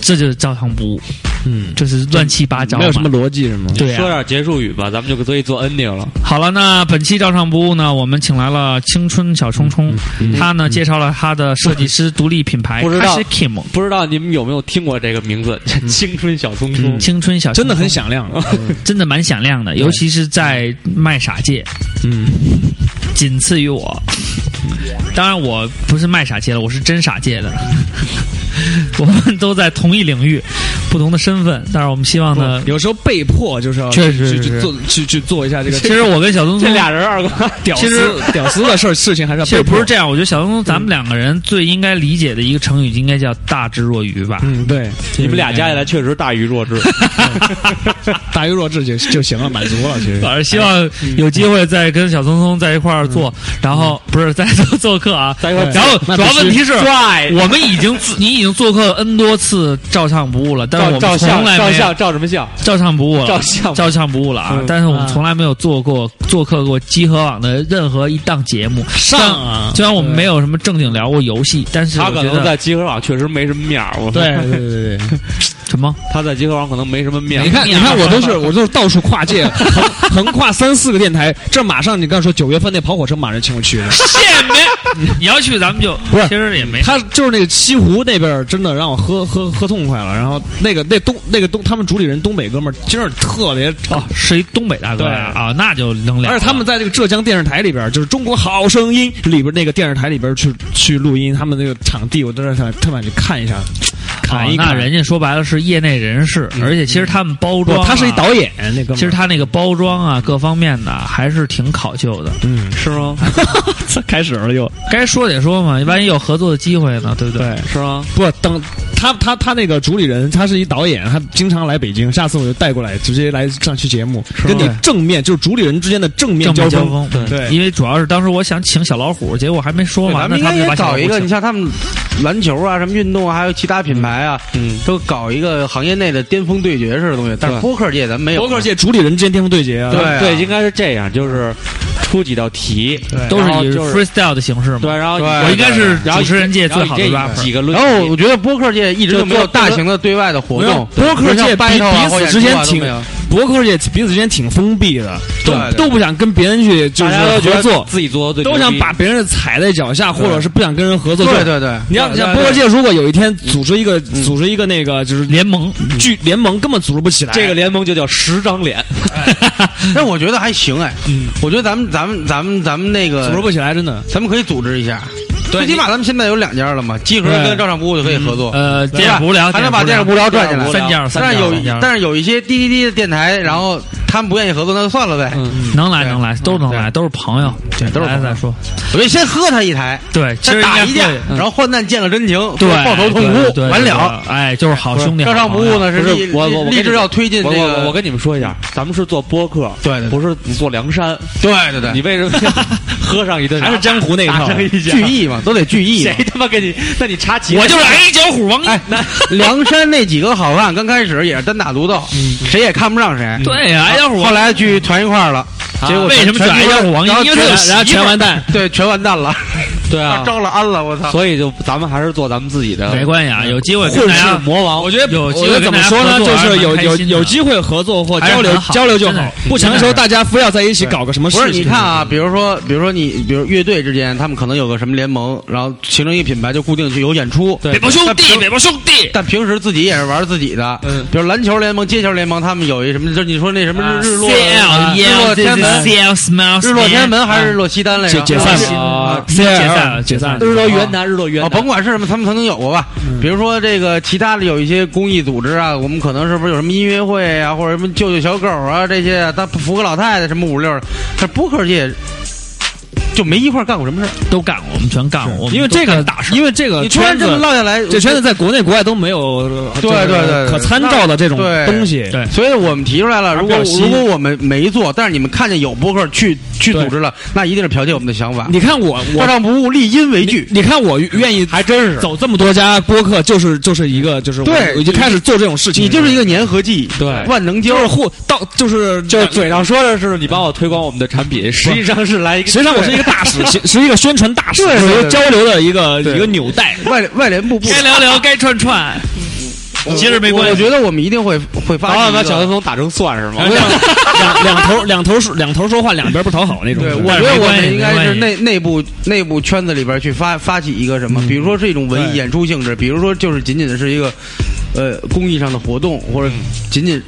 D: 这就是照常不误，
F: 嗯，
D: 就是乱七八糟
F: 没有什么
D: 嘛。
F: 逻辑是吗？
D: 对呀、
C: 说点结束语吧，咱们就可以做 ending 了。
D: 好了，那本期照常不误呢，我们请来了青春小冲
F: 嗯
D: 冲，他呢介绍了他的设计师独立品牌，
C: 不知
D: 他
C: 道
D: 是 Kim，
C: 不知道你们有没有听过这个名字
D: 嗯
C: 《青春小匆匆》？
D: 青春小
F: 嗯真的很
D: 响，
F: 响亮。
D: 真的蛮响亮的，尤其是在卖傻界，
F: 嗯，
D: 仅次于我。当然，我不是卖傻界的，我是真傻界
F: [laughs]
D: 的。我们都在同一领域，不同的身份，但是我们希望呢，
F: 有时候被迫就是要
D: 确实
F: 去
D: 是
F: 去做去去做一下这个
D: 其实我跟小东
C: 这
D: 东
C: 俩人二
D: [laughs]
C: 哥，
F: 屌
D: 其实
F: 丝屌丝的事儿事情还是要
D: 其
F: 被
D: 实
F: 迫
D: 不是。这样，我觉得小东东
F: 嗯
D: 咱们两个人最应该理解的一个成语应该叫大智若愚吧。
F: 嗯，对，
C: [laughs] 你们俩加起来确实大于弱智。
D: 嗯
F: 大于弱智就就行了，满足了。其
D: [laughs]
F: 实
D: 反正希望有机会再跟小聪聪在一块儿做，然后不是再做做客啊，
C: 在一块儿
D: 然后
F: 那
D: 主要
F: 必须
D: 问题是，
C: 帅
D: 我们已经自你已经做客 N 多次照唱不误了，但我
A: 照照
D: 们从
A: 相
D: 来
A: 照
D: 没有
A: 相照什么相？
D: 照相不误了，
A: 照相
D: 照相不误了啊！
A: 嗯
D: 但是我们从来没有做过做客过集合网的任何一档节目，
F: 上啊
D: 虽然我们没有什么正经聊过游戏，但是
C: 他
D: 我
C: 可
D: 觉
C: 能在
D: 得
C: 集合网确实没什么面儿，我
D: 对
F: 对对对，
D: 什么
C: 他在集合网可能没什么面儿。
F: 你看，你看，我都是 [laughs] 我都是到处跨界，横横跨三四个电台。这马上你刚说九月份那跑火车，马上请我去了。
D: 见面，你要去咱们就
F: 不是
D: 其实也没
F: 他就是那个西湖那边儿，真的让我喝喝喝痛快了。然后那个那东那个东，他们主理人东北哥们儿，真是特别
D: 哦，是一东北大哥呀
F: 对
D: 啊，那就能聊了。
F: 而且他们在这个浙江电视台里边儿，就是《中国好声音》里边儿那个电视台里边儿去去录音，他们那个场地，我真是想特想去看一下，看
D: 哦
F: 一看。
D: 那人家说白了是业内人士，
E: 嗯
D: 而且其实他们包
F: 不
D: 装啊，
F: 他是一导演，那哥们儿
D: 其实他那个包装啊，各方面的还是挺考究的。
F: 嗯，
C: 是吗？
F: 开始了又
D: [laughs] 该说得说嘛，万一有合作的机会呢，对不对？
C: 是吗？
F: 不等他他他那个主理人，他是一导演，他经常来北京，下次我就带过来，直接来上期节目，
D: 吗
F: 跟你正面就是主理人之间的正面
D: 正面
F: 交
D: 交锋，嗯
F: 对
D: 因为主要是当时我想请小老虎，结果还没说
E: 对咱
D: 完呢，
E: 们应
D: 他
E: 该
D: 们就把
E: 也
D: 小老
E: 搞
D: 虎
E: 一个，你
D: 请。
E: 像他们篮球啊、什么运动啊，还有其他品牌啊，
F: 嗯，
E: 都搞一个行业内的巅峰对决式的东西。但是
F: 对
E: 播客界咱们没有，啊
F: 博客界主理人之间巅峰对决啊，
E: 对啊
C: 应该是这样，就是出几道题，
D: 都是
C: 然后
D: 以
C: 就是
D: freestyle 的形式嘛。
C: 对，然后
E: 对
D: 我应该是
C: 然后
D: 主持人界
C: 然后
D: 最好的
C: 这
D: rapper
C: 几个论
E: 然
C: 题，
E: 哦后我觉得播客界一直
F: 就
E: 就没有
F: 做
E: 大型的对外的活动，
F: 没有播
E: 比
F: 客界
E: 如像
F: 彼
E: battle 啊
F: 彼此
E: 或者
F: 之间
E: 什么啊都
F: 挺
E: 没有
F: 博客界彼此之间挺封闭的，都
E: 对对
F: 都不想跟别人去就
C: 大
F: 是
C: 家都觉
F: 合
C: 得
F: 作，
C: 自己做的最
F: 都
C: 牛
F: 想
C: 逼
F: 把别人踩在脚下，或者是不想跟人合作。
E: 对
F: 就
E: 对对，
F: 你要
E: 对
F: 像
E: 对
F: 播客
E: 对
F: 界，如果有一天组织一个组织一个那个就是
D: 联盟，
F: 剧联盟，根本组织不起来。
C: 这个联盟就叫十张脸，
E: 嗯
D: 嗯
E: 但我觉得还行哎，我觉得咱们咱们咱们咱们那个
F: 组织不起来，真的。
E: 咱们可以组织一下，
F: 对
E: 最起码咱们现在有两家了嘛，集合
F: 对
E: 跟照常不误就可以合作，
D: 呃，电影无聊，
E: 还能把
D: 电
E: 电
D: 影
E: 视
D: 不
E: 无
D: 聊
E: 聊赚进
C: 电视
D: 三家，三
C: 无。聊
E: 来啊但是
D: 家
E: 有
D: 三家
E: 但是有一些滴滴滴的电台，然后他们不愿意合作，那就算了呗。
D: [laughs] 能来能
E: 嗯
D: 来，都能来，都是朋友，对，
E: 都是
D: 来
E: 朋友
D: 再说。
E: 我觉得先喝他一台，
D: 对，其
E: 先
D: 实
E: 打
D: 应该
E: 一架
D: 会，嗯
E: 然后患难见了真情，
D: 对，
E: 抱头痛
D: 对对
E: 哭，
D: 对
E: 完
D: 对
E: 了。
D: 对哎，就是好兄弟。
E: 照
D: 好
E: 常不
D: 朋友
E: 误呢， [laughs]
C: 不是
E: 立
C: 我我我跟
E: 立志
C: 你
E: 要推进
C: 我
E: 这
C: 我我
E: 个，
C: 跟你们说一下，咱们是做播客，
E: 对对对
C: 不是做梁山。
E: 对对
C: 你
E: 对，
C: 为什么要喝上一顿？
F: 还是江湖那一套
C: 打上一架
E: 聚义嘛，都得聚义嘛
C: 谁。 [laughs] 他妈给你？那你插旗？
D: [laughs] 我就是哎，小虎王一。
E: [laughs] 梁山那几个好汉刚开始也是单打独斗，谁也看不上谁。
D: 嗯对呀，矮脚虎
E: 后
D: 王啊
E: 来聚团一块儿了，结果
D: 为什么选
E: 全
D: 矮脚虎王
E: 然后
D: 一？因为他有
E: 全
D: 媳妇儿
E: 然后全完
F: 蛋，
E: 对，全完
D: [laughs]
E: 蛋了，
C: 对啊，
E: 招了安了，我操！
C: 所以就咱们还是做咱们自己的。
D: 没关系啊，有机会跟
F: 混
D: 大
F: 世
D: 家
F: 魔王，我觉得
D: 有机会
F: 我觉得怎么说呢？
D: 跟大
F: 就
D: 家合作
F: 是有
D: 还是蛮
F: 有
D: 开心的
F: 有机会合作或交
D: 还是
F: 流
D: 很好
F: 交流就
D: 真
F: 好
D: 的，
F: 不强求
D: 真的
F: 大家非要在一起搞个什么事
E: 不
F: 情。
E: 是，你看啊，比如说，比如说你，比如乐队之间，他们可能有个什么联盟，然后形成一个品牌，就固定去有演出。
D: 北豹兄弟，北豹兄弟，
E: 但平时自己也是玩自己的，
F: 嗯
E: 比如篮球联盟、街球联盟，他们有一什么，就是你说那什么
D: 啊
E: 日日落、
D: CL
E: 啊日落天安门、
D: CL Smiles，
E: 日落天安门还
D: 啊
E: 是日落西单来着？
F: 解解散
D: 是
F: 了
D: 啊解散了
F: 解散了
D: 解散了
C: 日落元南，日落元
E: 哦，
C: 南
E: 甭。管是什么，他们曾经有过吧？比如说这个其他的有一些公益组织啊，我们可能是不是有什么音乐会啊，或者什么救救小狗啊这些啊，他扶个老太太什么五六的，这播客界就没一块儿干过什么事儿。
D: 都干过，我们全干过，我们
F: 因为这
D: 都
F: 个
D: 干大事。
F: 因为这个
E: 你突然
F: 圈子
E: 这么落下来，
F: 这圈子在国内国外都没有对
E: 对对对
F: 可参照的这种
E: 对
F: 东西。
D: 对
E: 所以我们提出来了，如果
F: 还比较新
E: 如果我们没做，但是你们看见有播客去去组织了，那一定是剽窃我们的想法。
F: 你看我
E: 照
F: 我
E: 上不误，立因为
F: 你
E: 据。
F: 你看我愿意还真是走这么多家播客，就是就是一个就是我
E: 对
F: 我就开始做这种事情，
E: 你就是一个粘合剂，
F: 对
E: 万能胶
F: 就。是互到就是
C: 就是嘴上说的是你帮我推广我们的产品，实际上是来一个。
F: [laughs] 实际上我是一个大使，是是一个宣传大使，
E: 对对
F: 是一个
E: 对
F: 交流的一个
E: 对
F: 一个纽带。
E: 外外联部部
D: 该聊聊，该串串，其实没关系
E: 我觉得我们一定会会发
C: 然
E: 现
C: 后
E: 一个。
C: 把小跟风打成蒜是吗？
F: 两两头两头说两头说话，两边不讨好那种。
E: 对，我
D: 但是
E: 觉得
D: 没
E: 我
D: 关系
E: 们应
D: 没
E: 该
D: 关
E: 是
D: 系
E: 内内部内部圈子里边去发发起一个什么，
D: 嗯
E: 比如说是一种文艺
F: 对
E: 演出性质，比如说就是仅仅的是一个呃公益上的活动，或者
D: 嗯
E: 仅仅，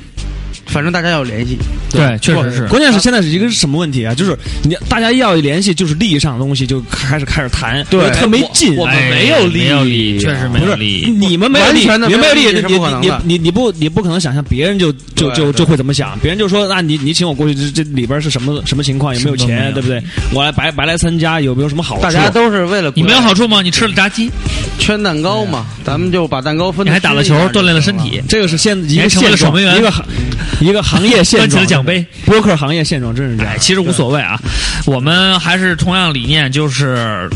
E: 反正大家要联系。
D: 对，确实是。
F: 关键是现在是一个是什么问题啊？就是你大家要联系，就是利益上的东西就开始开始谈，
E: 对
F: 就特没劲。
C: 我们
D: 哎
C: 没有利益
D: 没有利益，确实没有
F: 不是
D: 利益。
F: 你们没有利益，
E: 完全的
F: 你们没有
E: 没有
F: 利益，
E: 利益是不可能
F: 你
E: 的
F: 你你你不你不可能想象别人就就
E: 对
F: 就
E: 对
F: 就会怎么想，别人就说那你你请我过去这这里边是什么什么情况，有没有
D: 什么都没
F: 钱，
D: 有
F: 对不对？我来白白来参加，有没有什么好处？
E: 大家都是为了
D: 你没有好处吗？你吃了炸鸡，
E: 圈蛋糕嘛，咱们就把蛋糕分。
D: 你还打了球，锻炼了身。体，
F: 这个是现一
D: 还
F: 个
D: 成为了
F: 现
D: 守
F: 状，
D: 门员
F: 一个行一个行业现
D: 端起
F: 状
D: 了，奖杯。
F: 播客行业现状真是这样
D: 哎，。其实无所谓啊，我们还是同样理念，就是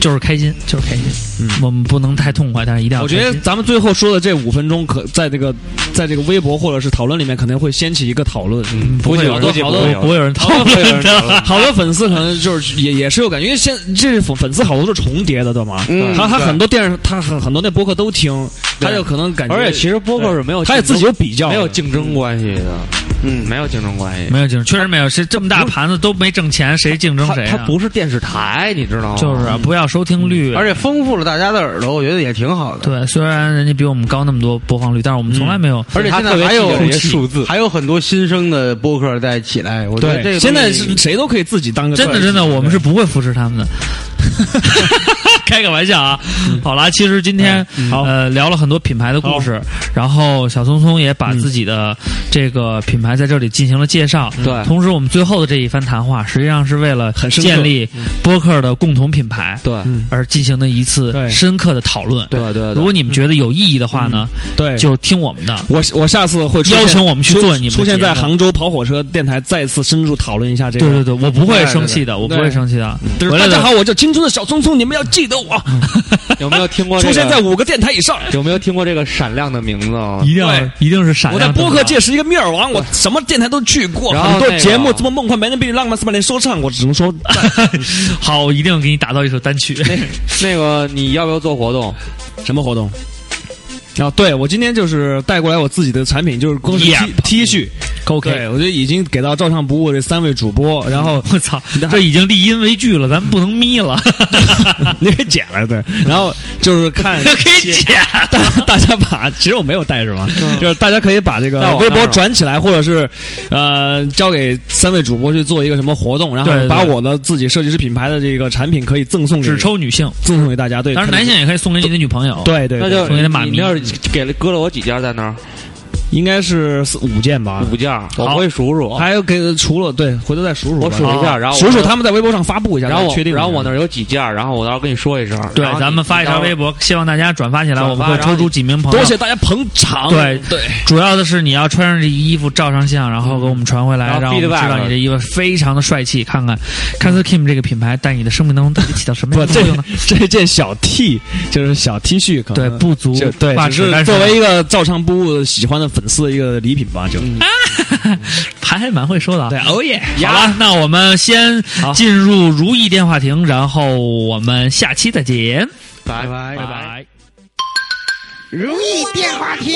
D: 就是开心，就是开心。
F: 嗯
D: 我们不能太痛快，但是一定要
F: 我
D: 开
F: 觉
D: 心。
F: 得咱们最后说的这五分钟，可在这个在这个微博或者是讨论里面，肯定会掀起一个讨论。嗯，
D: 不会有
F: 好
D: 人
F: 多
D: 不会
F: 好
D: 有
F: 多
D: 人不会有 [laughs] 人讨
F: 不会有
D: 论
F: 人
D: 的。
F: [laughs] 好多粉丝可能就是也也是有感觉，因为现这粉粉丝好多是重叠的，对吗？
E: 嗯
F: 他他
E: 对
F: 很多电视，他很很多那播客都听，他
C: 对
F: 就可能感觉，
C: 而且其实播客是没有
F: 他也自己有比较，
C: 没有竞争关系的，
E: 嗯，
C: 没有竞争关系。
D: 没有竞争，确实没有。谁这么大盘子都没挣钱，谁竞争
C: 他
D: 谁、啊？
C: 他不是电视台，你知道吗？
D: 就是啊不要收听率，
E: 而且丰富了大家的耳朵，我觉得也挺好的。
D: 对，虽然人家比我们高那么多播放率，但是我们从来没有。
E: 而且现
F: 他特
E: 在
F: 别
E: 还有
F: 记得这些数字
E: 还有很多新生的播客在起来。我觉得这
F: 对，
E: 个
F: 现在
E: 东西
F: 是谁都可以自己当
D: [laughs]
F: 个
D: 真的
F: 段
D: 真的，
F: 子
D: 我们是不会扶持他们的。 [laughs] 开个玩笑啊，好啦，其实今天、呃聊了很多品牌的故事，然后小聪聪也把自己的这个品牌在这里进行了介绍。
C: 对
D: 同时我们最后的这一番谈话，实际上是为了
F: 很深刻
D: 建立播客的共同品牌
C: 对
D: 而进行的一次
F: 对
D: 深刻的讨论。
C: 对对
D: 如
C: 对，
D: 果你们觉得有意义的话呢，
F: 嗯对，
D: 就听我们的。
F: 我我下次会出现
D: 邀请我们去
F: 出
D: 做你们的
F: 出现
D: 节
F: 在
D: 目
F: 杭州跑火车电台，再次深入讨论一下这个。
D: 对对对，我不会生气的，我不会生气的。
F: 就是
D: 回来
F: 大
D: 的
F: 家好，我叫青春的小聪聪，你们要记得我，
C: 有没有听
F: [laughs]
C: 过这
F: 出
C: 个？
F: 现在五个啊电台以上。
C: 有没有听过这个闪亮的名字啊？
D: [laughs] 一定要
F: 对
D: 一定是闪
F: 我在
D: 亮登场。
F: 播客界是一个面儿王，我什么电台都去过，
C: 然后
F: 很多
C: 那个
F: 节目，什么梦幻白日、比你浪漫、四百年说唱，我只能 [laughs] 说
D: 好，我一定给你打造一首单曲。 [laughs]
C: 那个你要不要做活动？
F: 什么活动？啊，对我今天就是带过来我自己的产品，就是光是 T
D: Yep
F: T 恤，对
D: OK，
F: 我觉得已经给到照唱不误这三位主播，然后 [laughs]
D: 我操，这已经立因为据了，咱们不能眯了，
F: 你
D: [laughs]
F: 给剪了对，然后就是 [laughs] 看
D: 可以剪。
F: 大大家把，其实我没有带什 [laughs] 么，就是大家可以把这
C: 在
F: 个
C: 我
F: 微
C: 嗯那
F: 博
C: 儿
F: 转起来，或者是呃交给三位主播去做一个什么活动，然后
D: 对对
F: 把我的自己设计师品牌的这个产品可以赠送给
D: 只抽女性，
F: 赠送给大家，对，
D: 当然男性也可以送给你的女朋友。，
F: 对对，
C: 那
F: 对
C: 就
D: 送给他马
C: 你
D: 迷
C: 那儿给了搁了我几件在那儿？
F: 应该是四五件吧，
C: 五件，啊我不会数数，
F: 还有给除了对，回头再数数吧，啊
C: 我数一下，然后我
F: 数数他们在微博上发布一下，
C: 然后我
F: 确定一下，
C: 然后我那儿有几件，然后我到时候跟你说一声。
D: 对
C: 然，后
D: 咱
C: 你
D: 们发一条微，博，希望大家转发起来，
C: 转发
D: 我们会抽出几名朋友
F: 多。谢大家捧场，
D: 对
F: 对，
D: 主要的是你要穿上这衣服照上相，然
F: 嗯
D: 后给我们传回来，
C: 然后
D: 让我们
C: feedback
D: 知道你这衣服非常的帅气。看看 c a s Kim 这个品牌在你的生命当中到底起到什么
F: 不
D: 样，的
F: 这 [laughs]
D: 作用呢？
F: 这件小 T 就是小 T 恤，可
D: 对
F: 能，
D: 不足
F: 嗯就对，
D: 挂
F: 只
D: 齿，但
F: 是
D: 是
F: 作为一个照唱不误喜欢的粉丝的一个礼品吧，就
C: 嗯
D: 还还蛮会说的啊。
F: 哦耶，
D: 好了，那我们先进入如意电话亭，然后我们下期再见，
C: 拜
D: 拜
C: 拜
D: 拜。
G: 如意电话亭，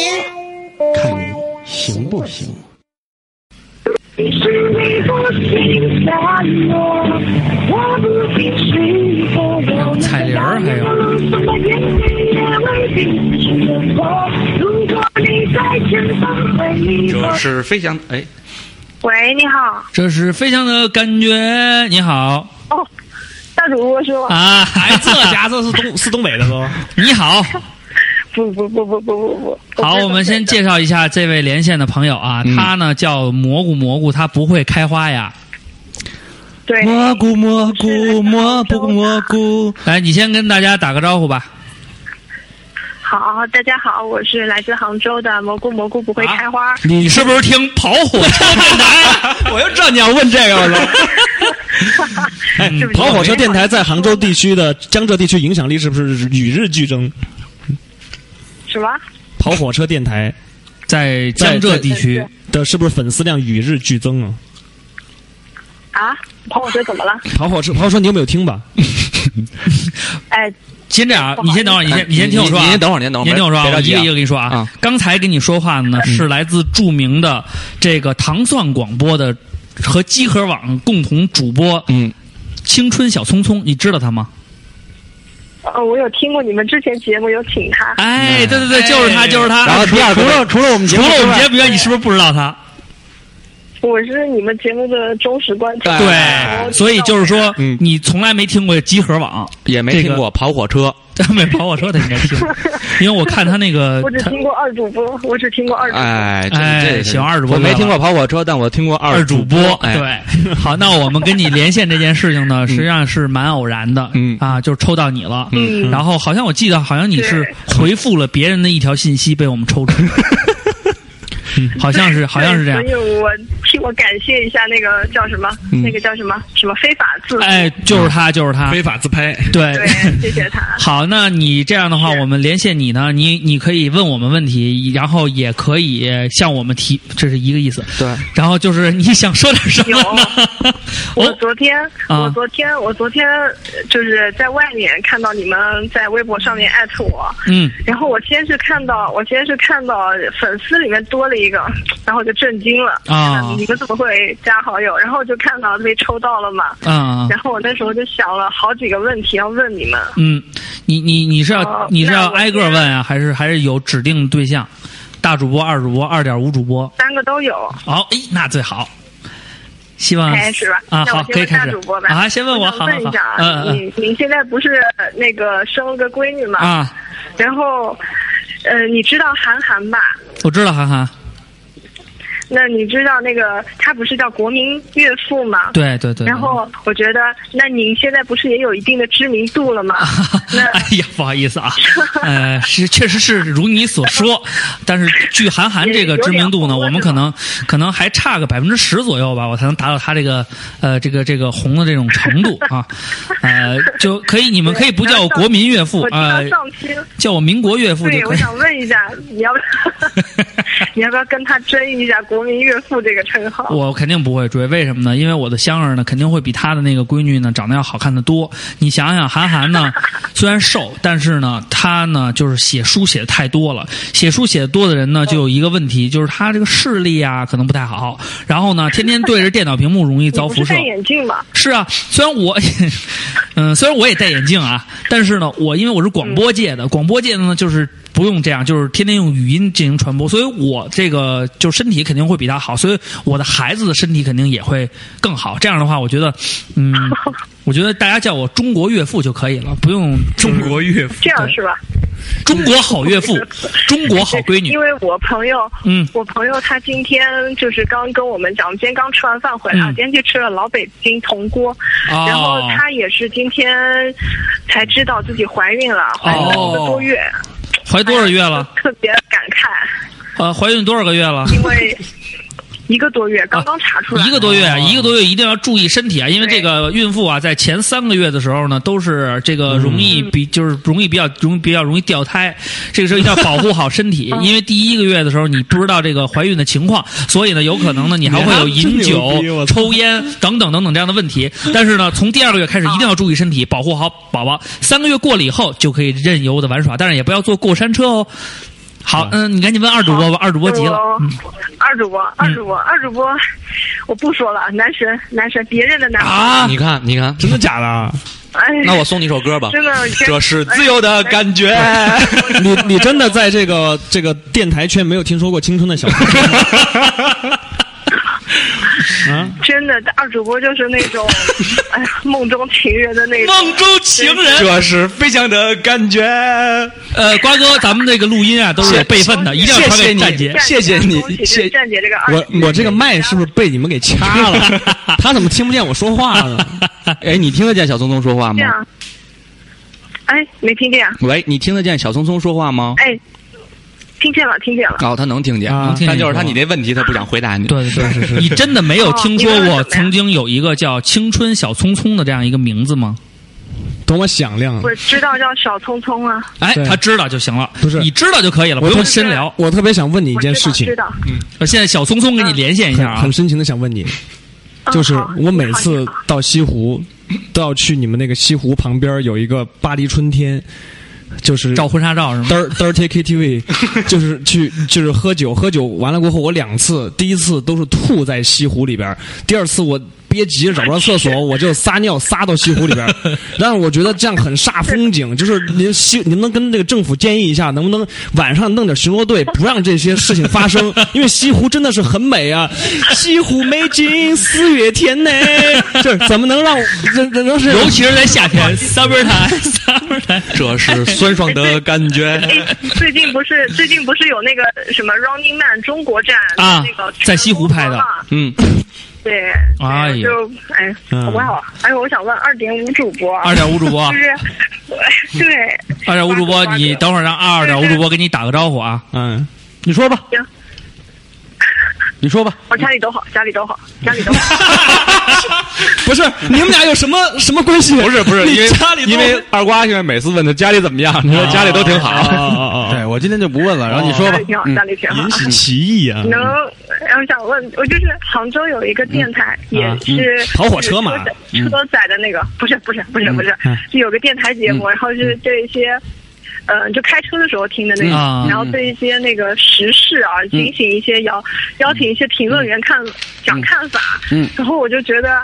E: 看你行不行？
H: 你是为我心下落，我不必去过我们
D: 彩
H: 的
D: 铃儿还有
H: 什么原因也未必是我。如果你在前方回忆
B: 就
H: 我，
B: 是飞翔，哎，
I: 喂，你好。
D: 这是非常的感觉，你好
I: 哦，大主播说话。
D: 啊，
F: 哎，这家这是东是东北的都，
D: [laughs] 你好，
I: 不不不不不不不。
D: 好，我们先介绍一下这位连线的朋友啊，他呢叫蘑菇蘑菇，他不会开花呀。
I: 对
A: 蘑菇蘑菇蘑菇蘑菇，
D: 来，你先跟大家打个招呼吧。
I: 好，大家好，我是来自杭州的蘑菇蘑菇不会开花。
D: 你是不是听跑 [laughs] 火车电台？
F: 我就知道你要问这个，我操！哎
I: 是不，是
F: 跑火车电台在杭州地区的江浙地区影响力是不是与日俱增？
I: 什么？
F: 跑火车电台
D: 在江浙地区，
F: 的是不是粉丝量与日俱增啊？
I: 啊？跑火车怎么了？
F: 跑火车，跑火车你有没有听吧？
I: 哎，
D: 先这样啊，你先等会儿，你
B: 哎
D: 先你先听我说啊，
B: 您等会儿，您等会儿，
D: 您听我说啊，
B: 别
D: 我
B: 着急
D: 一
B: 啊
D: 个一个跟你说啊。
B: 啊嗯
D: 刚才跟你说话的呢，是来自著名的这个糖蒜广播的和集合网共同主播，
B: 嗯，
D: 青春小聪聪，你知道他吗？
I: 呃，我有听过你们之前节目有请他。
B: 嗯
D: 哎，对对对，就是他，就是他。
E: 然后
D: 除
E: 第二个
D: 除了
E: 除了我们节
D: 除
E: 目
D: 了
E: 之
D: 我们
E: 外
D: 节目以外，你是不是不知道他？
I: 我是你们节目的忠实观
B: 哎
I: 众。哎
D: 对，所以就是说，
B: 嗯
D: 你从来没听过集合网， [laughs]
C: 也没听过跑火车，
D: 没跑火车他应该听，因为我看他那个
I: 我只
D: 他
I: 听过二主播，我只听过二主播。
B: 哎，
D: 哎
B: 这这
D: 喜欢二主播
B: 我没
D: 对吧
B: 听过跑火车，但我听过
D: [laughs] 二
B: 二
D: 主播
B: 播，哎，
D: 对， [laughs] 好，那我们跟你连线这件事情呢，实际上是蛮偶然的，
B: 嗯
D: 啊，就是抽到你了，嗯，然后
B: [laughs]
D: 好像我记得，好像你是回复了别人的一条信息被我们抽中，好像是好像是这样嗯
I: 对。所以我替我感谢一下那个叫什么，那个叫什么什么非法自
D: 哎，就是他，就是他，
B: 非法自拍，
D: 对
I: 对，谢谢他。
D: [laughs] 好，那你这样的话，
I: 是
D: 我们连线你呢，你你可以问我们问题，然后也可以向我们提，这是一个意思。
B: 对，
D: 然后就是你想说点什么呢？
I: 我
D: [laughs] 哦，
I: 昨天，
D: 啊
I: 我昨天，我昨天呃就是在外面看到你们在微博上面艾特我，
D: 嗯，
I: 然后我先是看到，我先是看到粉丝里面多了一个，然后我就震惊了
D: 啊
I: 你们怎么会加好友？然后就看到被抽到了嘛，
D: 啊，
I: 然后我那时候就想了好几个问题要问你们，
D: 嗯，你你你是要
I: 哦
D: 你是
I: 那
D: 要
I: 我
D: 挨个
I: 先
D: 问啊，还是还是有指定对象？大主播、二主播、二点五主播，
I: 三个都有，
D: 好，哎，那最好。希望
I: 开始吧。
D: 啊，
I: 那
D: 好，
I: 我
D: 可
I: 先问
D: 以开
I: 大
D: 始
I: 主播吧。
D: 啊，先问我，好
I: 想
D: 好
I: 问一
D: 好
I: 下，啊，
D: 嗯嗯
I: 你你现在不是呃那个生了个闺女嘛？
D: 啊，
I: 然后，呃，你知道韩寒吧？
D: 我知道，涵涵，
I: 那你知道那个他不是叫国民岳父吗？。
D: 对对对。
I: 然后我觉得，那您现在不是也有一定的知名度
D: [laughs]
I: 了吗？那
D: 哎呀，不好意思啊，呃，是确实是如你所说，但是据韩寒这个知名度呢，
I: 有点红了
D: 我们可能可能还差个百分之十左右吧，我才能达到他这个呃这个这个红的这种程度啊，呃，就可以你们可以不叫我国民岳父
I: 我知
D: 啊、
I: 道
D: 呃
I: 上期，
D: 叫我民国岳父就
I: 对，我
D: 可以。
I: 想问一下，你要不 [laughs] 要你要不要跟他争一下国民岳父这个称号？
D: 我肯定不会追，为什么呢？因为我的香儿呢，肯定会比她的那个闺女呢长得要好看的多。你想想，韩寒呢，虽然瘦，但是呢，她呢就是写书写的太多了。写书写的多的人呢，就有一个问题，就是他这个视力啊可能不太好，然后呢，天天对着电脑屏幕容易
I: 你
D: 遭
I: 不是
D: 辐射
I: 戴。眼镜吗？
D: 是啊，虽然我， [laughs] 嗯，虽然我也戴眼镜啊，但是呢，我因为我是广播界的，广播界的呢就是不用这样，就是天天用语音进行传播，所以我这个就身体肯定会比他好，所以我的孩子的身体肯定也会更好。这样的话，我觉得，
I: [laughs]
D: 嗯，我觉得大家叫我中国岳父就可以了，不用中国岳父，
I: 这样是吧？
D: 中国好岳
I: [laughs]
D: 父，中国好闺女
I: 因，为我朋友，
D: 嗯
I: 我朋友他今天就是刚跟我们讲，今天刚吃完饭回来，
D: 嗯
I: 今天去吃了老北京铜锅，
D: 哦
I: 然后她也是今天才知道自己怀孕了，怀孕了一个多月，哎
D: 怀哦多少月了？
I: 特别感慨，
D: 呃，怀孕多少个月了？
I: 因为一个多月刚刚查出来，
D: 啊
I: 哦
D: 一个多月，
C: 哦
D: 一个多月一定要注意身体啊，因为这个孕妇啊，在前三个月的时候呢，都是这个容易比、就是容易比较容易比较容易掉胎，这个时候一定要保护好身体，因为第一个月的时候你不知道这个怀孕的情况，所以呢，有可能呢你还会有饮
F: 真牛逼
D: 酒、
F: 我操
D: 抽烟等等等等这样的问题。但是呢，从第二个月开始一定要注意身体，保护好宝宝。三个月过了以后就可以任由的玩耍，但是也不要坐过山车哦。好，嗯，你赶紧问二主播吧，二主播急了。嗯
I: 二主播，二主播，二主播，我不说了，男神，男神，别人的男神，
D: 啊
C: 你看，你看，
F: 真的假 [laughs] 的？
I: 哎，
C: 那我送你一首
I: [laughs]
C: 歌吧。
I: 真的
C: 这是自由的感觉。
F: 你你真的在这个这个电台圈没有听说过青春的小说？啊，
I: 哎真的，二主播就是那
D: [laughs]
I: 种，哎呀，梦中情人的那种。
D: 梦中情人，
C: 这是飞翔的感觉。
D: 呃，瓜哥，咱们这个录音啊都是有备份的，一定要传给站姐。
C: 谢谢你
I: 恭喜
C: 谢
I: 这站姐这个二姐
F: 我我这个麦是不是被你们给掐
E: [laughs]
F: 了？他怎么听不见我说话呢？
C: 哎，你听得见小聪聪说话
I: 这
C: 吗？
I: 样？哎，没听见？
C: 喂，你听得见小聪聪说话吗？
I: 哎，听见了，听见了。
C: 哦，他能听见，
D: 啊能听见
C: 但就是他
D: 是吧
C: 你这问题，他不想回答你。
D: 对对对，你真的没有听说过曾经有一个叫“青春小匆匆”的这样一个名字吗？
F: [laughs] 等我响亮，
I: 我知道叫小聪聪啊，
D: 哎，
F: 对
D: 他知道就行了，
F: 不是
D: 你知道就可以了，不用深聊。
F: 我特别想问你一
I: 我
F: 件事情
I: 知，道，知
D: 呃现在小聪聪给你连线一下
F: 很
D: 啊
F: 很，深情的想问你，
I: 道
F: 就是
I: 嗯好
F: 我每次
I: 你好
F: 到西湖，都要去你们那个西湖旁边有一个巴黎春天，就是
D: 照婚纱照是吗？
F: Dir- Dirty
B: [laughs]
F: KTV，就是去就是喝酒，喝酒完了过后，我两次，第一次都是吐在西湖里边儿，第二次我憋急了找不着厕所，我就撒尿撒到西湖里
B: [laughs]
F: 边儿。但是我觉得这样很煞风景，就是您西您能跟这个政府建议一下，能不能晚上弄点巡逻队，不让这些事情发生？因为西湖真的是很美啊，西湖美景四月天呢，就是怎么能让让让让是
D: 尤其是在夏天，summer time，summer time。 [laughs]
C: 这是酸爽的感觉。
I: [laughs] 哎，最近不
D: [laughs]
I: 是最近不是有那个什么《Running Man》中国站
D: 啊
I: 那个
D: 在西湖拍
I: 全
D: 的
I: 国嘛
C: 嗯，
I: 对，
D: 哎呀
I: 对就哎，
F: 嗯
I: 哇哦，哎，我想问二点五主播，
D: 二点五主播
I: [laughs] 就，是
D: [laughs]
I: 对，
D: 二点五主播，你等会儿让二点五主播给你打个招呼啊。
F: 嗯，
D: 你说吧，
E: 你说吧，
I: 我哦家里都好，家里都好，家里都
D: [laughs]
I: 好。
F: 不是你们俩有什么什么关系？
B: 不是不是，
F: 你
B: 因为
F: 家里都
B: 因为二瓜现在每次问他家里怎么样，他说家里都挺好。
E: 对我今天就不问
C: 哦
E: 了，然后你说
I: 家
E: 吧
I: 里。挺好，
D: 嗯
I: 家里挺好。
F: 引起歧义啊！
I: 能，我想问，我就是杭州有一个电台，也是
F: 跑火车嘛
I: 就是车载车载的那个，不是不是不是不是，是有个电台节目，然后是对一些。嗯，就开车的时候听的那
D: 啊
I: 个，然后对一些那个时事啊，进行一些邀邀请一些评论员看讲看法，然后我就觉得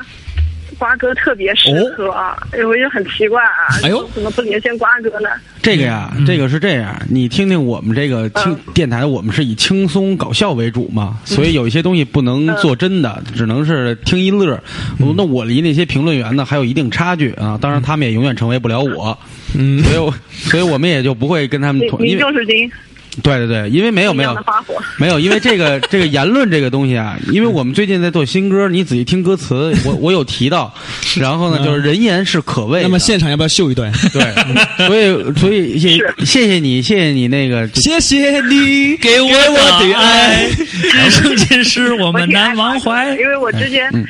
I: 瓜哥特别适合啊，我就很奇怪啊，
F: 哎呦
I: 怎么不连线瓜哥呢？
E: 这个呀，这个是这样，你听听我们这个轻
I: 嗯
E: 电台，我们是以轻松搞笑为主嘛，所以有一些东西不能做真的，只能是听一乐。那我离那些评论员呢还有一定差距啊，当然他们也永远成为不了我，嗯，所以我所以我们也就不会跟他们
I: 你
E: 同，
I: 你
E: 因为
I: 就是金，
E: 对对对，因为没有
I: 一
E: 没
I: 样
E: 有
I: 的花火，
E: [laughs] 没有，因为这个这个言论这个东西啊，因为我们最近在做新歌，你仔细听歌词，我 [laughs] 我有提到，然后呢就是人言是可畏的，
F: 那么现场要不要秀一段？
E: 对，所以所以谢
I: 是
E: 谢谢你，谢谢你那个
F: 谢谢你
D: 给我我
F: 的爱，
D: 人生见识我
I: 我
D: 们
I: 挺爱
D: 难忘
I: 瓜哥
D: 怀
I: 的。因为我
E: 哎
I: 之前、
E: 嗯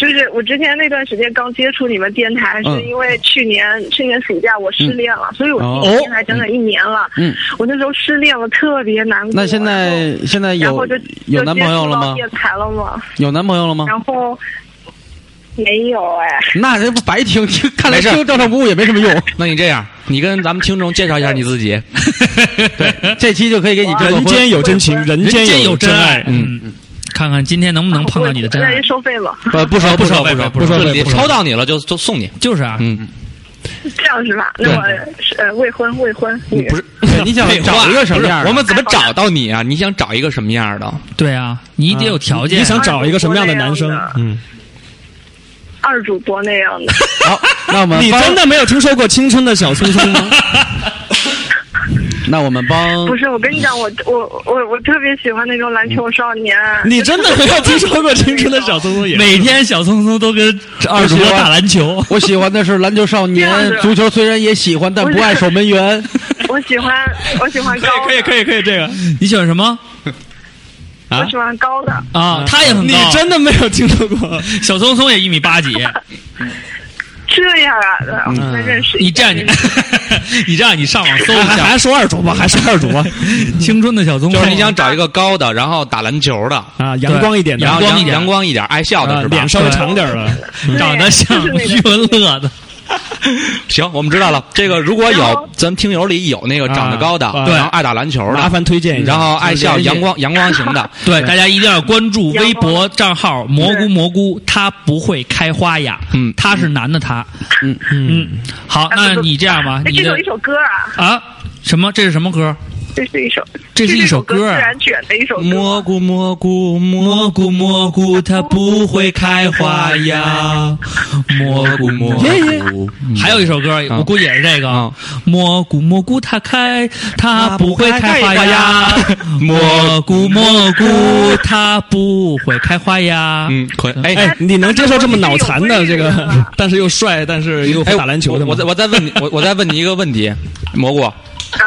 I: 就是我之前那段时间刚接触你们电台，
E: 嗯
I: 是因为去年、去年暑假我失恋了，所以我
E: 哦
I: 听电台整整一年了。
E: 嗯，
I: 我那时候失恋了，特别难过。
E: 那现
I: 然后
E: 在现在
I: 然
E: 有
I: 后就
E: 有男朋友了
I: 就接触到电
E: 吗？哦
I: 台了吗？
E: 有男朋友了吗？
I: 然后没有哎，
E: 那这不白听， [laughs] 听看来
B: 没事
E: 听照常不误也没什么用。
C: 那你这样，你跟咱们听众介绍一下你自己。
E: 这期就可以给你证个
F: 人
E: 婚。
F: 间有真情，人
D: 人
F: 间
D: 间有
F: 真啊
D: 真爱，。嗯，看看今天能不能碰到你的真
I: 那
D: 爱
I: 人。收费了，
E: 呃，不说
C: 不
E: 说
C: 收
E: 不
C: 费
E: 说
C: 不
E: 不
C: 收
E: 说，
C: 费，抽到你了就就送你。
D: 就是啊，
C: 嗯，
I: 这样是吧？那我是呃未婚未婚女
C: 不是
E: 对你想
C: [laughs] 废话
E: 找一个什么样
C: 不是
E: 的
C: 我们怎么找到你啊？你想找一个什么样的？
D: 对啊，你得有条件。
F: 你想找一个什么样的男生？嗯，
I: 二主播那样的，
E: 好，那我们
F: 你
E: 帮
F: 真的没有听说过青春的小青春吗？
E: 那我们帮
I: 不是我跟你讲，我我我我特别喜欢那种篮球少年。
F: 你真的没有听说过青春的小青春也？
D: 每天小聪聪都跟二主播打篮球，
E: 我喜欢的是篮球少年
I: 这样是，
E: 足球虽然也喜欢，但不爱守门员。
I: 我喜欢，我喜欢高的，
F: 可以可以，这个
D: 你喜欢什么
I: 我喜欢高的，
D: 啊？他也很
F: 你
D: 高，
F: 真的没有听说过？
D: 小聪聪也一米八
F: [laughs]
D: 几，
I: 这样啊，我们再认识一
D: 你
I: 下
D: 这样你， [laughs] 你这样你上网搜一
F: 还 [laughs]
D: 下
F: 还说二主播，还说二主播
D: 青春的小聪
C: 就
D: 聪，
C: 是你想找一个高的，然后打篮球的，
F: 啊，阳光一点的，
C: 然后
D: 阳光一
C: 阳
D: 点
C: 阳光一点，爱笑的
F: 啊
C: 是吧
F: 脸？稍微长点儿的。
D: 长得
F: [laughs]
D: 像余文乐的，
C: 行，我们知道了。这个如果
I: 然后
C: 有咱们听友里有那个长得高的，
F: 啊啊
C: 然后爱打篮球
F: 麻
C: 的，
F: 烦推荐一下。
C: 然后爱笑
E: 联系
C: 阳光阳光型的，
D: 对，大家一定要关注微博账号蘑菇蘑菇，他不会开花呀，
C: 嗯
D: 他是男的他，
E: 嗯
D: 嗯，好，那你这样吧，
I: 哎，
D: 你
I: 这
D: 的
I: 有一首歌啊，
D: 啊什么？这是什么歌？
I: 这是一首，
D: 这是一首歌
I: 歌，
D: 啊
I: 自然卷的一首歌。
C: 蘑菇蘑菇蘑
D: 蘑菇蘑菇，它不会开花呀，蘑菇蘑
F: 哎
D: 菇。
C: 菇，
D: 嗯还有一首歌，我估计也是这个啊，蘑菇蘑菇它开，它不会开花呀， [laughs] 蘑菇蘑菇它不会开花呀。
C: 嗯，可以。哎
F: 哎，你能接受这么脑残的这
I: 有规律
F: 个
I: 了，
F: 但是又帅，但是又会
C: 哎，
F: 打篮球的吗
C: 我我？再我再问你，我我再问你一个问题，蘑菇，
I: 啊，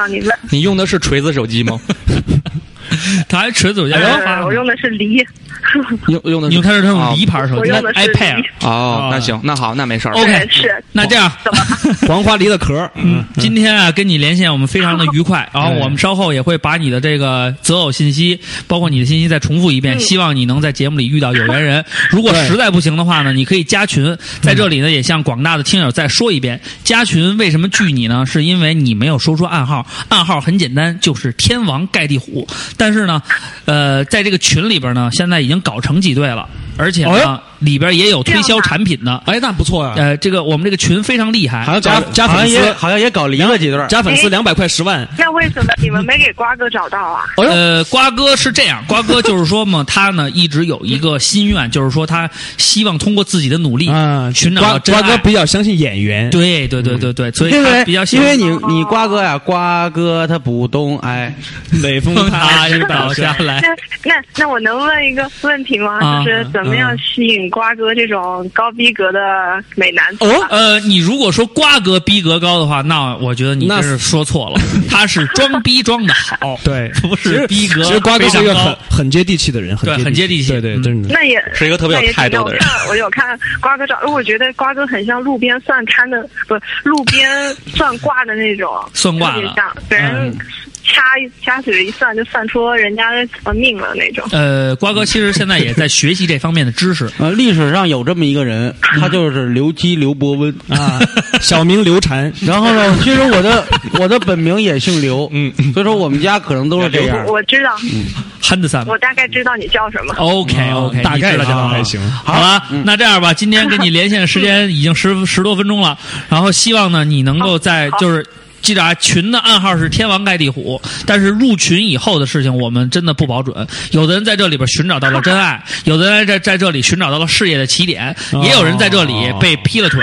I: 你问，
C: 你用的是锤子手
D: [laughs]
C: 机吗？
D: 他还锤嘴叫
I: 呃
D: 花
I: 我，用的是梨，
C: 用用的
D: 你用
C: 是
D: 开始这
B: 哦
D: 种梨牌手
I: 我
D: 机
I: 用的是梨
D: iPad。啊
C: 哦，那行，那好，那没事儿。
D: OK，
I: 是
D: 那这样，
I: 怎么了？
F: 黄花梨的壳儿，
D: 嗯，今天啊跟你连线，我们非常的愉快。然后我们稍后也会把你的这个择偶信息，包括你的信息再重复一遍，希望你能在节目里遇到有缘人。如果实在不行的话呢，你可以加群。在这里呢，也向广大的听友再说一遍，加群为什么拒你呢？是因为你没有说出暗号，暗号很简单，就是天王盖地虎。但是呢，呃，在这个群里边呢，现在已经搞成几对了，而且
F: 哎
D: 呢，里边也有推
I: 这
D: 销
I: 样吧
D: 产品的。
F: 哎，那不错啊，
D: 呃，这个我们这个群非常厉害，
F: 好像加加
E: 好像
F: 粉
E: 也
F: 丝，
E: 好像也搞离了几段。
F: 加粉丝
I: 哎
F: 两百块十万，
I: 那为什么你们没给瓜哥找到啊？
F: 哎
D: 呃，瓜哥是这样，瓜哥就是说嘛，他呢一直有一个心愿，就是说他希望通过自己的努力
F: 啊
D: 寻找
F: 瓜
D: 到真
F: 瓜
D: 爱。
F: 哥嗯比较相信演员，
D: 对对对对对，所以
E: 因
D: 他
E: 为
D: 比较喜
E: 因
D: 欢
E: 为你你瓜哥呀，瓜哥他哎不懂爱，
F: 每逢
D: [laughs] 他
I: [laughs]
F: 他
D: 倒下来
I: 那那那我能问一个问题吗？
D: 啊
I: 就是怎么样吸引瓜哥这种高逼格的美男
F: 哦
I: 子啊吧。
D: 呃，你如果说瓜哥逼格高的话，那我觉得你
F: 那
D: 这是说错
F: [laughs]
D: 了，他是装逼装的好，
F: 对， [laughs]
D: 不
F: 其
D: 是
F: 实
D: 逼格
F: 其实瓜哥是一
D: 非
F: 个
D: 常
F: 很
D: 高
F: 很接地气的人，很
D: 对很接地气
F: 对对，
D: 嗯
F: 真的。
I: 那也
B: 是一个特别有
I: 那也挺
B: 态度的人
I: 我看我有看瓜哥照，因为我觉得瓜哥很像路边算摊的，不，路边算卦的那种，
D: 算卦
I: 特别
D: 的
I: 像别人掐一掐指一算就算出人家什么命了那种。
D: 呃，瓜哥其实现在也在学习这方面的知识。 [laughs]
E: 呃，历史上有这么一个人，他就是刘基刘伯温啊。
F: 小名刘
I: [laughs]
F: 禅，
E: 然后呢，其实我的我的本名也姓刘，嗯，所以说我们家可能都是这样。
I: 我知道，
D: 憨子三
I: 我大概知道你叫什么。
D: ，OK
F: 啊
D: OK，
F: 大概
D: 知道
F: 知道
D: 了
F: 还行。
D: 好了，那这样吧，今天跟你连线的时间已经十十多分钟了，然后希望呢你能够在
I: 好
D: 就是。记着啊，群的暗号是天王盖地虎，但是入群以后的事情我们真的不保准。有的人在这里边寻找到了真爱，有的人在在这里寻找到了事业的起点，
F: 哦
D: 也有人在这里被劈了腿，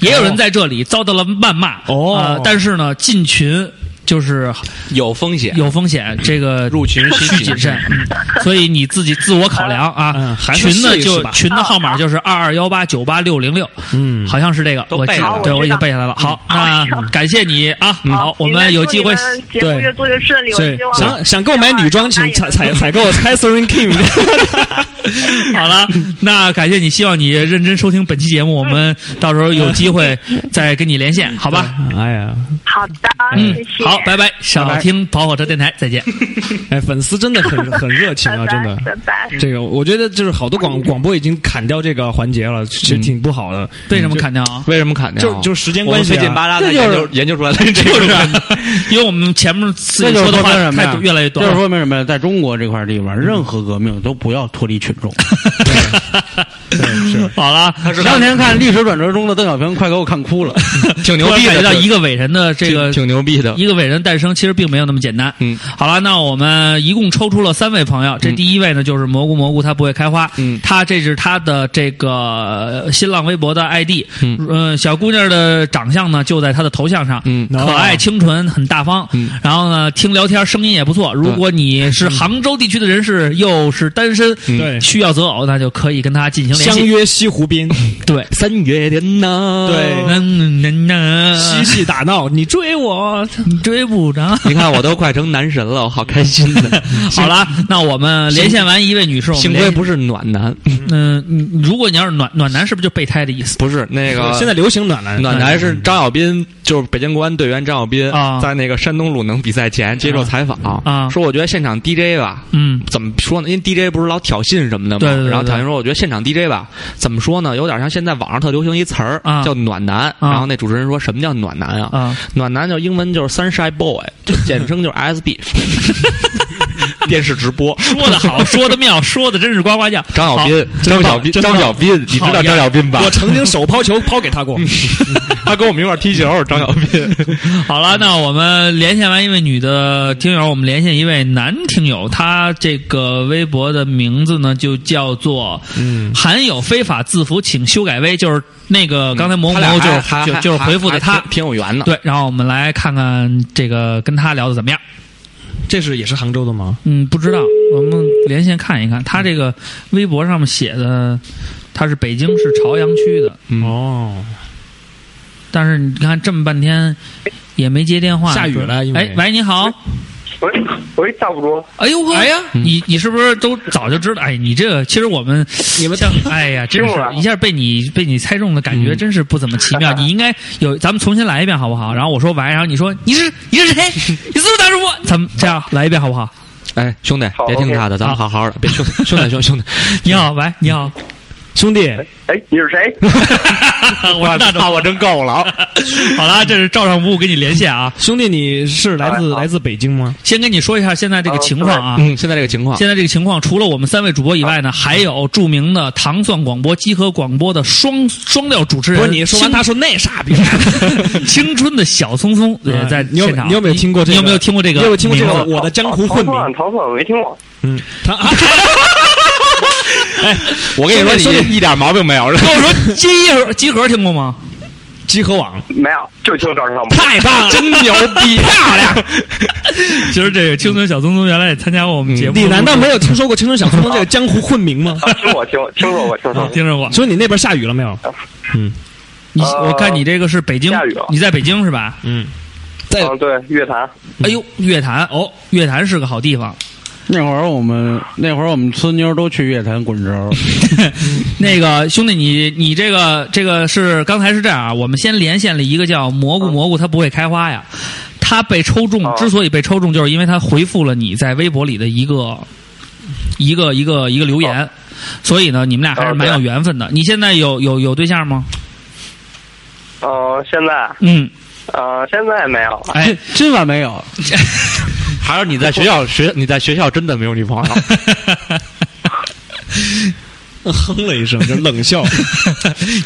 D: 也有人在这里遭到了谩骂。
F: 哦
D: 呃但是呢，进群就是
B: 有风险，
D: 有风险，这个
B: 入群需
D: 需谨慎，嗯所以你自己自我考量啊
F: 嗯。还是
D: 群呢
F: 试一试
D: 就
F: 吧
D: 群的号码就是二二幺八九八六零六，
F: 嗯
D: 好像是这个，
B: 都
D: 我
B: 背
D: 记
B: 下
D: 得
B: 来，了
D: 对
I: 我
D: 我已
I: 知
D: 经
I: 道
D: 背下来了。好，那感谢你啊，好，我
I: 你
D: 们有机会
I: 祝你们节目越做越顺利，我
F: 对
I: 希，望
F: 想想购买女装，请采采
I: [laughs]
F: 采购 Catherine King。
D: [laughs] 好了，那感谢你，希望你认真收听本期节目，我们到时候有机会再跟你连线，好吧？
F: [laughs] 哎呀，
I: 好的，
D: 嗯
I: 谢，谢。
D: 好，拜拜，少听跑火车电台，再见。
F: 哎，粉丝真的很很热
I: [laughs]
F: 情
I: 拜
F: 啊，
I: 拜，
F: 真的。
I: 拜拜。
F: 这个我觉得就是好多
I: [laughs]
F: 广广播已经砍掉这个环节了，其实挺不好的。
D: 为什么砍掉啊？
B: 为什么砍掉？
F: 嗯就就时间关系
B: 我们
F: 啊
B: 费劲巴拉的
F: 这就
B: 研
F: 是
B: 究研究出来了，这
D: [laughs] 就
B: 个
D: 是啊因为我们前面自
E: 这
D: 己
E: 就是
D: 说的
E: 说
D: 话
E: 明什么
D: 态
E: 呀
D: 度越来越多
E: 这
D: 了，
E: 是说明什么呀？在中国这块地方，任何革命都不要脱离群众。
D: [laughs] 是好了，
E: 前两天看《历史转折中》的邓小平，快给我看哭了。
B: 挺牛
D: 突然
B: 逼
D: 感觉
B: 的，
D: 到一个伟人的这个
B: 挺挺牛逼的。
D: 一个伟人诞生，其实并没有那么简单。
B: 嗯，
D: 好了，那我们一共抽出了三位朋友，这
B: 嗯
D: 第一位呢就是蘑菇蘑菇，他不会开花，
B: 嗯
D: 他这是他的这个新浪微博的 ID，
B: 嗯
D: 呃小姑娘的长相呢就在她的头像上，
B: 嗯
D: 可爱清纯，很大方，
B: 嗯
D: 然后呢听聊天声音也不错。如果你是杭州地区的人士，又是单身，
B: 嗯
F: 对
D: 需要择偶，那就可以跟他进行联
F: 相
D: 系，
F: 约西湖边，
D: 对。
B: 三月天呐，
F: 嗯对
D: 嗯嗯嗯，
F: 嬉戏打闹，你追我，
D: 你追不着。
B: 你看我都快成男神了，我好开心
D: [laughs]
B: 的。
D: 好了，那我们连线完一位女士，我们
B: 幸
D: 连
B: 亏
D: 线
B: 不是暖男，
D: 嗯，你如果你要是暖暖男，是不是就备胎的意思？
B: 不是那个
F: 现在流行暖男，哎
B: 暖男是张小斌，就是北京国安队员张小斌
D: 啊，
B: 在那个山东鲁能比赛前接受采访
D: 啊
B: 说我觉得现场 DJ 吧，
D: 嗯
B: 怎么说呢？因为 DJ 不是老挑衅什么的嘛，
D: 对对对对
B: 然后挑衅说，我觉得现场 DJ 吧，怎么说呢？有点像现在网上特流行一词儿、
D: 啊
B: 叫暖男、
D: 啊
B: 然后那主持人说什么叫暖男啊？
D: 啊，
B: 暖男就英文就是 sunshine boy，就简称就是 SB。电视直播，
D: 说的好，说的妙，说的真是呱呱叫。
B: 张小斌，张小斌，张小斌，你知道张小斌吧
F: 我？曾经手抛球抛给 [laughs] 他过，
B: 他跟我们一块儿踢球，张小斌。
D: [laughs] 好了，那我们连线完一位女的听友，我们连线一位男听友，他这个微博的名字呢就叫做“含有非法字符，请修改微”，就是那个刚才蘑菇蘑菇就
B: 嗯他俩
D: 是
B: 还
D: 就
B: 还
D: 就是
B: 还
D: 回复的
B: 还
D: 他
B: 挺。挺有缘的。
D: 对，然后我们来看看这个跟他聊的怎么样。
F: 这是也是杭州的吗？
D: 嗯，不知道，我们连线看一看。他这个微博上面写的，他是北京市朝阳区的，
F: 哦，
D: 但是你看这么半天也没接电话。
F: 下雨
D: 说
F: 了因为
D: 哎，喂，你好。
J: 喂喂，大不中，
D: 哎呦呵，哎呀，你你是不是都早就知道？哎，你这个其实我们你们像，哎呀，真
J: 听
D: 是
J: 我啊
D: 一下被你被你猜中的感
F: 嗯
D: 觉，真是不怎么奇
J: [laughs]
D: 妙。你应该有，咱们重新来一遍好不好？然后我说喂，然后你说你是你是谁？ [laughs] 你是不是大主播？咱们这样来一遍好不好？
B: 哎，兄弟，
J: 好
B: 别听
J: OK
B: 他的，咱们好好的。别兄弟，兄弟，兄弟兄
F: [laughs]
B: 弟，
D: 你好，喂，你好，
F: 兄弟，
J: 哎，你是谁？
D: 我是大主播。
B: 我真够
F: [laughs]
B: 了。
D: 好啦，这是照常不误跟你连线啊。
F: 兄弟，你是来
D: 哎
F: 自
J: 好
F: 来自北京吗？
D: 先跟你说一下现在这个情况啊。
B: 嗯，现在这个情况，
D: 现在这个情况，除了我们三位主播以外呢，还有著名的糖蒜广播、集合广播的双双料主持人。
F: 不是你说完他说那
D: [laughs]
F: 傻逼，
D: 青
F: [laughs]
D: 青春的小聪聪也在
F: 嗯你有
D: 现场。
F: 你有没有听过这个
D: 你有没有听过这个？
F: 你有没有听过这个
D: 名字？
F: 我的江湖混
J: 唐
F: 名
J: 宋，？唐宋我没听过。
F: 嗯，他啊
B: 我跟你说，你一点毛病没有。
D: 跟我说集合集合听过吗？
F: 集合网
J: 没有，就听赵尚博。
F: [laughs]
B: 太棒了，真牛逼，漂亮！
D: [laughs] 其实这个青春小聪聪原来也参加过我们节目，
F: 嗯你难道没有听说过青春小聪聪
D: [laughs]
F: 这个江湖混名吗？
J: 听我听听说过，听说
D: 啊
J: 过。
D: [laughs] 听着过？
F: 所以你那边下雨了没有？嗯
D: 你
J: 呃
D: 我看你这个是北京
J: 下雨了，
D: 你在北京是吧？
F: 嗯，
J: 嗯、对，乐坛
D: 哎呦，乐坛哦，乐坛是个好地方。
E: 那会儿我们那会儿我们村妞都去乐坛滚轴，
D: 那个兄弟，你你这个这个是刚才是这样啊，我们先连线了一个叫蘑菇蘑菇，它不会开花呀。它被抽中，
J: 哦
D: 之所以被抽中，就是因为它回复了你在微博里的一个一个一个一个留言，所以呢，你们俩还是
J: 哦
D: 蛮有
J: 对
D: 缘分的。你现在有有有对象吗？
J: 呃，现在
D: 嗯，
J: 呃，现在没有了。
D: 哎，
E: 今晚没有，
C: 还是你在学校学你在学校真的没有女朋友？
F: 哼了一声，就冷
D: [laughs]
F: 笑。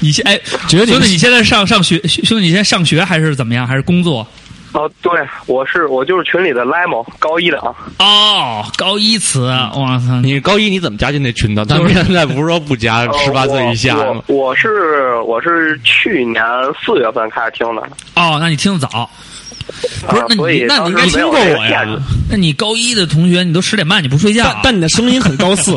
D: 你现哎，
F: 觉得
D: 兄弟，
F: 你
D: 你现在上上学，兄弟，你现在上学还是怎么样？还是工作？
J: 哦，对，我是我就是群里的 Limo，高一的啊。
D: 哦，高一词，我操！
C: 你高一你怎么加进那群的？咱们现在不是说不加
J: 呃
C: 十八岁以下嗯
J: 我
C: 吗？
J: 我我是我是去年四月份开始听的，呃
D: 哦，那你听得早。
J: 不
D: 是
F: 啊
D: 那你那你应该啊
J: 没有
F: 听过
J: 这个
F: 我呀
J: 限制
D: 那你高一的同学，你都十点半你不睡觉啊、
F: 但但你的声音很
D: [laughs]
F: 高四，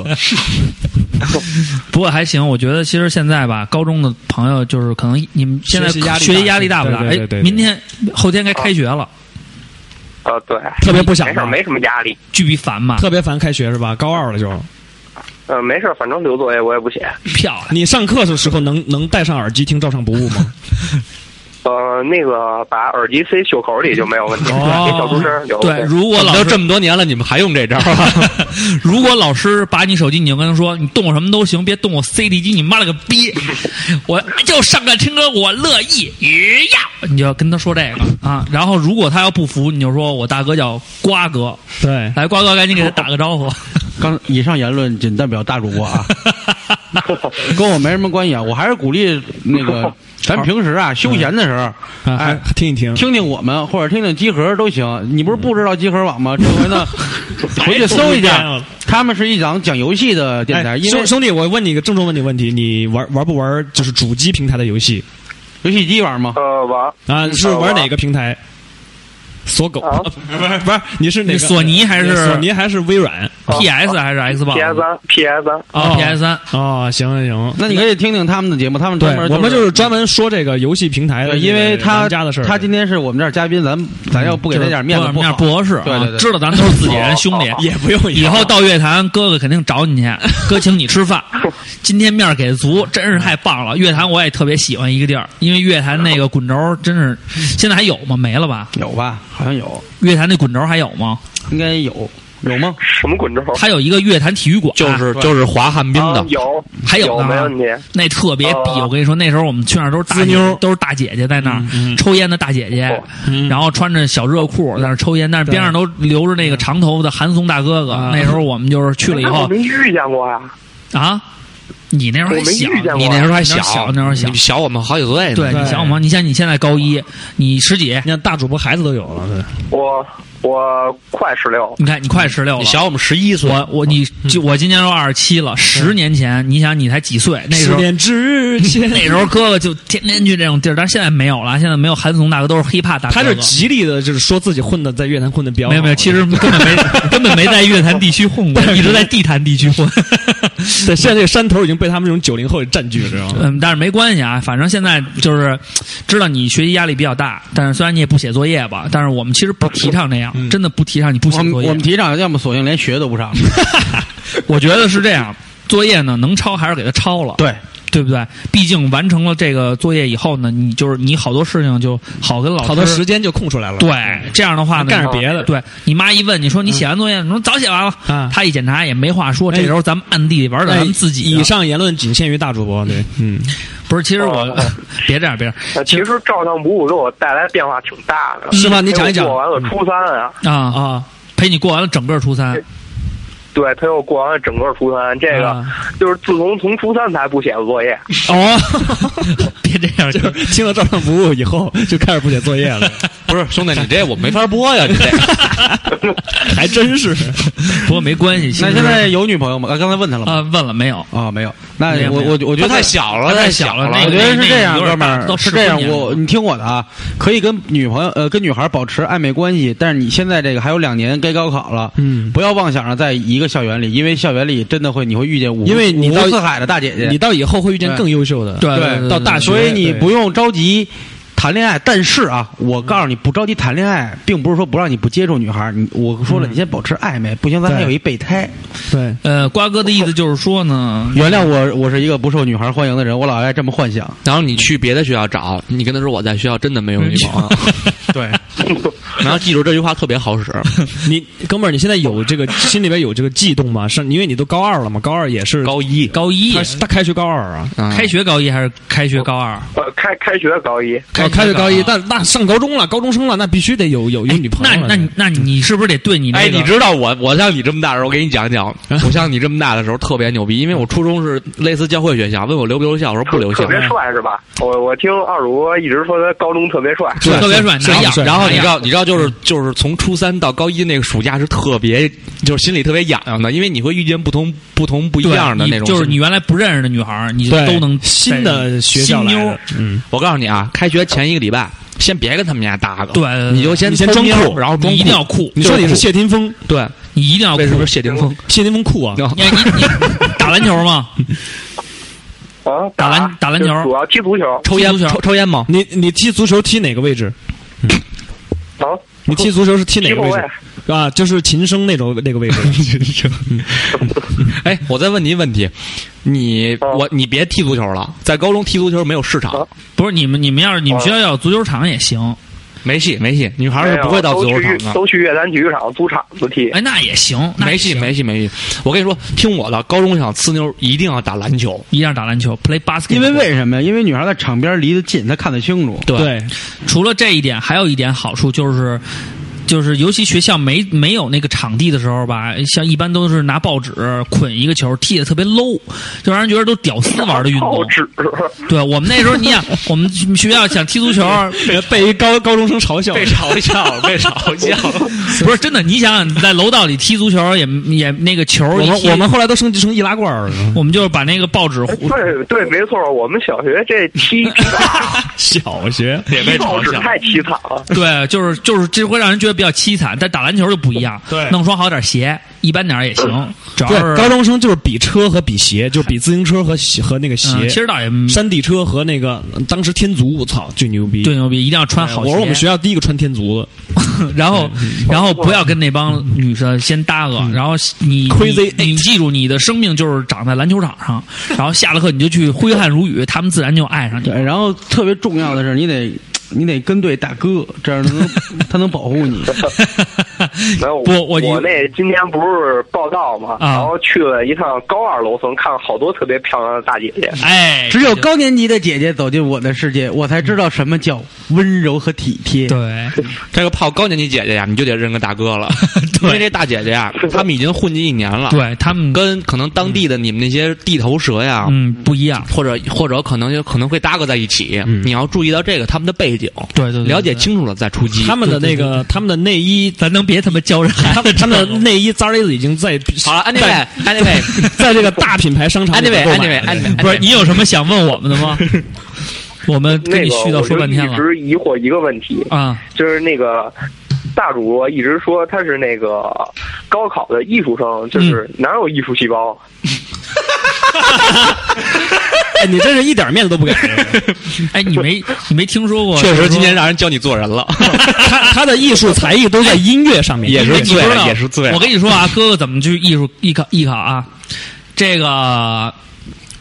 D: 不过还行，我觉得其实现在吧，高中的朋友就是可能你们现在
F: 学习压力大
D: 学习压力大不大？
F: 对对对对
D: 哎，明天后天该开学了，
J: 呃，对，
F: 特别不想
J: 没事儿，
F: 吧
J: 没什么压力。
D: 巨逼烦嘛，
F: 特别烦开学是吧？高二了就，
J: 呃，没事儿，反正留作业我也不写。
D: 漂亮。
F: [laughs] 你上课的时候能能戴上耳机听照常不误 [laughs] 吗？
J: 呃，那个把耳机塞袖口里就没有问题，给小出声儿就 OK
D: 哦对，如果老
C: 都
D: 师
C: 这么多年了，你们还用这招啊？
D: 如果老师把你手机，你就跟他说：“你动我什么都行，别动我 CD 机，你妈了个
F: [laughs]
D: 逼！我就上课听歌，我乐意。”呀，你就要跟他说这个啊。然后如果他要不服，你就说我大哥叫瓜
F: [laughs]
D: 哥，
F: 对，
D: 来，瓜哥赶紧给他打个招
F: [laughs]
D: 呼。
E: 刚以上言论仅代表大主播啊，跟我没什么关系啊。我还是鼓励那
F: [laughs]
E: 个咱平时啊休闲的时候，
F: 啊，还
E: 哎。
F: 听一听。
E: 听听我们，或者听听集合都行。你不是不知道集合网吗？这回
F: [laughs]
E: 呢，回去搜哎一
F: 太
E: 下
F: 了，
E: 他们是一档讲游戏的电台，
F: 哎，
E: 因为
F: 兄兄弟，我问你一个郑重问你问题，你玩玩不玩就是主机平台的游戏
E: 游戏机玩吗？
J: 呃，完，
F: 啊？是
J: 玩
F: 玩哪个平台？锁狗？
J: 啊
F: [laughs] 不是不是，你是哪个？
D: 索尼还是
F: 索尼还是微软？
D: PS 还是
J: PS
D: Xbox
J: 三 PS 三，
D: 啊？PS 三
F: 哦，行行行，
E: 那你可以听听他们的节目，他们专
F: 对
E: 门，
F: 我们
E: 就
F: 就是专门说这个游戏平台的，
E: 对，因为他
F: 家的事儿。嗯
E: 他今天是我们这儿嘉宾，咱咱要不给他点面子
D: 不
E: 好。
D: 合适啊，
E: 对对对
D: 知道咱都是自己人，
J: 哦
D: 兄弟
J: 哦。
F: 也不用
D: 以后到乐坛，哥哥肯定找
E: [laughs]
D: 你去，哥请你吃饭。今天面儿给足，真是太棒了。乐坛我也特别喜欢一个地儿，因为乐坛那个滚轴真是，现在还有吗？没了吧？
E: 有吧？好像有，
D: 乐坛那滚轴还有吗？
E: 应该有，有吗？
J: 什么滚轴？
D: 它有一个乐坛体育馆，
C: [laughs] 就是就是滑旱冰
J: 啊
C: 的，
J: 有，
D: 还有呢
J: 有没问题。
D: 那特别逼。
J: 哦
D: 我跟你说，那时候我们去那儿都是大
F: 滋妞
D: 妞，都是大姐姐在那儿
E: 嗯
D: 抽烟的大姐姐
J: 哦，
D: 然后穿着小热裤在那儿抽烟，但是边上都留着那个长头发的韩松大哥哥。
E: 啊
D: 那时候我们就是去了以
J: 哎 [laughs] 那我
D: 后
J: 没遇见过呀。
D: 啊，你那时候还
J: 我没
D: 小，
J: 遇见过啊
D: 你
C: 你
D: 那
C: 那
D: 时
C: 时
D: 候
C: 候
D: 还
C: 还
D: 小，那时候小
C: 你。小我们好几岁呢。
D: 对，你想我吗？你像你现在高一，你十几，
F: 嗯你看大主播孩子都有了，对
J: 我我快十六，
D: 你看你快十六
C: 你
D: 了。
C: 小我们十一岁。
D: 我我你
F: 嗯
D: 就我今年都二十七了，十年前你想你才几岁？那时
F: 十
D: 候
F: 年之
D: [laughs]
F: 前，
D: 那时候哥哥就天天去这种地儿，但是现在没有了，现在没有韩松大哥，都是 hiphop 大哥哥。
F: 他就极力的就是说自己混的在乐坛混的比较好
D: 没有没有，其实根本没
F: [laughs]
D: 根本没在乐坛地区混过，一直在地坛地区混。
F: 对，现在这个山头已经被他们这种九零后给占据了，知道吗？
D: 嗯，但是没关系啊，反正现在就是知道你学习压力比较大，但是虽然你也不写作业吧，但是我们其实不提倡那样，真的不提倡你不
E: 我
D: 写
E: 们
D: 作
E: 我
D: 业
E: 们。提倡，要么索性连学都不 [laughs] 上。
D: 我觉得是这样，作业呢能抄还是给他抄了，
E: 对，
D: 对不对？毕竟完成了这个作业以后呢，你就是你好多事情就好跟老师
F: 好多时间就空出来了。
D: 对，这样的话呢，
F: 干点别的
D: 对你妈一问，你说你写完作业，你说早写完了
F: 啊，
D: 她一检查也没话说。
F: 哎
D: 这时候咱们暗地里玩点咱们自己的。
F: 以上言论仅限于大主播， [laughs] 对，嗯，
D: 不是，其实我
J: 哦哦
D: 别这样，别这
J: 呃其实照常不误给我带来变化挺大的，
F: 是吗你讲一讲
J: 陪我过完了初三啊，
D: 样啊啊！陪你过完了整个初三，
J: 对，陪我过完了整个初三，这个
D: 啊
J: 就是自从从初三才不写作业，
F: 哦，
D: 别这样，
F: [laughs] 就是听了照上不误以后就开始不写作业了。
C: 不是兄弟，你这我没法播呀，你 [laughs] 这
D: 还真是。不过没关系，
E: 那现在有女朋友吗？啊，刚才问他了吗？
D: 啊，问了没有？
E: 啊，没有。那
D: 没有
E: 我
D: 没有
E: 我我觉得
C: 他 [laughs] 太小了，
D: 他太
C: 小
D: 小了那
E: 我
D: 个
E: 觉得
D: 那
E: 是这样，
D: 那有
E: 哥
D: 点
E: 们
D: 大
E: 儿
D: 到
E: 是
D: 10
E: 这样。
D: 年了
E: 我你听我的啊，可以跟女朋友呃跟女孩保持暧昧关系，但是你现在这个还有两年该高考了，
F: 嗯
E: 不要妄想着在一个校园里，因为校园里真的会你会遇见五湖
F: 因为你
E: 五
F: 到
E: 湖四海的大姐姐，
F: 你到以后会遇见更优秀的，
D: 对对
F: 到大学，
E: 所以你
F: 对
E: 不用着急谈恋爱。但是啊，我告诉你，不着急谈恋爱，并不是说不让你不接触女孩儿。你我说了，你先保持暧昧，不行，咱还
F: 对
E: 有一备胎。
F: 对，
D: 呃，瓜哥的意思就是说呢，
E: 原谅我，我是一个不受女孩欢迎的人，我老爱这么幻
C: [laughs]
E: 想。
C: 然后你去别的学校找，你跟他说我在学校真的没有女朋友，啊
E: 对，
C: 然后记住这句话特别好使。
F: 你哥们儿，你现在有这个心里边有这个悸动吗？是因为你都高二了嘛？高二也是
C: 高一，
D: 高一
F: 他他开学高二啊，
C: 啊
D: 开学高一还是开学高二？
J: 呃，开开学高一，
D: 开
F: 哦开学高一，
D: 高
F: 但那上高中了，高中生了，那必须得有有有女朋
D: 那
F: 友了。
D: 哎那你那你是不是得对你那
C: 哎，
D: 个
C: 你知道我我像你这么大的时候，我给你讲 [laughs] 讲，我像你这么大的时候特别牛逼，因为我初中是类似教会学校，问我留不留校，我说不啊留校
J: 特。别帅是吧？我我听二主播一直说他高中特别帅，
D: 说特别帅，
F: 是
D: 哪
F: 是
D: 样？
F: 是
C: 然后
D: 哪
C: 你
D: 样
C: 知道，你知道就是就是从初三到高一那个暑假是特别，就是心里特别痒痒的，因为你会遇见不同不同不一
D: 对
C: 样的
D: 你
C: 那种。
D: 就是你原来不认识的女孩儿，你
F: 对
D: 都能
F: 新的学校来
D: 新妞
F: 的
D: 儿，
F: 嗯，
C: 我告诉你啊，开学前一个礼拜，先别跟他们家搭个，
D: 对对对
C: 你就先
F: 你先
C: 偷
F: 装
C: 瞄
F: 酷
C: 然后装
D: 你一
C: 酷
D: 定要酷，
F: 你说你
D: 就是酷
F: 谢霆锋，
C: 对，
D: 你一定要酷
C: 为，什么谢霆锋？
F: 谢霆锋酷啊，
D: 你你你打篮球吗？
J: 啊，
D: 打篮打篮球
J: 就主要踢足球
C: 抽烟
D: 踢足球
C: 抽抽烟吗？
F: 你你踢足球踢哪个位置？
J: 啊，
F: 你踢足球是踢哪
J: 踢
F: 个
J: 后
F: 位
J: 卫
F: 置？啊，就是琴声那种那个位置。
C: 哎，我再问你一问题，你
J: 啊
C: 我你别踢足球了，在高中踢足球没有市场
J: 啊，
D: 不是你们你们要是你们
J: 啊
D: 学校要有足球场也行，
C: 没戏没戏，女孩
J: 没
C: 是
J: 有
C: 不会到足球
J: 都
C: 场啊
J: 去
C: 的。
J: 都去乐坛体育场租场子踢。
D: 哎那也行，那也
C: 没戏
D: 行
C: 没戏没戏，我跟你说，听我的，高中想呲妞一定要打篮球，
D: 一样打篮球，play basket。
E: [laughs] 因为为什么呀？因为女孩在场边离得近，她看得清楚。
C: 对
F: 对，
D: 除了这一点，还有一点好处就是。就是，尤其学校没没有那个场地的时候吧，像一般都是拿报纸捆一个球，踢的特别 low，就让人觉得都屌丝玩的运
J: 好
D: 动。 [laughs]
J: 纸，
D: 对我们那时候，你想，我们学校想踢足球，
F: 被一高高
J: [laughs]
F: 中生嘲笑，
C: 被嘲笑 [laughs] 被嘲笑。
D: 不是真的。你想想，你在楼道里踢足球也也那个球，
F: 我
D: 一
F: 们
D: 踢
F: 我们后来都升级成易拉罐儿 [laughs] 了。
D: 我们就是把那个报纸糊
J: 对对，没错，我们小学这
D: [laughs]
J: 踢
F: 小学
C: 也被
J: 报纸
C: 嘲笑
J: 太凄惨了。
F: [laughs]
D: 对，就是就是这会让人觉得比较凄惨，但打篮球就不一样，
F: [laughs] 对嗯
D: 弄双好点鞋，一般点儿也行，只要
F: 对
D: 是
F: 高中生就是比车和比鞋，就是比自行车和鞋和那个
D: 嗯
F: 鞋，
D: 其实倒也
F: 山地车和那个当时天足，我操，最牛逼！
D: 最牛逼，一定要穿好
F: 我
D: 鞋。
F: 是我们学校第一个穿天足的
D: [laughs] 然
F: [laughs]
D: 后然后不要跟那帮女生先搭个，然后你
F: 嗯 Crazy
D: 你你记住你的生命就是长在篮球场
F: [laughs]
D: 上，然后下了课你就去挥汗如雨，他们自然就爱上你。
E: 对，然后特别重要的是，你得你得跟对大哥，这
C: [laughs]
E: 样能他能保护你。
J: 没有，
D: 不我
J: 我那今天不是报道嘛，
D: 啊
J: 然后去了一趟高二楼层，看了好多特别漂亮的大姐姐。
D: 哎，
E: 只有高年级的姐姐走进我的世界，我才知道什么叫温柔和体贴。
D: 对
F: [laughs]
C: 这个泡高年级姐姐呀，你就得认个大
J: [laughs]
C: 哥了，因为这大姐姐呀，他们已经混进一年了，，
D: 对，他们
C: 跟可能当地的你们那些地头蛇呀，
D: 嗯不一样，
C: 或者或者可能有可能会搭个在一起，你要注意到这个他们的背景，
D: 嗯对对对
C: 了解
D: 对
C: 清楚了再出击。
F: 他们的那个他们的内衣，
D: 咱能别他妈教人
F: 他们他们的 [laughs] 内衣扎里子已经在
C: 好了
F: 在
D: [laughs]
C: ，anyway，anyway，anyway，anyway，anyway，
F: [laughs] 在这个大品牌商场里边购买了
C: anyway，anyway，
D: 不是你有什么想问我们的
C: [laughs]
D: 吗？我们跟
J: 那
D: 你
J: 个
D: 絮叨
J: 我
D: 说
J: 就
D: 半天
J: 一
D: 了
J: 直疑惑一个问题，
D: 啊，
J: 就是那个大主播一直说他是那个高考的艺术生，就是
D: 嗯
J: 哪有艺术细胞？
F: 哎，你这是一点面子都不 [laughs] 给。
D: 哎，你没你没听说过？
C: 确
D: 就是
C: 实
D: 说
C: 今天让人教你做
D: [laughs]
C: 人了，
F: 他他的艺术才艺都在音乐上面，
C: 也是
D: 哎你
C: 醉
D: 知道
C: 了，也是醉了。
D: 我跟你说啊，哥哥怎么去艺术艺考艺考啊？这个，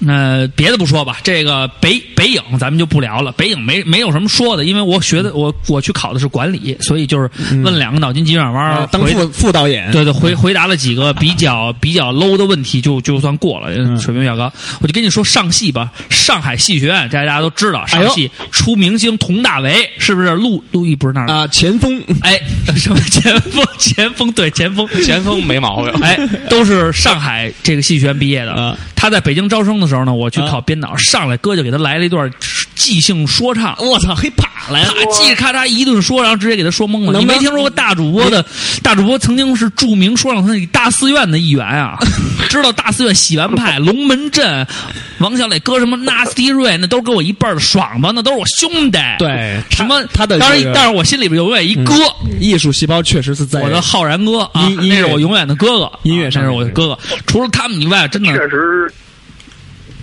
D: 呃，别的不说吧，这个北北影咱们就不聊了，北影没没有什么说的，因为我学的我我去考的是管理，所以就是
C: 嗯
D: 问两个脑筋急转弯儿
F: 啊，当
D: 回
F: 副副导演，
D: 对对，回回答了几个比较比较 low 的问题，就就算过了，
F: 嗯
D: 水平比较高。我就跟你说上戏吧，上海戏学院，大家大家都知道，
F: 哎
D: 上戏出明星佟大为，是不是？陆陆毅不是那儿的？
F: 啊，前锋
D: 哎， [laughs] 什么前锋？前锋对前锋。
F: [laughs]
D: 哎
C: 前锋没毛病，
D: 哎，都是上海这个戏学院毕业的。
F: 啊
D: 他在北京招生的的时候呢，我去考编导，上来哥就给他来了一段即兴说唱，我操，嘿啪来了，叽里咔嚓一顿说，然后直接给他说懵了。
A: 能
D: 你
A: 不能
D: 没听说过大主播的？大主播曾经是著名说唱团体大寺院的一员啊，知道大寺院喜完派、龙门阵、王小磊哥什么 Nasty Ray，那都跟我一辈儿的，爽吧？那都是我兄弟。
F: 对，
D: 什么
F: 他的
D: 当
F: 这
D: 然，
F: 个
D: 但是我心里边永远一哥，
F: 艺术细胞确实是在
D: 我的浩然哥啊，
F: 音音
D: 那是
F: 乐
D: 我永远的哥哥，音乐上是我的哥哥。除了他们以外，真的
J: 确实，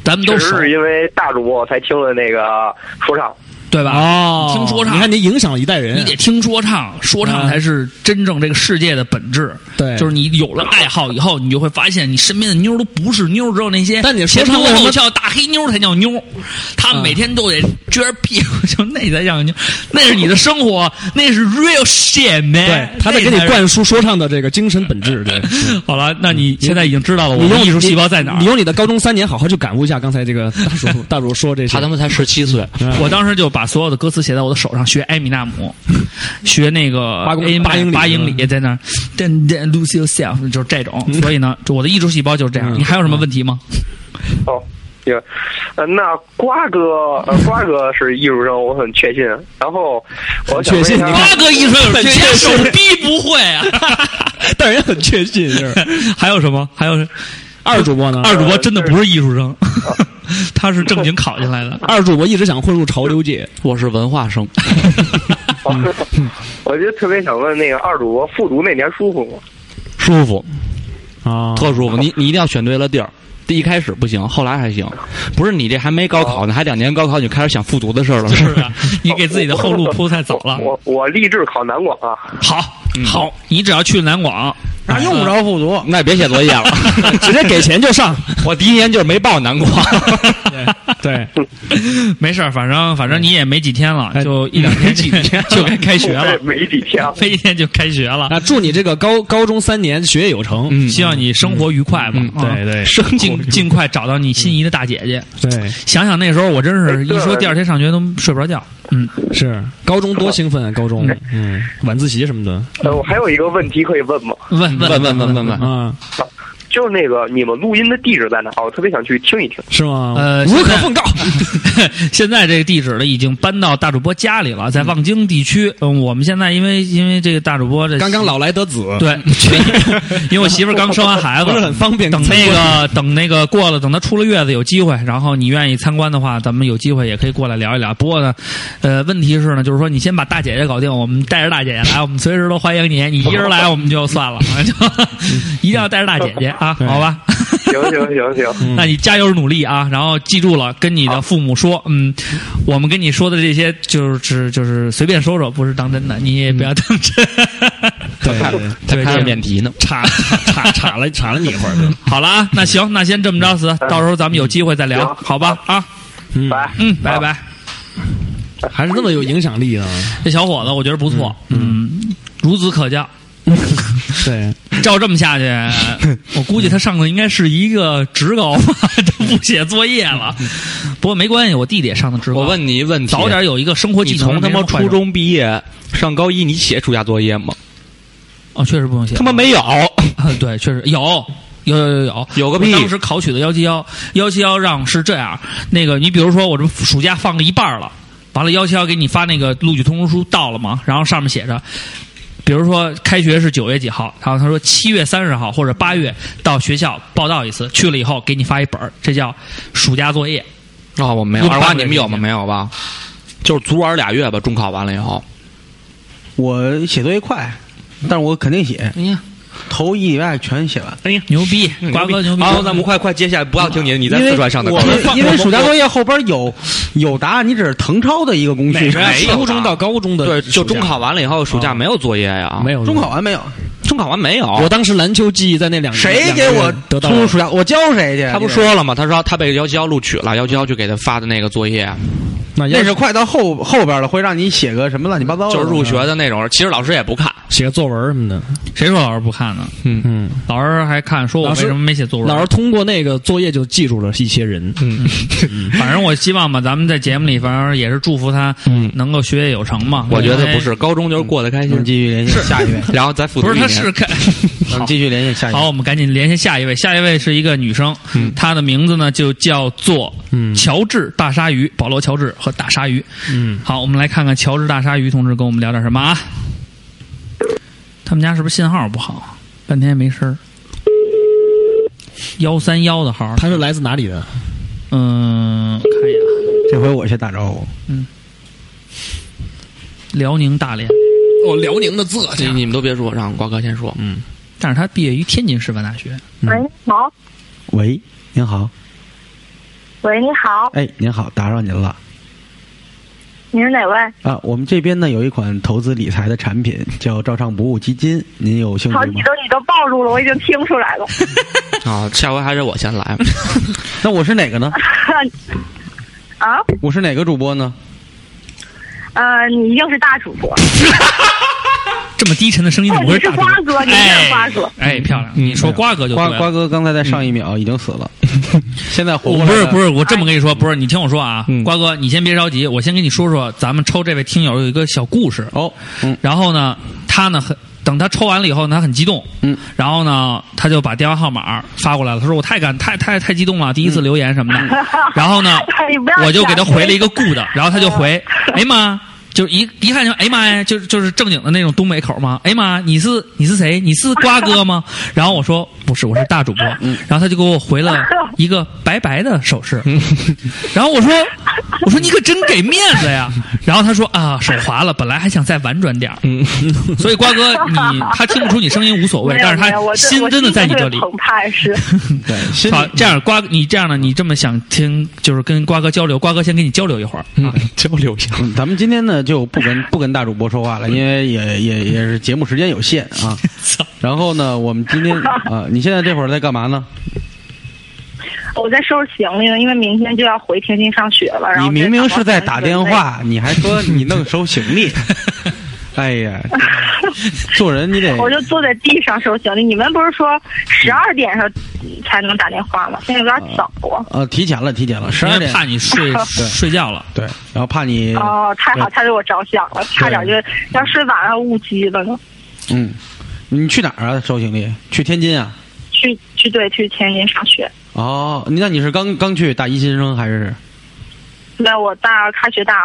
D: 咱们
J: 确
D: 嗯都
J: 实
D: 熟，
J: 是因为大主播才听了那个说唱。
D: 对吧？
F: 哦，
D: 听说唱
F: 你看你影响了一代人，
D: 你得听说唱，说唱才是真正这个世界的本质。
F: 嗯对
D: 就是你有了爱好以后，你就会发现你身边的妞儿都不是妞儿，只有那些
F: 但你说
D: 前凸
F: 唱为什么嗯
D: 后翘大黑妞儿才叫妞儿。她们每天都得撅着屁股， [laughs] 就那才叫妞儿。那是你的生活，那是 real shit man。
F: 对，他在给你
D: 那才是
F: 灌输说唱的这个精神本 [laughs] 质。对，
D: 好了，那你现在已经知道了我
F: 你
D: 的
F: 用
D: 艺术细胞在哪儿
F: 你。用你的高中三年好好去感悟一下刚才这个大主大主
C: [laughs]
F: 说这些
C: 他他妈才十七岁，
D: 我当时就把所有的歌词写在我的手上，学埃米纳姆， [laughs] 学那个
F: 八公
D: A-
F: 八英里
D: 八英里，嗯在那儿 then then lose yourself，就是这种。所以呢，就我的艺术细胞就是这样。你还有什么问题 [laughs] 吗？
J: 哦，也，呃，那瓜哥，呃，瓜哥是艺术生，我很确信。然后我想问
F: 确
J: 一
F: 信
J: 下
F: 你
J: [laughs]
D: 瓜哥艺术有
F: 确
D: 人
F: 信
D: 家手逼不 [laughs] 会啊。
F: 哎但人很确信是 [laughs]
D: 还有什么？还有
F: 二主播呢？
D: 二主播真的不是艺术生， [laughs] 他是正经考进来的。
F: 二主播一直想混入潮流界，
C: 我是文化生，
F: 嗯
J: [laughs] 我就特别想问那个二主播复读那年舒服吗？
C: 舒服，
F: 啊
C: 特舒服。你你一定要选对了地儿。第一开始不行，后来还行。不是你这还没高考呢，还两年高考你就开始想复读的事儿了，
D: 是啊，你给自己的后路铺太早了。
J: 我我立志考南广
C: [laughs]
J: 啊！
D: [laughs] 好，嗯好，你只要去南广，
E: 那用不着复读，
C: 那也别写作业了，
F: [laughs] 直接给钱就上。
C: [laughs] 我第一年就是没报南
F: [laughs]
C: 广，
F: 对，
D: 呃没事儿，反正反正你也没几天了，就一两 [laughs] 天嗯哎几天就该开学了
J: 这，没几
C: [laughs]
J: 天，啊
D: [laughs] 飞一天就开学了。
F: 啊，祝你这个高高中三年学业有成。
C: 嗯
D: 希望你生活愉快吧，啊
F: 对对
D: 生尽尽快找到你心仪的大姐姐。
F: 对，
D: 想想那时候，我真是
J: 哎
D: 一
J: 对
D: 说第二天上学都睡不着觉。嗯，
F: 是高中多兴奋啊！高中，嗯，晚自习什么的
J: 呃，我还有一个问题可以问吗？
D: 问
C: 问问问问问，
F: 啊，
J: 就是那个你们录音的地址在哪？我特别想去听一听。
F: 是吗？
D: 呃，
F: 无
D: 现
F: 可
D: 在
F: 奉告。
D: [laughs] 现在这个地址呢，已经搬到大主播家里了，在望京地区。嗯，我们现在因为因为这个大主播这
F: 刚刚老来得子， [laughs]
D: 对，因为我媳妇儿刚生完孩子，
F: 啊不是很方便。
D: 等
F: 参
D: 那
F: 观
D: 个等那个过了，等他出了月子有机会，然后你愿意参观的话，咱们有机会也可以过来聊一聊。不过呢，呃，问题是呢，就是说你先把大姐姐搞定，我们带着大姐姐来，我们随时都欢迎你。你一人来我们就
F: [laughs]
D: 算了，就一定要带着大姐姐啊，
F: 对嗯
D: 好吧？
J: 行行行
C: 嗯
J: 行，
D: 那你加油努力啊，然后记住了，跟你的父母说，嗯，我们跟你说的这些就是就是随便说说，不是当真的，你也不要当真。
F: 对对 [laughs] 对
C: 他开
D: 这
C: 着
D: 样
C: 免提呢。
D: 查查查了查了你一会儿。好了啊，那行，那先这么着
C: 嗯
D: 死，到时候咱们有机会再聊，
J: 行
D: 好吧？啊，
F: 嗯
J: 拜。
D: 嗯，拜拜。
F: 还是那么有影响力呢。啊
D: 这小伙子我觉得不错，嗯，孺子可教。
F: 对，
D: 照这么下
C: [laughs]
D: 去，我估计他上的应该是一个职高吧，
C: [laughs]
D: 都不写作业了。不过没关系，我弟弟也上的职高。
C: 我问你一问题，啊
D: 早点有一个生活技
C: 你
D: 能，
C: 从他妈
D: 没什么坏处
C: 初中毕业上高一，你写暑假作业吗？
D: 哦，确实不用写。
C: 他妈没有，
D: 啊， [laughs] 对，确实有。有有有有
C: 有个屁
D: 我当时考取的幺七幺幺七幺让是这样，那个你比如说我这暑假放了一半了，完了幺七幺给你发那个录取通知书到了嘛，然后上面写着，比如说开学是九月几号，然后他说七月三十号或者八月到学校报道一次，去了以后给你发一本儿，这叫暑假作业。
C: 啊，我没有。
D: 用
C: 二
D: 八
C: 瓜，
D: 个人
C: 你们有吗？
D: 写
C: 没有吧？就是足玩俩月吧，中考完了以后，
E: 我写作业快，但是我肯定写，
C: 哎呀，嗯
E: 头一礼拜全写完。
D: 牛逼，瓜哥牛逼！
C: 好，咱们快快接下来，不要听你，你在
E: 因为
C: 四川上的
E: 我
C: 高
E: 们因为
C: [laughs]
E: 暑假作业后边有有答案，你只是誊抄的一个工具。
C: 没有
F: 初中到高中的啊
C: 对，就
F: 暑假
C: 中考完了以后，暑假没有作业呀，
F: 没，有
E: 中考。完没有？
C: 中考完没有。
F: 我当时篮球记忆在那两
E: 谁
F: 两个
E: 给
F: 月
E: 我
F: 得到
E: 出暑假？我教谁去？
C: 他不说了吗？他说他被幺七幺录取了，幺七幺就给他发的那个作业，
E: 那
F: 那要
E: 是快到后后边了，会让你写个什么乱七八糟的。啊
C: 就是入学的那种。其实老师也不看，
F: 写个作文什么的。
D: 谁说老师不看呢？
F: 嗯，
D: 老师还看，说我为
F: 老师
D: 什么没写作文？
F: 嗯老师通过那个作业就记住了一些人。嗯，
D: 反正我希望吧，咱们在节目里，反正也是祝福他，能够学业有成嘛。
C: 嗯我觉得
D: 因为
C: 不是，高中就是过得开心，
E: 继续联系下一位。
C: 然后再复读
D: 不是
C: 一
D: 他
C: 年。
D: 试看。
E: 我们继续联系下一个。
D: 好，我们赶紧联系下一位，下一位是一个女生，
E: 嗯
D: 她的名字呢就叫做
F: 嗯
D: 乔治大鲨鱼，保罗·乔治和大鲨鱼。
K: 嗯，
D: 好，我们来看看乔治大鲨鱼同志跟我们聊点什么啊？他们家是不是信号不好啊？半天没声儿。幺三幺的号，
F: 他是来自哪里的？
D: 嗯，看一眼啊，
E: 这回我先打招呼。
D: 辽宁大连，
K: 哦，辽宁的浙
C: 这
K: 江，
C: 你们都别说，让瓜哥先说。
K: 嗯，
D: 但是他毕业于天津师范大学。
I: 喂，好，
E: 喂，您好，
I: 喂，你好，
E: 哎，您好，打扰您了
I: 你是哪位？
E: 啊。我们这边呢有一款投资理财的产品叫照唱不误基金，您有
D: 嗯
E: 兴趣
I: 好，
E: 吗
I: 你？都你都暴露了，我已经听出来了。
C: 啊，下回还是我先来。
E: 那我是哪个呢？
D: 嗯
I: 啊，
E: 我是哪个主播呢？
I: 呃，你一定是大主播，
D: 哦这么低沉的声音怎么
I: 哦，
D: 会
I: 你
D: 是
I: 是
D: 大
I: 瓜
D: 主
I: 哥，你是瓜哥。
D: 哎，漂亮！你说瓜哥就对
E: 嗯瓜
D: 了
E: 瓜哥刚才在上一秒已经死了，现在活过
D: 我
E: 来嗯
D: 不是
E: 了
D: 不是，我这么跟你说，不是你听我说啊，瓜哥，你先别着急，我先跟你说说，咱们抽这位听友有一个小故事。
E: 哦，嗯
D: 然后呢，他呢很等他抽完了以后呢，他很激动，
E: 嗯，
D: 然后呢，他就把电话号码发过来了，他说我太感太太太激动了，第一次留言什么的。
I: [laughs]
D: 然后呢
I: 你不要，
D: 我就给他回了一个 good，
I: [laughs]
D: 然后他就回，哎妈。就一一看就哎妈呀，就就是正经的那种东北口嘛。哎妈，你是你是谁？你是瓜哥吗？ [laughs] 然后我说不是，我是大主播。
I: 嗯
D: 然后他就给我回了一个白白的
I: [laughs]
D: 手势。 [laughs] 然后我说我说你可真给面子呀。 [laughs] 然后他说啊，手滑了，本来还想再婉转点儿。 [laughs] 所以瓜哥，你他听不出你声音无所谓
I: 没，有
D: 但是
I: 没有，
D: 他
I: 我
D: 心真的在你这里
I: 我心情。澎湃是，
D: [laughs]
E: 对，心里
D: 好，这样瓜，你这样呢？你这么想听，就是跟瓜哥交流，瓜哥先跟你交流一会儿。啊
K: 交流一下。
E: 嗯 [laughs] 咱们今天呢就不跟 [laughs] 不跟大主播说话了，因为也也也是节目时间有限啊。然后呢，我们今天啊，你现在这会儿在干嘛呢？
I: 我在收拾行李呢，因为明天就要回天津上学了。然后
E: 你明明是在打电
I: 准备
E: 话，你还说你弄收行李，哎呀，做人你
I: [laughs]
E: 得
I: 我就坐在地上收行李。你们不是
D: 嗯
I: 说十二点上才能打电话吗？现在有点早啊。
E: 呃提前了，提前了，十二
D: 因为
E: 点
D: 怕你睡
E: 对
D: 睡觉了。
E: 对，然后怕你
D: 嗯
I: 哦，太好，太为我着想了，差点就要睡晚了误机了呢。
E: 嗯，你去哪儿啊？收行李？去天津啊？
I: 去去对去天津上学，
E: 哦，那你是刚刚去大一新生还是？
I: 那我大开学大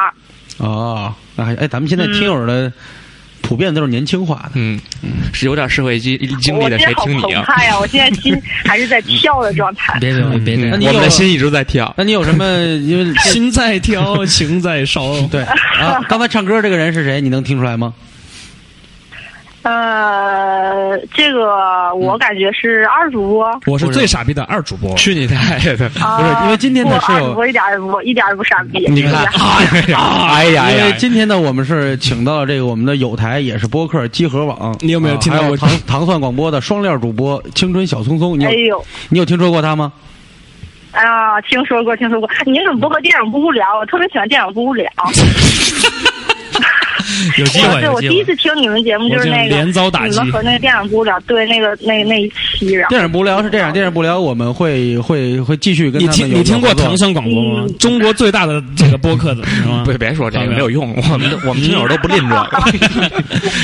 I: 二，
E: 哦，那还哎，咱们现在听友的普遍都是年轻化的。
C: 嗯，是有点社会经经历
I: 我
C: 的，
I: 今天
C: 谁
I: 好
C: 听你
I: 澎
C: 啊？
I: 湃啊！我现在心还是在跳的状态。
D: 别别别这样
C: 嗯
E: 那，你
C: 我们
E: 有
C: 的心一直在跳。
E: 那你有什
F: [laughs]
E: 么？因为
F: 心在跳，情在烧。
E: 对啊，刚才唱歌这个人是谁？你能听出来吗？
I: 呃，这个我感觉是二主播，
F: 我是最傻逼的二主播，哎
C: 去你大爷
F: [laughs]
C: 的！
I: 啊
E: 不是因为今天呢
I: 我
E: 是有
I: 二主播一点儿也不一点儿也不傻逼。
C: 你看，
F: 啊
C: 哎呀，哎呀，哎
E: 因为
C: 呀，
E: 今天呢，我们是请到了这个我们的友台，也是播客集合网。
F: 你有没有听到
E: 啊还
F: 我
E: 糖糖蒜广播的双料主播青春小聪聪？ [laughs] 你有
I: 哎呦，
E: 你有听说过他吗？
I: 啊，听说过，听说过。你怎么不和电影不无聊？我特别喜欢电影不无聊。
D: 有机
I: 我
D: 会
I: 对
D: 有
I: 我
D: 机
I: 第一次
D: 会。
I: 听你们节目就是那
F: 我就
I: 个
F: 连遭打击
I: 你们和那个电影不无聊对那个那那一期，然后
E: 电影不聊是这样，电影不聊我们会会会继续跟
F: 你
E: 他们
F: 听
E: 有
F: 你听过
E: 合作
F: 唐山广播吗？中国最大的这个播客的，你知道吗
C: [laughs] 不， [laughs] 别说这个
F: 好的
C: 没有用，我们我们听友都不吝这 [laughs] 个。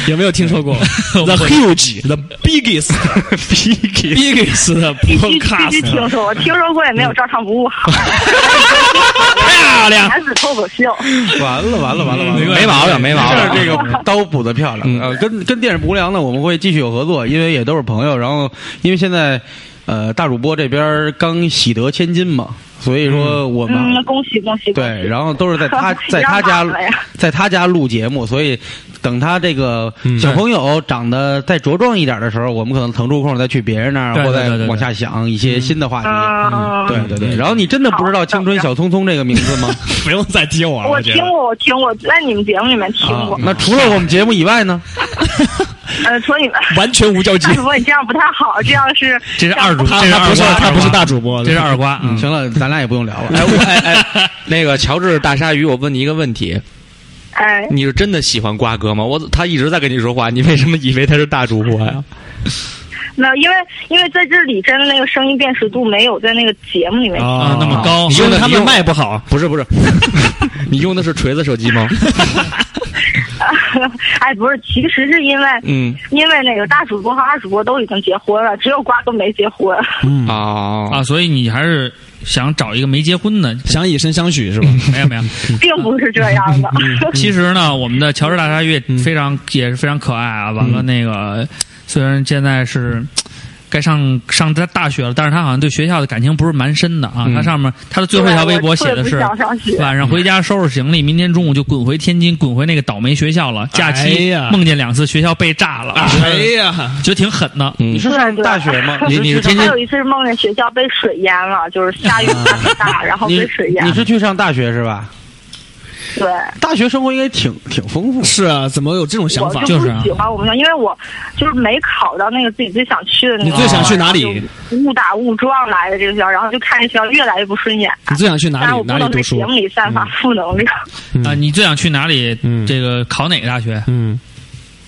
F: 有没有听说过 The huge, the
D: [laughs]
F: biggest, biggest, biggest 的
I: 必须必须
F: podcast？
I: 听说，我听说过也
D: 嗯
I: 没有照唱不
D: [laughs]
I: 误好。
F: 漂亮！
I: 男子脱口秀，
E: 完了完了完了完了，
C: 没毛 [laughs] 病，没毛病。
E: 但是这 [laughs] 个刀补的漂亮。呃，跟跟电视不良呢，我们会继续有合作，因为也都是朋友。然后，因为现在呃大主播这边刚喜得千金嘛，所以说我们、
I: 嗯，恭喜恭喜！恭喜
E: 对，然后都是
I: [laughs]
E: 在他在他家
I: 让他了啊呀
E: 在他家录节目，所以等他这个小朋友长得再茁壮一点的时候，我们可能腾出空再去别人那儿，
D: 对
E: 或
D: 对对
E: 再
D: 对对
E: 往下想一些新的话题。
I: 嗯，
E: 对对对，然后你真的不知道“青春小聪聪”这个名字
I: [laughs]
E: 吗？
F: 不用再提我了，
I: 我
F: 觉
I: 听
F: 得。
I: 过，我听过，在你们节目里面听
E: 啊
I: 过，。
E: 那除了我们节目以外呢？
I: 呃，说
D: [laughs]
I: 你们
F: 完全无交集
I: 大。主播，你这样不太好，这样是
D: 这是二主，
F: 他
D: 这是
F: 他
D: 二
F: 不是
D: 瓜，
F: 他 [laughs] 不是大主播，
D: 这是二瓜。嗯
E: 行了，咱俩也不用聊了。
C: [laughs] 哎，我哎 [laughs] 哎，那个乔治大鲨鱼，我问你一个问题：
I: [laughs] 哎，
C: 你是真的喜欢瓜哥吗？我他一直在跟你说话，你为什么以为他是大主播呀？
I: 那因为因为在这里真的那个声音辨识度没有在那个节目里面，
D: 啊，那么高，
C: 你用的
F: 他
C: 你
F: 们
C: 用 [laughs]
F: 卖不好，
C: 不是不是，你用的是锤子手机吗？
I: [laughs] 哎，不是，其实是因为，
L: 嗯，
I: 因为那个大主播和二主播都已经结婚了，只有瓜哥没结
D: [laughs]
I: 婚。
F: 嗯
C: 哦
L: 啊
D: [laughs] 啊，所以你还是想找一个没结婚的，
F: 想以身相许是吧？
D: 没有没有，
I: 并不是这样
D: [laughs]
I: 的。
D: 其实呢，我们的乔治大鲨鱼
F: 嗯
D: 也非常、也是非常可爱啊。完了，那个虽然现在是该上上大大学了，但是他好像对学校的感情不是蛮深的啊。
L: 嗯
D: 他上面他的最后一条微博写的是哎
I: 对 [laughs] 我特别不想上学
D: 晚上回家收拾行李，明天中午就滚回天津，滚回那个倒霉学校了。假
F: 哎
D: 期、
F: 呀
D: 梦见两次学校被炸了， [laughs]
F: 哎呀，
D: 觉得挺狠的。啊
L: 嗯
E: 你是上大学吗？
I: 对
E: 你
I: 对
E: 你是天
I: 还
E: 津
I: 有？一次是梦见学校被水淹了，就是下雨下很大，然后
E: 你
I: 被水淹
E: 你。是去上大学是吧？
I: 对，
E: 大学生活应该挺挺丰富。
F: 是啊，怎么有这种想
I: 我
F: 法？
I: 就不喜欢我们学校，因为我就是没考到那个自己最想去的那个。
F: 你最想去哪里？
I: 误打误撞来的这个学校，然后就看这学校越来越不顺眼。
F: 你最想去
I: 但
F: 哪
I: 是
F: 里
I: 我？不
F: 哪里
I: 能
F: 读
I: 在
F: 书
I: 节？目里散发负能量。
D: 啊、你最想去哪里？
F: 嗯
D: 这个考哪个大学？
F: 嗯，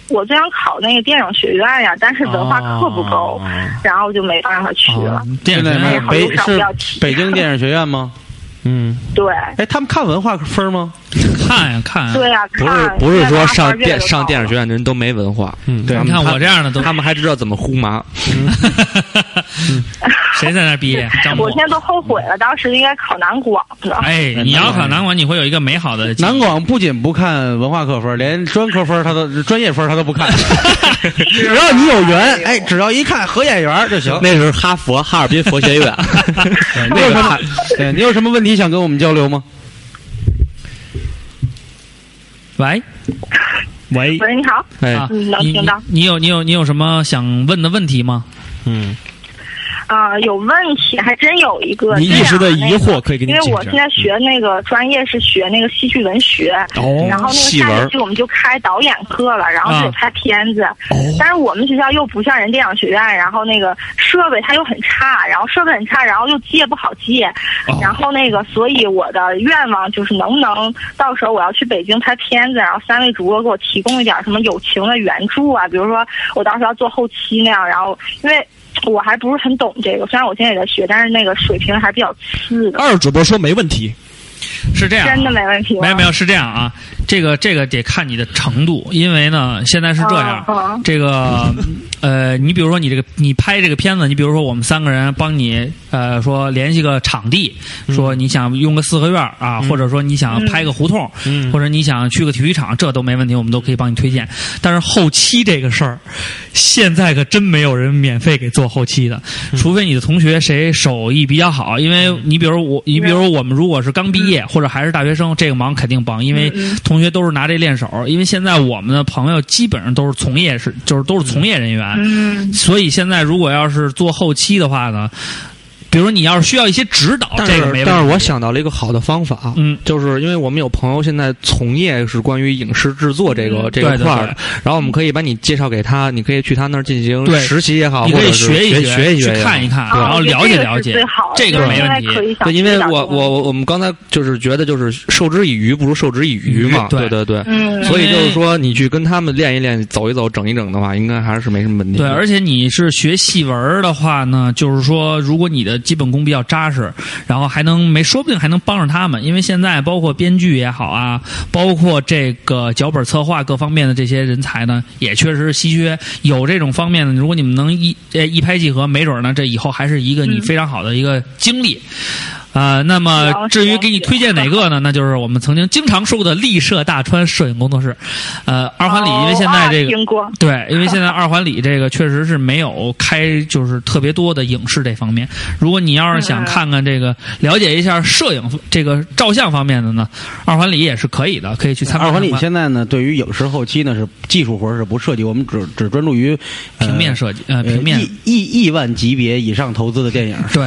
I: 我最想考那个电影学院呀，但是文化课不够，然后我就没办法去了。
D: 啊电影
E: 现
D: 学
E: 在
D: 院
E: 没有
I: 好
E: 北
I: 路上不
E: 是
I: 要提
E: 北京电影学院吗？
F: 嗯，
I: 对
E: 哎，他们看文化分吗？
D: 看呀看呀。
I: 对呀、
C: 不是
I: 看
C: 不是说
I: 看
C: 上
I: 八分儿
C: 电
I: 就
C: 上电影
I: 高
C: 学院的人都没文化，嗯，
F: 对
D: 你看我这样的都，
C: 他们还知道怎么呼麻。
D: [laughs] 谁在那儿
I: [laughs]
D: 毕业？张
I: 我
D: 博。
I: 现在都后悔了，当时应该考南广的。
D: 哎，你要考南广，你会有一个美好的记忆
E: 南广不仅不看文化课分，连专科分他都专业分他都不看。只要你有缘，哎，只要一看合眼缘就行。
C: 那是哈佛哈尔滨佛学
E: [laughs]
C: 院，
E: 你有什么？对你有什么问题想跟我们交流吗？
D: 喂，
F: 喂，
I: 喂，你好，
C: 哎
D: 啊，
I: 嗯能
D: 你
I: 听到
D: 你你有你有你有什么想问的问题吗？
F: 嗯，
I: 啊、有问题，还真有一个。
F: 你一时的
I: 这样
F: 疑惑可以给你
I: 因为
F: 解
I: 我
F: 决
I: 现。在学那个专业是学那个戏剧文学，
D: 嗯
F: 哦
I: 然后那
C: 戏
I: 个
C: 文
I: 下
C: 儿
I: 学期我们就开导演课了，然后就
D: 啊
I: 得拍片子。
D: 嗯哦
I: 但是我们学校又不像人电影学院，然后那个设备它又很差，然后设备很差，然后又借不好借，
D: 哦
I: 然后那个，所以我的愿望就是能不能到时候我要去北京拍片子，然后三位主播给我提供一点什么友情的援助啊，比如说我当时要做后期那样，然后因为。我还不是很懂这个，虽然我现在也在学，但是那个水平还比较次的，
F: 二主播说没问题，
D: 是这样啊、
I: 真的没问题吗。
D: 没有没有，是这样啊，这个这个得看你的程度，因为呢，现在是这样，
I: 啊啊
D: 这个呃，你比如说你这个你拍这个片子，你比如说我们三个人帮你呃说联系个场地，说你想用个四合院儿啊，或者说你想拍个胡同，
F: 嗯
D: 或者你想去个体育场，这都没问题，我们都可以帮你推荐。但是后期这个事儿，现在可真没有人免费给做后期的，除非你的同学谁手艺比较好，因为你比如我，你比如我们如果是刚毕业
I: 嗯
D: 或者还是大学生，这个忙肯定帮，因为同学都是拿这练手，因为现在我们的朋友基本上都是从业是就是都是从业人员，
I: 嗯，
D: 所以现在如果要是做后期的话呢，比如你要是需要一些指导，
C: 但
D: 这
C: 是
D: 个没问
C: 但
D: 题。
C: 是我想到了一个好的方
E: 啊
C: 法，
D: 嗯，
C: 就是因为我们有朋友现在从业是关于影视制作这个这
D: 嗯对
C: 个
D: 对
C: 块儿
D: 对
C: 的，然后我们可以把你介绍给他，你可以去他那儿进行
D: 对
C: 实习也好，
D: 你
C: 啊或
D: 可
C: 者
D: 以
C: 是
D: 学
C: 学
D: 一
C: 学一
D: 去
C: 也好
D: 看一看，
I: 啊
D: 然
M: 哦
D: 后
I: 我觉得这个
D: 了解了
I: 是
D: 解
I: 最好，的
D: 这个
I: 就是
D: 没
I: 因
D: 问
I: 为可
D: 题。
I: 以想
C: 对，因为
I: 去打
C: 我
I: 工
C: 我我我们刚才就是觉得就是授之以鱼不如授之以渔嘛，
D: 对
C: 对对对，
I: 嗯，
C: 所以就是说你去跟他们练一练，走一走，整一整的话，应该还是没什么问题
D: 对，
C: 的。
D: 而且你是学戏文儿的话呢，就是说，如果你的基本功比较扎实，然后还能没，说不定还能帮上他们，因为现在包括编剧也好啊，包括这个脚本策划各方面的这些人才呢，也确实是稀缺。有这种方面的，如果你们能一呃一拍即合，没准儿呢，这以后还是一个你
I: 嗯
D: 非常好的一个经历。啊、那么
I: 了解
D: 至于给你推荐哪个呢？那就是我们曾经经常说过的丽舍大川摄影工作室，呃，二环里，因为现在这个
I: 哦听过，
D: 对，因为
I: [laughs]
D: 现在二环里这个确实是没有开，就是特别多的影视这方面。如果你要是
I: 嗯
D: 想看看这个，了解一下摄影这个照相方面的呢，二环里也是可以的，可以去参考
E: 二
D: 参
E: 环
D: 观。
E: 里现在呢，对于影视后期呢是技术活儿是不涉及，我们只只专注于、呃
D: 平面设计，呃，平面
E: 呃亿亿亿万级别以上投资的电影。
D: 对，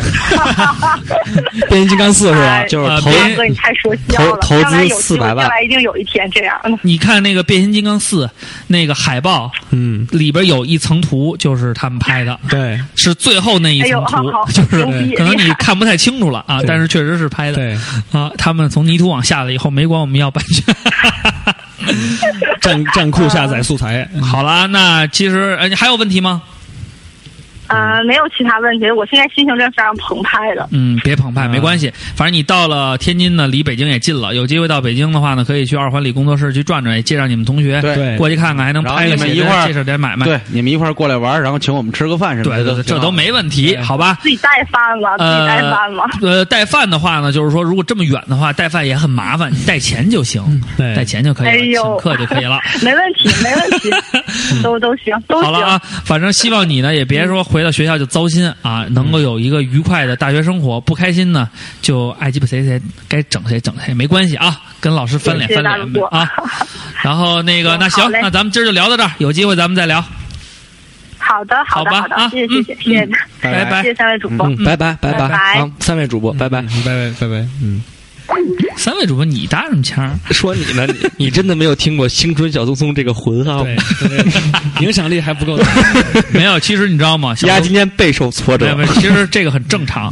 F: 变形金刚四是吧
I: 哎？
C: 就是
D: 呃
C: 投
D: 别
I: 大哥，你太说笑了。
C: 投投
I: 将来
C: 资
I: 有
C: 400万
I: 将来一定有一天这样的。
D: 你看那个《变形金刚四》那个海报
F: 嗯，
D: 里边有一层图，就是他们拍的，
F: 对
D: 是最后那一
I: 哎呦
D: 层图，
I: 好好
D: 就是
I: 牛逼
D: 可能
I: 厉
D: 你
I: 害
D: 看不太清楚了啊，
F: 对
D: 但是确实是拍的。
F: 对，
D: 啊，他们从泥土网下来以后，没管我们要版权。
F: 站站酷下载素材，
D: 嗯好啦，那其实呃，你还有问题吗？
M: 呃，没有其他问题，我现在心情真是非常澎湃的。
D: 嗯，别澎湃，没关系。反正你到了天津呢，离北京也近了。有机会到北京的话呢，可以去二环里工作室去转转，也介绍你们同学
E: 对
D: 过去看看，还能
E: 然后
D: 拍
E: 你
D: 个
E: 们
D: 写
E: 一
D: 真
E: 块儿
D: 介绍点买卖。
E: 对，你们一块儿过来玩儿，然后请我们吃个饭什么
D: 对
E: 的，啊
D: 对对，这都没问题，好吧？
M: 自己带饭吗？啊自己带饭吗？
D: 呃，带饭的话呢，就是说如果这么远的话，带饭也很麻烦，你带钱就行，
E: 嗯
D: 带钱就可以了，
M: 哎呦
D: 请客就可以了。
M: 没问题，没问
D: [laughs]
M: 题，都都行，都
D: 好了
M: 行。
D: 啊，反正希望你呢也别说回到学校就糟心啊，能够有一个愉快的大学生活。不开心呢，就爱鸡巴谁谁该整谁整谁，没关系啊，跟老师翻脸
M: 谢谢
D: 翻
M: 大主
D: 脸呗
M: 播
D: 啊。然后那个那
M: 好
D: 行，
M: 嘞
D: 那咱们今儿就聊到这儿，有机会咱们再聊。
M: [laughs] 好的，好的，
D: 好吧
M: 好的
D: 啊，
M: 谢谢，谢谢，谢谢大
C: 拜
M: 家，
C: 拜
M: 谢谢三位主播，
C: 嗯，拜拜拜
M: 拜
C: 拜
M: 拜
C: 啊，三位主
D: 嗯
C: 播，拜拜
F: 拜拜拜拜，嗯，
D: 三位主播，你搭什么腔儿？
C: 说你呢， [laughs] 你你真的没有听过《青春小匆匆》这个啊混号吗？
F: 影响力还不够大。
D: 没有，其实你知道吗？小
C: 丫
D: 周
C: 今天备受挫
D: 没
C: 折
D: 有，没有，其实这个很正常，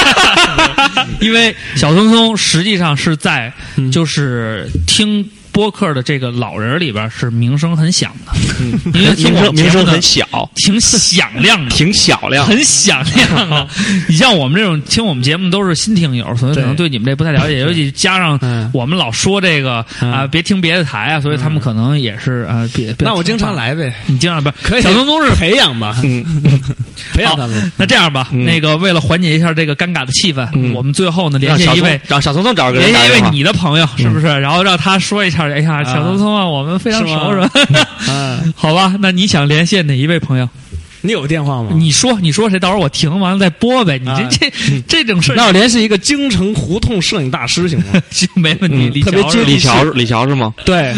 D: [laughs] 因为小松松实际上是在就是听。播客的这个老人里边是名声很响的，因为听
C: 名
D: 我们
C: 声
D: 节
C: 名
D: 目
C: 声
D: 的
C: 很响，
D: 挺响亮的，
C: 挺响亮，
D: 很响亮啊！你像我们这种听我们节目都是新听友，所以可能对你们这不太了解，尤其加上我们老说这个啊，别听别的台啊，所以他们可能也是啊，别别
F: 那我经常来呗，
D: 你经常不是
F: 可以
D: 啊小松松是嗯
F: 培养吧， [laughs] 培养他们。
D: 那这样吧，那个为了缓解一下这个尴尬的气氛，我们最后呢联
C: 让
D: 系
C: 小
D: 一位
C: 聪，让小聪聪找个人
D: 联
C: 打
D: 系一
C: 电
D: 位
C: 话
D: 你的朋友，是不是？然后让他说一下，哎呀，小聪聪啊，我们非常
F: 是吗
D: 熟，是吧？ [laughs]
F: 嗯，
D: 好吧，那你想连线哪一位朋友？
F: 你有电话吗？
D: 你说，你说谁？到时候我停完了再播呗。你这这这种事儿，
F: 那我联系一个京城胡同摄影大师行吗？
D: 就没问题。
C: 嗯
D: 李
F: 特别
D: 乔
F: 接
D: 是吧
F: 地
C: 李乔李乔是吗？
F: [laughs] 对，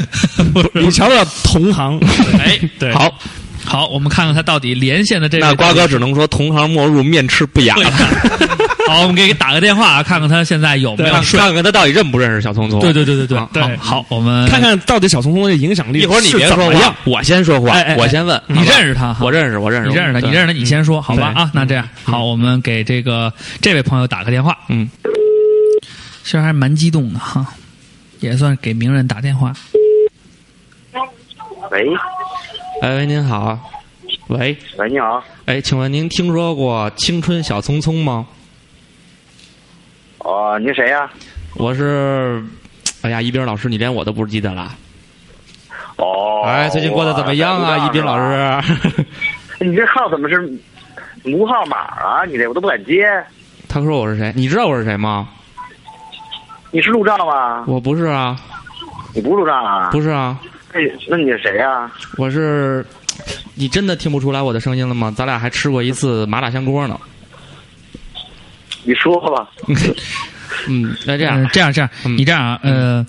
F: 李乔的同行。
D: [laughs] 哎，对，
C: 好，
D: 好，我们看看他到底连线的这位
C: 那瓜哥只能说同行莫入，面斥不雅。
D: 好，我们给打个电话，啊看看他现在有没有
C: 看
D: 睡。
C: 看他到底认不认识小聪聪。
D: 对对对对对
C: 啊
D: 对，
C: 好
D: 好，我们
F: 看看到底小聪聪的影响力
C: 一会儿你
F: 是
C: 别
F: 怎
C: 说
F: 么
C: 话
F: 样，
C: 我先说话
D: 哎哎哎，
C: 我先问。
D: 你
C: 好吧
D: 认识他哈
C: 我认识，我嗯认识，
D: 你认识他，
C: 对
D: 你认识他，你先说好吧？
F: 对
D: 啊，那这样好，我们给这个这位朋友打个电话。
C: 嗯，
D: 其实还蛮激动的哈，也算是给名人打电话。
J: 喂
C: 哎，喂，您好，喂，
J: 喂，你好，
C: 哎，请问您听说过《青春小匆匆》吗？
J: 哦，您谁呀、
C: 我是，哎呀，一斌老师，你连我都不记得了。
J: 哦，
C: 哎，最近过得怎么样啊，一斌老
J: 我
C: 师？
J: 你这号怎么是无号码啊？你这我都不敢接。
C: [laughs] 他说我是谁？你知道我是谁吗？
J: 你是路障吗？
C: 我不是啊，
J: 你不是路障啊？
C: 不是啊，
J: 那那你是谁啊呀、
C: 我是。你真的听不出来我的声音了吗？咱俩还吃过一次麻辣香锅呢。
J: 你说吧。
C: 嗯，那这样
D: 嗯，这样这样，你这样啊，呃，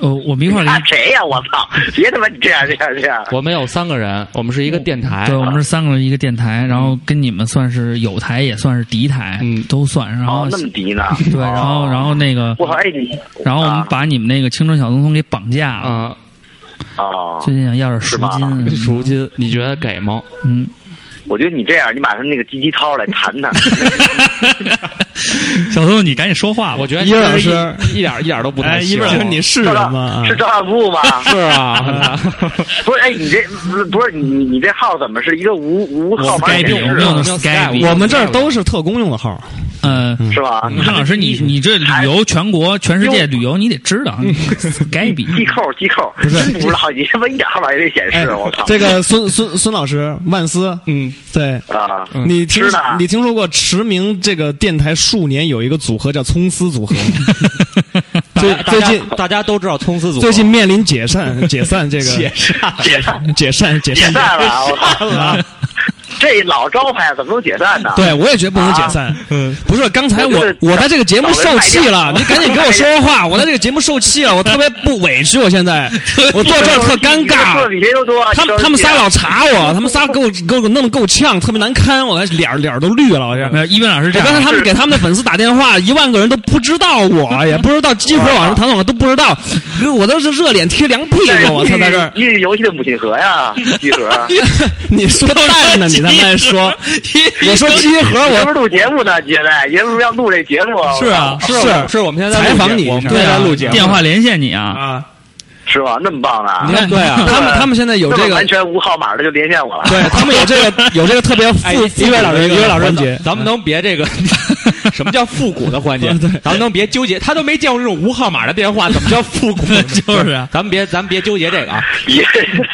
D: 呃，我们一块儿给
J: 啊
D: 你，
J: 谁呀、我操！别他妈这样这样这样。
C: 我们有三个人，我们是一个电台。
D: 对我们是三个人一个电台，然后跟你们算是友台，也算是敌台，
C: 嗯
D: 都算。然后
J: 哦，那么低呢？哦
D: 对，然后然后那个，
J: 我靠，哎你，
D: 然后我们把你们那个青春小匆匆给绑架了。
C: 啊，
J: 啊，
D: 最近想要点赎
J: 是吧
D: 金，
C: 赎金，你觉得给吗？
D: 嗯，
J: 我觉得你这样，你把他那个鸡鸡掏出来弹弹。
D: [laughs]
C: [laughs]
D: 小聪，你赶紧说话吧。
C: 我觉得
F: 一
C: 这
F: 位
C: 是
F: 老师
C: 一一点儿一点儿都不
F: 哎，
C: 太
F: 一
C: 行。
F: 会儿你是
J: 是
F: 啊人
J: 吧
D: 嗯
F: 吗？
J: 是赵大夫
D: [laughs]
J: 吗？
C: [laughs] 是啊，
J: 不是，哎，你这不是不是你你这号怎么是一个无无号码显
D: Skype 有
J: 示啊
D: 没有
J: 的
D: 呢
C: 没有 Skype
D: Skype？
F: 我们这儿都是特工用的号，
D: 呃，
J: 是吧？
D: 郑老师，你你这旅游全国全世界旅游，你得知道 Skype
J: 机扣机扣，
F: 是
J: 真不知道你他妈一点号码也得显
F: 哎
J: 示，啊我操！
F: 这个孙孙孙老师，万斯，
C: 嗯，
F: 对，
J: 啊，
F: 你听
J: 是的
F: 你听说过驰名这个电台数年有一个组合叫葱丝组合吗，最
C: 大
F: 最
C: 家
F: 近
C: 大家都知道葱丝组合
F: 最近面临解散解散这个解散
J: 解散
F: 解散解
J: 解
F: 散
J: 散了啊，我
D: [laughs] 嗯
J: 操！这老招牌啊怎么能解散呢？
F: 对，我也觉得不能解散。嗯，不是，刚才我
J: 啊就是
F: 我在这个节目受气
J: 找
F: 了，
J: 人卖掉
F: 你赶紧给我说说话。我在这个节目受气了，我特别不委屈，我现在
J: [laughs]
F: [laughs] 我坐这儿特尴
J: 你说
F: 尬
J: 的。比谁都多。
F: 他
J: 你说的
F: 们他们
J: 比谁。
F: 仨老查我，他们仨给我给我弄得够呛，特别难堪，我的脸儿脸儿都绿了，我这。
D: 没呃有一斌老师这
F: 我
D: 样
F: 刚才他们给他们的粉丝打电话，一万个人都不知道我，也不知道激活网上唐总都不知道，我都是热脸贴凉屁股，我操，在这儿
J: 一日游戏的母亲河
F: [laughs]
J: 呀，集合。
N: 啊
F: 你说蛋呢？你他妈说，我说集合，
J: [laughs] 你是
F: 我
J: 不是录节目呢，姐妹？爷们儿要录这节目，
F: 是啊，
C: 哦是
F: 是
C: 是我们现在在
F: 采
C: 录
F: 访
C: 节
F: 你
C: 我们
F: 是
C: 现
F: 吧
C: 在
D: 啊
C: 录节目
D: 电话连线你啊，
F: 啊，
N: 是吗？那么棒啊！
F: 你看对啊他们他们现在有这个
N: 那么完全无号码的就连线我了。
F: 对他们有这个有这个特别
C: [laughs] 哎
F: 复，
C: 一
F: 一位老师，一位老师，
C: 咱们能别这个什么叫复古的环节？
F: [laughs]
C: 咱们能别纠结，他都没见过这种无号码的电话，怎么叫复古？
F: [laughs] 啊
C: 就是，咱们别，咱们别纠结这个啊。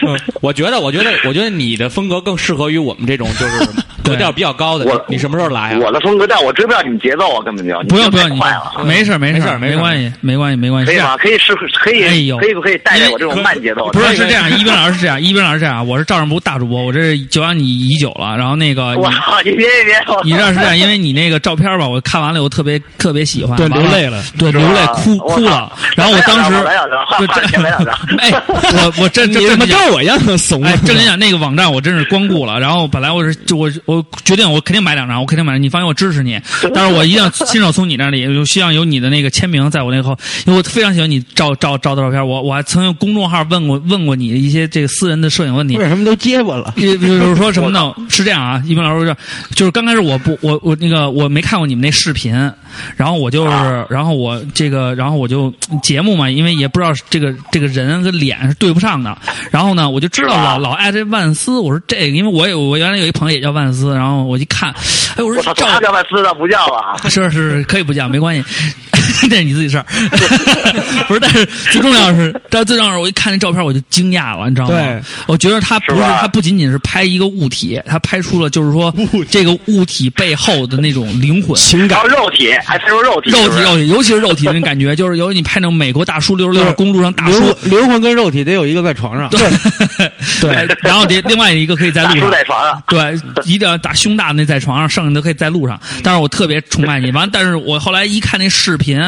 C: 嗯我觉得，我觉得，我觉得你的风格更适合于我们这种就是格调比较高的。你你什么时候
F: 哎
C: 来啊？
N: 我的风格，但我追不上你们节奏啊，根本
J: 嗯
N: 就
D: 不用不用，
N: 你
D: 你
N: 们太快了，
D: 没事儿没事儿
N: 没
D: 没关系没关系没关系，
N: 可以
F: 啊
N: 吗？可以是可以
D: 哎呦
N: 可以可以带着我这种慢节奏的，
D: 不是是这样，一斌老师是这样，一斌老师是这样，我是赵尚不大主播，我这是久仰你已久了。然后那个
N: 我操
D: 你
N: 你别别别我
D: 你这样是这样，因为你那个照片吧，我看完了以后特别特别喜欢，
F: 对
D: 完了
F: 流泪了
D: 对流泪哭
N: 我操
D: 哭了。然后我当时
N: 来两张
D: 就
N: 来两张来两张，
D: [laughs] 哎，我我真
F: 你
D: 真
F: 怎么
D: 真
F: 跟我一样怂
D: 哎，正经讲那个网站我真是光顾了，然后本来我是就我我决定我肯定买两张，我肯定买，你放心我支持你，但是我一定要亲手从你那里，我希望有你的那个签名在我那后，因为我非常喜欢你照照照的照片，我我还曾用公众号问过问过你一些这个私人的摄影问题，
E: 为什么都接我了？
D: 比如说什么呢？是这样啊，一鸣老师就是就是刚开始我不我我那个我没看过你们那视频，然后我
N: 啊
D: 就是然后我这个然后我就节目嘛，因为也不知道这个这个人跟脸是对不上的，然后呢我就知道
N: 啊
D: 老老爱这万斯，我说这个因为我有我原来有一朋友也叫万斯，然后我一看，哎我
N: 我
D: 说
N: 操，
D: 赵
N: 他叫万斯的不叫啊！
D: [laughs] 是是是，可以不讲，没关系， [laughs] 这是你自己事儿。 [laughs] 不是，但是最重要的是，但是最重要的是，我一看那照片我就惊讶了，你知道吗
F: 对？
D: 我觉得他不是，
F: 是吧
D: 他不仅仅是拍一个物体，他拍出了就是说这个物体背后的那种灵魂、
F: 情
N: 然后肉体，还拍出肉体，
D: 肉
N: 是不
D: 体、
N: 是
D: 肉体，尤其是肉体的那感觉，就是尤其你拍那种美国大叔溜溜的公路上大叔
E: 灵，灵魂跟肉体得有一个在
D: [laughs]
E: 床上，
D: 对，然后另另外一个可以在路
N: 大
D: 上
N: 叔在床上，
D: 对，一定要打胸大的那在床上，剩下的可以在路上。但是我特别崇拜你，完，但是我后来一看那视频，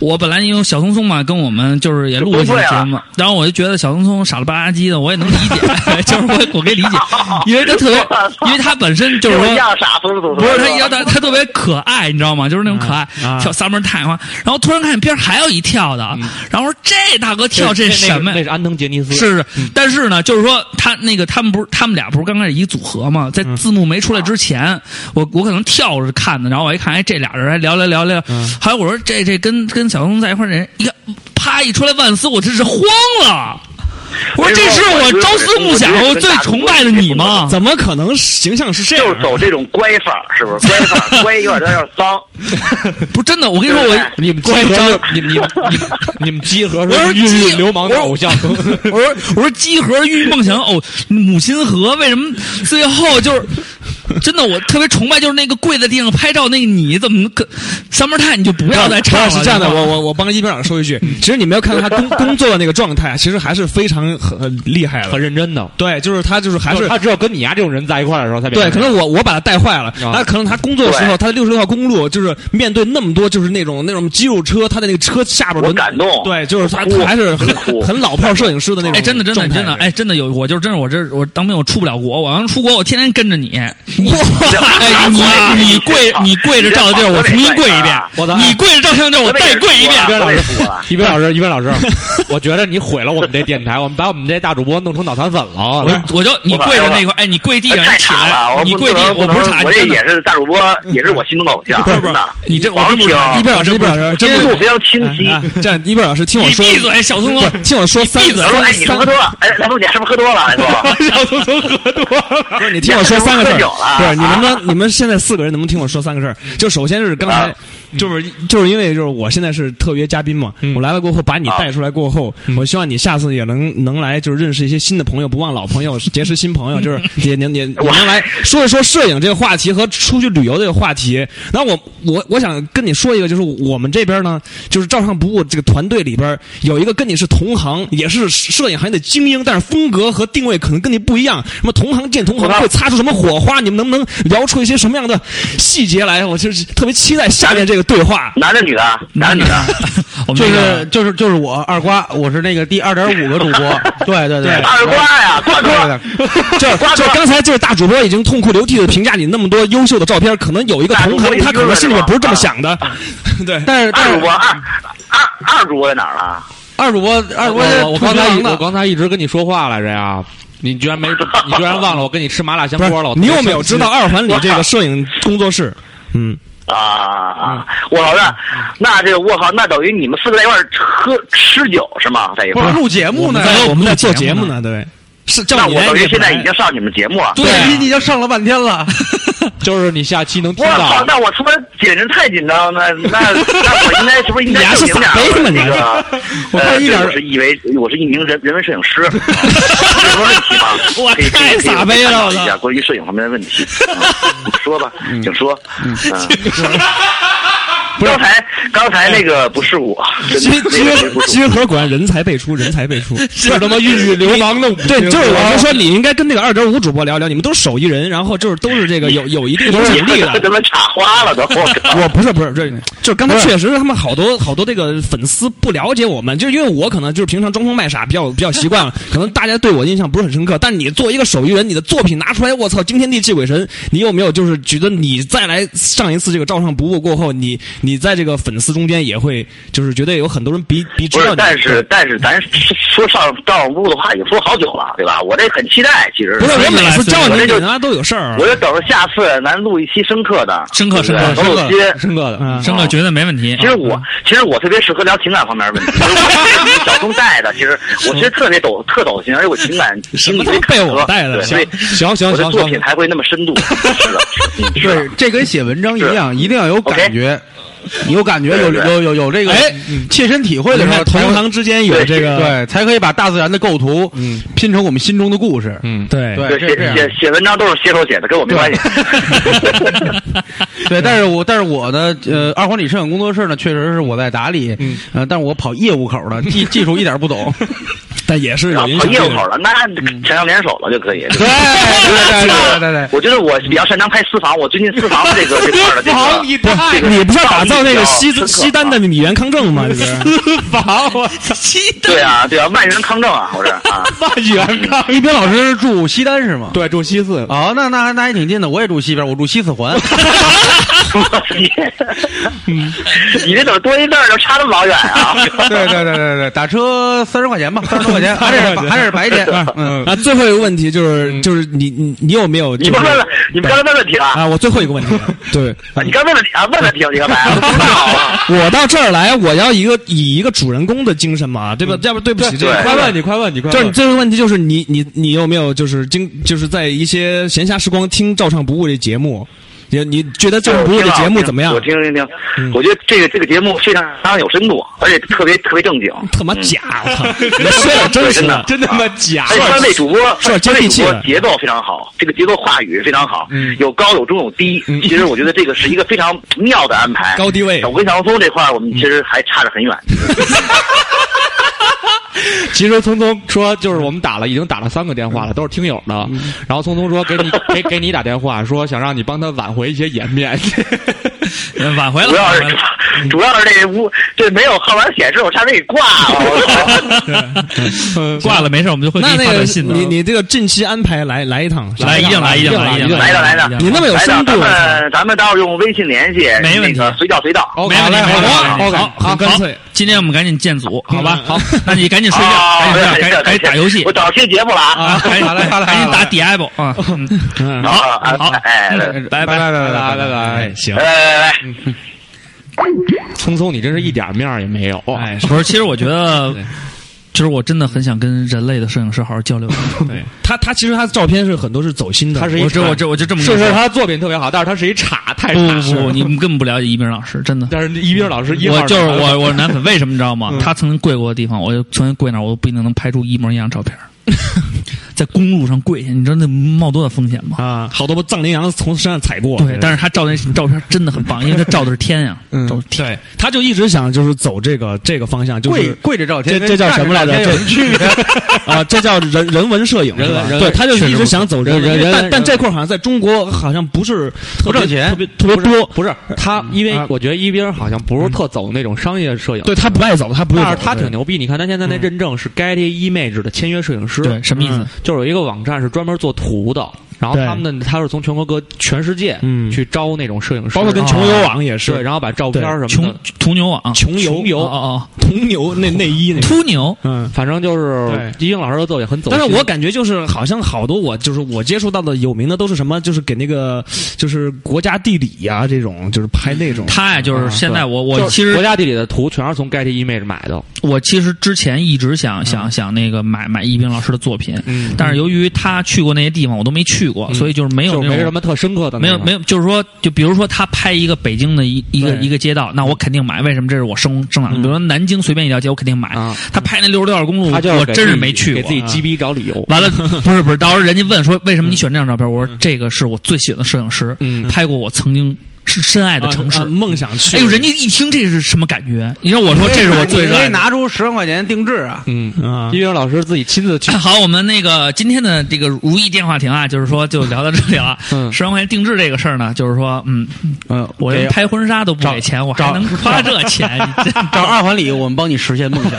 D: 我本来因为小松松嘛，跟我们就是也录了一期
N: 不会啊
D: 节目，然后我就觉得小松松傻了吧唧的，我也能理解，就是我我可以理解，因为他特别，因为他本身就是
N: 跟
D: 说
N: 我一样傻，疯疯
D: 不是他一样，他他特别可爱，你知道吗？就是那种可爱，跳三门太花。然后突然看见边上还有一跳的，然后我说这大哥跳这
C: 那
D: 什么呀？
C: 那是安藤杰尼斯，
D: 是是，但是呢，就是说他那个他们不是他们俩不是刚开始一组合嘛，在字幕没出来之前，我我可能跳着看的，然后我一看，哎，这俩人还聊聊聊聊，还有我说这这跟跟小松在一块儿的人，一看，啪一出来万斯，我真是慌了。我说这是我朝思暮想，我最崇拜的你
C: 啊
D: 吗？
F: 怎么可能形象是这样？啊
N: 就是走这种乖范儿，是不
D: [laughs]
N: 是？乖范儿，乖有点有点脏。
D: 不是真的，我跟你说，我
C: 你们
D: 乖
C: 集合
D: 张
C: 就，你们你们你们你们集合
D: 我说
C: 是孕育
D: 集
C: 流氓的偶像，
D: [laughs] 我说我说鸡和孕育梦想哦，母亲河为什么最后就是真的？我特别崇拜就是那个跪在地上拍照那个你，怎么可三门太你就不要再唱
F: 不
D: 了？
F: 是是这样的，
D: 你知道
F: 我
D: 吗
F: 我我帮一斌老师说一句，其实你没有看到他工工作的那个状态，其实还是非常很很厉害的，很
C: 认真的。
F: 对，就是他就是还
C: 就是他只有跟你呀这种人在一块儿的时候才表现
F: 对，可能我我把他带坏了，那可能他工作的时候，他的六十六号公路就是面对那么多就是那种那种肌肉车，他的那个车下边轮
N: 我感动
F: 对，就是他
N: 我哭
F: 他还是很
N: 我哭
F: 很老炮摄影师的那种，
D: 哎，真的，真的，真的，
F: 哎，，
D: 哎，真的有，我就是真是我这我当兵我出不了国，我要出国我天天跟着你， [laughs] 你哎你你跪你跪着照的地儿，我重新跪一遍，你跪着照相地儿，我再跪一遍，
C: 一边老师，一边老师，一边老师
F: [laughs]
C: 我觉得你毁了我们这电台，我们把我们这大主播弄成脑残粉了。
D: 我我就你跪着那块，哎，你跪地上
N: 太
D: 你起
N: 傻了！
D: 来，
N: 我
D: 你
N: 不
D: 跪地
N: 能，
D: 我不是
N: 能
D: 查
N: 我
D: 你，
N: 这
D: 真的嗯
N: 也是大主播，也是我心中的偶像，真的。
F: 你这我
N: 王
F: 真不
N: 平
F: 是，
J: 啊
F: 一斌老师，一斌老师，真
N: 因
F: 不
N: 素
F: 是
N: 非常清晰。
D: 嗯
F: 哎这样，一斌老师听我说，
N: 你闭嘴小松松
F: 不是听我说三
N: 他
D: 嗯
N: 说：“哎，你是不是喝多了？哎，来东，你是不是喝多了？来东，
D: [laughs]
F: [laughs]
C: 小松松喝多了。
F: 不是你听我说三个事
N: 喝酒了
F: 儿，不是你能不能你们现在四个人能不能听我说三个事儿？就首先是刚才，就是就是因为就是我现在是特约嘉宾嘛，我来了过后把你带出来过后，我希望你下次也能能来，就是认识一些新的朋友，不忘老朋友，结识新朋友，就是也能也也能来说一说摄影这个话题和出去旅游这个话题。然后我我我想跟你说一个，就是我们这边呢，就是照相不误这个团队里边有一个跟你是同行，也是摄影行业的精英，但是风格和定位可能跟你不一样。什么同行见同行会擦出什么火花？你们能不能聊出一些什么样的细节来？我就是特别期待下面这个对话。
N: 男的女的，男的女
D: [laughs]
N: 的，
E: 就是就是就是我二瓜，我是那个第二点五个主
D: [laughs]
E: 播，对对
D: 嗯
E: 对，
N: 二瓜呀，瓜
E: 对
N: 哥
E: 对，
F: [laughs] 就是就是刚才就是大主播已经痛哭流涕的评价你那么多优秀的照片，可能有一个同行，他可能心里边不是这么想的。
J: 啊
F: [laughs] 对，
E: 但是但
N: 二主
E: 是
N: 播，二二二主播在哪儿啊了？
E: 二主播二主播
C: 我我刚才
E: 挺
C: 一
E: 忙的
C: 我刚才一直跟你说话来着呀，你居然
F: [laughs]
C: 没，你居然忘了我跟你吃麻辣香
F: 不是
C: 锅了。我特
F: 你
C: 别
F: 有没有
C: 生气
J: [laughs]
F: 知道二环里这个摄影工作室？嗯，
J: 啊
F: 嗯
J: 啊！我操，那那这我靠，那等于你们四个在一块儿喝吃酒是吗？在一块儿
F: 我们在做节目呢，对，是
J: 那我等于现在已经上你们节目了。
E: 对，你已经上了半天了，
F: 就是你下期能
J: 我
F: 听
J: 操！
F: [laughs] 到。
J: 那我他妈简直太紧张了，那那那我应该是不是应该证明点儿？那个，
F: 啊我看
J: 呃
F: 一点儿
J: 对我是以为我是一名人人文摄影
F: [laughs]
J: 师，有什么问题吗？
F: 我
J: 可以
F: 太傻
J: 可以
F: 逼了
J: 探讨一下关于摄影方面的问
F: [laughs]
J: 题，嗯你说吧，请说。嗯， [laughs] 刚才刚才那个不是我，真
F: 结
J: 的那个不
F: 结
J: 是我
F: 结合果然人才辈出，人才辈 [laughs] 出，
O: 这他妈孕育流氓的
F: 对，就是我就说你应该跟那个二点五主播聊聊，你们都是手艺人，然后就是都是这个有有一定
J: 不是
F: 经
J: [laughs]
F: 历
J: 他
F: 的。
J: 妈插花了都，我靠！
F: 啊我不是不是，这就是刚才
J: 不是
F: 确实他们好多好多这个粉丝不了解我们，就是因为我可能就是平常装疯卖傻比较比较习 [laughs] 惯了，可能大家对我印象不是很深刻。但你作为一个手艺人，你的作品拿出来，我操，惊天地泣鬼神，你有没有就是觉得你再来上一次这个照上不误过后，你你在这个粉丝中间也会就是觉得有很多人比比知
J: 不
F: 道
J: 是，但
F: 你，
J: 是但是咱说上照屋的话，已经说好久了，对吧？我这很期待，其实
F: 不是我每次叫
J: 我
F: 你，
J: 这
F: 人
J: 就
F: 家都有事儿啊
J: 我。就等着下次咱录一期深刻的，
D: 深刻
J: 对
D: 深
J: 不对
D: 刻
J: 都
D: 深
J: 有些嗯
D: 刻深
F: 刻嗯的，
D: 深刻绝对没问题。
J: 其实我其实我特别适合聊情感方面的问题，因为我是小东带的，其实我其实特别抖特抖型，而且我情感经历特别
F: 被我带
J: 对
F: 的，
J: 所以
F: 行行
J: 我的
F: 行
J: 作品
F: 行，
J: 才会那么
F: [laughs]
J: 深度。是的，
E: 对，这跟写文章一样，一定要有感觉，有感觉，
J: 对
E: 有
J: 对
E: 有有有这个嗯
F: 哎
E: 切身体会的时
F: 你
E: 候，
F: 看
E: 才会
F: 同行之间有这个
E: 对，才可以把大自然的构图拼成我们心中的故事。
F: 嗯，对
E: 对，
J: 对
E: 这是这
J: 写
E: 样。
J: 写写文章都是写手写的，跟我没关系。
E: 对，但是我但是我呢，呃，二环里摄影工作室呢，确实是我在打理，嗯，呃，但是我跑业务口的，技技术一点不
F: [laughs]
E: 懂。
F: 但也是
J: 然
F: 有
J: 后跑
F: 影响
J: 业务
F: 力
J: 啊口
F: 的。
J: 了，那
F: 嗯
J: 强强联手了就可以。
F: [laughs]
E: 对
J: [laughs]
F: 哎
E: 对对对对对，
J: 我觉得我比较擅长拍私房，我最近私房
F: [laughs]
J: 这个这块儿的这个，
O: 不
J: 这个
F: 你不是要打
J: 造
F: 造那
J: 诣
F: 个
J: 比较
F: 西
J: 深刻
F: 西单的米元康正吗？这
J: [laughs]
F: 不是
D: 房，我操，
J: 对啊对啊，万人康正啊，我这啊。
F: 万元康，
E: 一斌老师是住西单是吗？
F: 对，住西 [laughs] 四。
E: 哦，那那那还挺近的，我也住西边，我住西四
F: [laughs]
E: 环。
J: 你这怎么多一字儿就差那么老远啊？
E: 对对对对对，打车三十块钱吧，三十多块
F: [laughs]
E: 钱，还是还是白天。嗯，
F: 啊，最后一个问题就是，就是你你你有没有、
J: 嗯你
F: 就是？
J: 不问了，你们刚才问问题了，
F: 啊，我最后一个问题，
J: [laughs]
F: 对，
J: 你刚问问题啊？问问题，你干嘛呀？我不知道啊。
F: 我到这儿来，我要一个以一个主人公的精神嘛，对吧？要不对不起这个
J: 嗯对
F: 快乐。
C: 你，快问你，快
F: 就是你最后一个问题就是你你你有没有就是经就是在一些闲暇时光听《照唱不误》这节目，你你觉得《照唱 [laughs] 不误》这节目怎么样
J: 我？听听听，我觉得这个这个节目非常非常有深度，啊而且特别特别正经。
F: 他妈假！我操，你说点真实
J: 真的哎
F: 他妈 [laughs] 假
J: 而且三位主播，
F: 是接
J: 三位
F: 地
J: 主
F: 气
J: 播
F: 的
J: 节奏非常好，这个节奏话语非常好，有高有中有低。其实我觉得这个是一个非常妙的安排。
F: 高低位
J: 我跟小松这块儿，我们其实还差着很远。
C: 其实聪聪说，就是我们打了，已经打了三个电话了，都是听友
F: [laughs]
C: 的。然后聪聪说给你给给你打电话，说想让你帮他挽回一些颜面。 [laughs]
D: 挽嗯回了，
J: 主要
D: 挽 [laughs]
J: 是
D: 回了。
J: 主要是这屋这没有号码显示，我差点给挂了。
D: [laughs]
J: 我操
D: 挂了没事，我们就会给
F: 那
D: 你
F: 那
D: 发
F: 个
D: 短信的。啊
F: 你你这个近期安排来来一趟，
D: 来一定来一定来一定
J: 来了来了，
F: 你那么有
J: 来
F: 深
J: 的，咱，
F: 度
J: 们咱们待会儿用微信联系，
D: 没问题哦
J: 那个随叫随到。
D: 没问题，
F: 好嘞
D: 没问题
F: 好嘞
D: 没问题
F: 好
D: 好，
F: 很干脆
D: 好。今天我们赶紧建组，好吧？好，那你赶紧睡觉，
J: 啊
D: 赶，
J: 没
D: 紧睡
J: 事
D: 觉，赶赶
J: 没事
D: 紧打游戏
J: 我找听节目了
D: 啊！
J: 啊。
D: 赶紧
E: 好嘞好嘞
D: 赶紧
E: 好
D: 打
E: 嘞
D: D F 啊！嗯嗯
J: 好
D: 好，
J: 啊
D: 好，
J: 哎
D: 嗯
J: 哎
D: 拜
E: 拜拜拜
C: 拜拜
F: 哎，
C: 拜，
F: 行
J: 来，来来来，
C: 聪聪，你真是一点面儿也没有。
D: 哎，不是，其实我觉得，就是我真的很想跟人类的摄影师好好交流。对，
F: 他他其实他的照片是很多是走心的，
C: 他是一
D: 我这我这我就这么
C: 是
D: 跟你
C: 是，
D: 说
C: 他作品特别好，但是他是一叉，太
D: 不
C: 叉
F: 嗯
D: 不不，
C: 了。
D: 你们根本不了解一鸣老师，真的。
C: 但是一斌老师一号
D: 我
C: 儿嗯
D: 就是
C: 叉
D: 我，我是男粉，为什么你知道吗？他曾经跪过的地方，我就曾经跪那儿，我都不一定能拍出一模一样照片儿。 [laughs] 在公路上跪下，你知道那冒多大风险吗？
F: 啊，好多藏羚羊从身上踩过，
D: 对，但是他照那照片真的很棒，因为他照的是天呀、
F: 嗯
D: 照的，天。
F: 对，他就一直想就是走这个这个方向，就
E: 跪
F: 是
E: 跪着照
F: 这
E: 天，
F: 这叫什么来着？
E: 站着照天有什么区别？
F: 这啊，这叫人人文摄影，
C: 人
F: 是吧
C: 文人文
F: 对，他就
C: 确
F: 是一
C: 实
F: 直
C: 不
F: 想走这个，
C: 人人人
F: 但但这块儿好像在中国好像不是特
E: 不
F: 别
E: 挣钱
F: 特别特别多，啊
C: 不是他，因为我觉得一斌好像不是特走那种商业摄影，
F: 嗯对他不爱走，他不是
C: 但是
F: 走
C: 他
F: 对嗯
C: 挺牛逼，你看他现在那认证是 Getty Image 的签约摄影师，
D: 对什么意思
C: 嗯就是有一个网站是专门做图的，然后他们呢，他是从全国各全世界去招那种摄影师，啊
F: 嗯包括跟穷游网也是
C: 嗯对，然后把照片嗯什么的
F: 穷
D: 啊穷牛网、
F: 穷哦游、
C: 穷游
D: 啊
F: 铜牛那内衣那个
D: 秃牛，
F: 嗯，
C: 反正就是英老师的作品很走心，
F: 但是我感觉就是好像好多我就是我接触到的有名的都是什么，就是给那个就是国家地理呀、这种，就是拍那种。
D: 他呀，就是现在我、
C: 嗯就
D: 我
C: 是
D: 其实
C: 国家地理的图全是从 Getty Image 买
F: 哦
C: 的，
D: 我其实之前一直
C: 嗯
D: 想想想那个买买一冰老师的作品，但是由于他去过那些地方，我都没去过，
C: 嗯
D: 所以就是没有
C: 就
D: 那
C: 没
D: 种
C: 什么特深刻的啊那
D: 没有
C: 种，
D: 没有，就是说，就比如说他拍一个北京的一一个
C: 对嗯
D: 一个街道，那我肯定买。为什么？这是我生生长的。比如说南京随便一条街，我肯定买。他拍那六十六号公路，
C: 嗯他就是
D: 我
C: 给
D: 真
C: 自
D: 是
C: 己
D: 没去
C: 给
D: 过。嗯
C: 自己
E: 啊
C: 鸡逼找理由。
D: [laughs] 完
C: [laughs]
D: 了，不是不是，到时候人家问说为什么你选这张照片，我
C: 嗯
D: 说这个是我最喜欢的摄影师，
E: 嗯
D: 拍过我曾经是深爱的城市
F: 啊啊，
C: 嗯
F: 梦想去
D: 哎呦，人家一听这是什么感觉？你让我说这是我最热
E: 你可以
D: 爱的。
E: 拿出十万块钱定制啊，
C: 嗯
F: 啊
C: 一冰老师自己亲自去，
D: 好，我们那个今天的这个如意电话亭啊，就是说就聊到这里了。
C: 嗯
D: 十万块钱定制这个事儿呢，就是说，嗯，
E: 嗯，
D: 我
E: 给
D: 连拍婚纱都不给钱，我还能花这钱？你真
E: 找二环里，我们帮你实现梦想。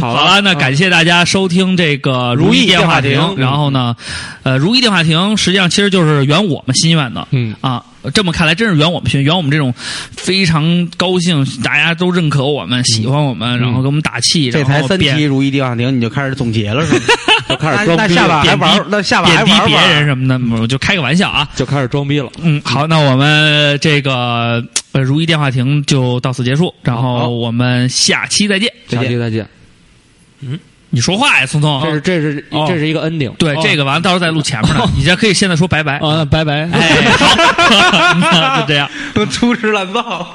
D: 好了，那感谢大家收听这个
E: 如意
D: 意电话
E: 电话亭
D: 然后呢，呃，如意电话亭实际上其实就是圆我们心愿的，嗯啊。这么看来，真是圆我们心，愿，圆我们这种非常高兴，大家都认可我们、喜欢我们，然后给我们打气，
E: 这才
D: 然后
E: 三
D: 贬
E: 期如意电话亭，你就开始总结了是吗？就开始
D: 那
E: 装逼
D: 那下
E: 了
D: 把
E: 还玩儿，那下把还
D: 贬低
E: 玩儿
D: 别
E: 玩
D: 人
E: 儿。
D: 什么的，我就开个玩笑啊。
C: 就开始装逼了。
D: 嗯，好，那我们这个呃如意电话亭就到此结束，然后我们下期再见。
C: 下期再见。
D: 你说话呀，聪聪，
C: 这是这是
D: 哦
C: 这是一个 ending，
D: 对这个完了，到时候再录前面呢。 [laughs] 你这可以现在说拜拜。
F: 啊，拜拜。
D: [laughs] 哎，好，那就这样。
E: 都粗制滥造。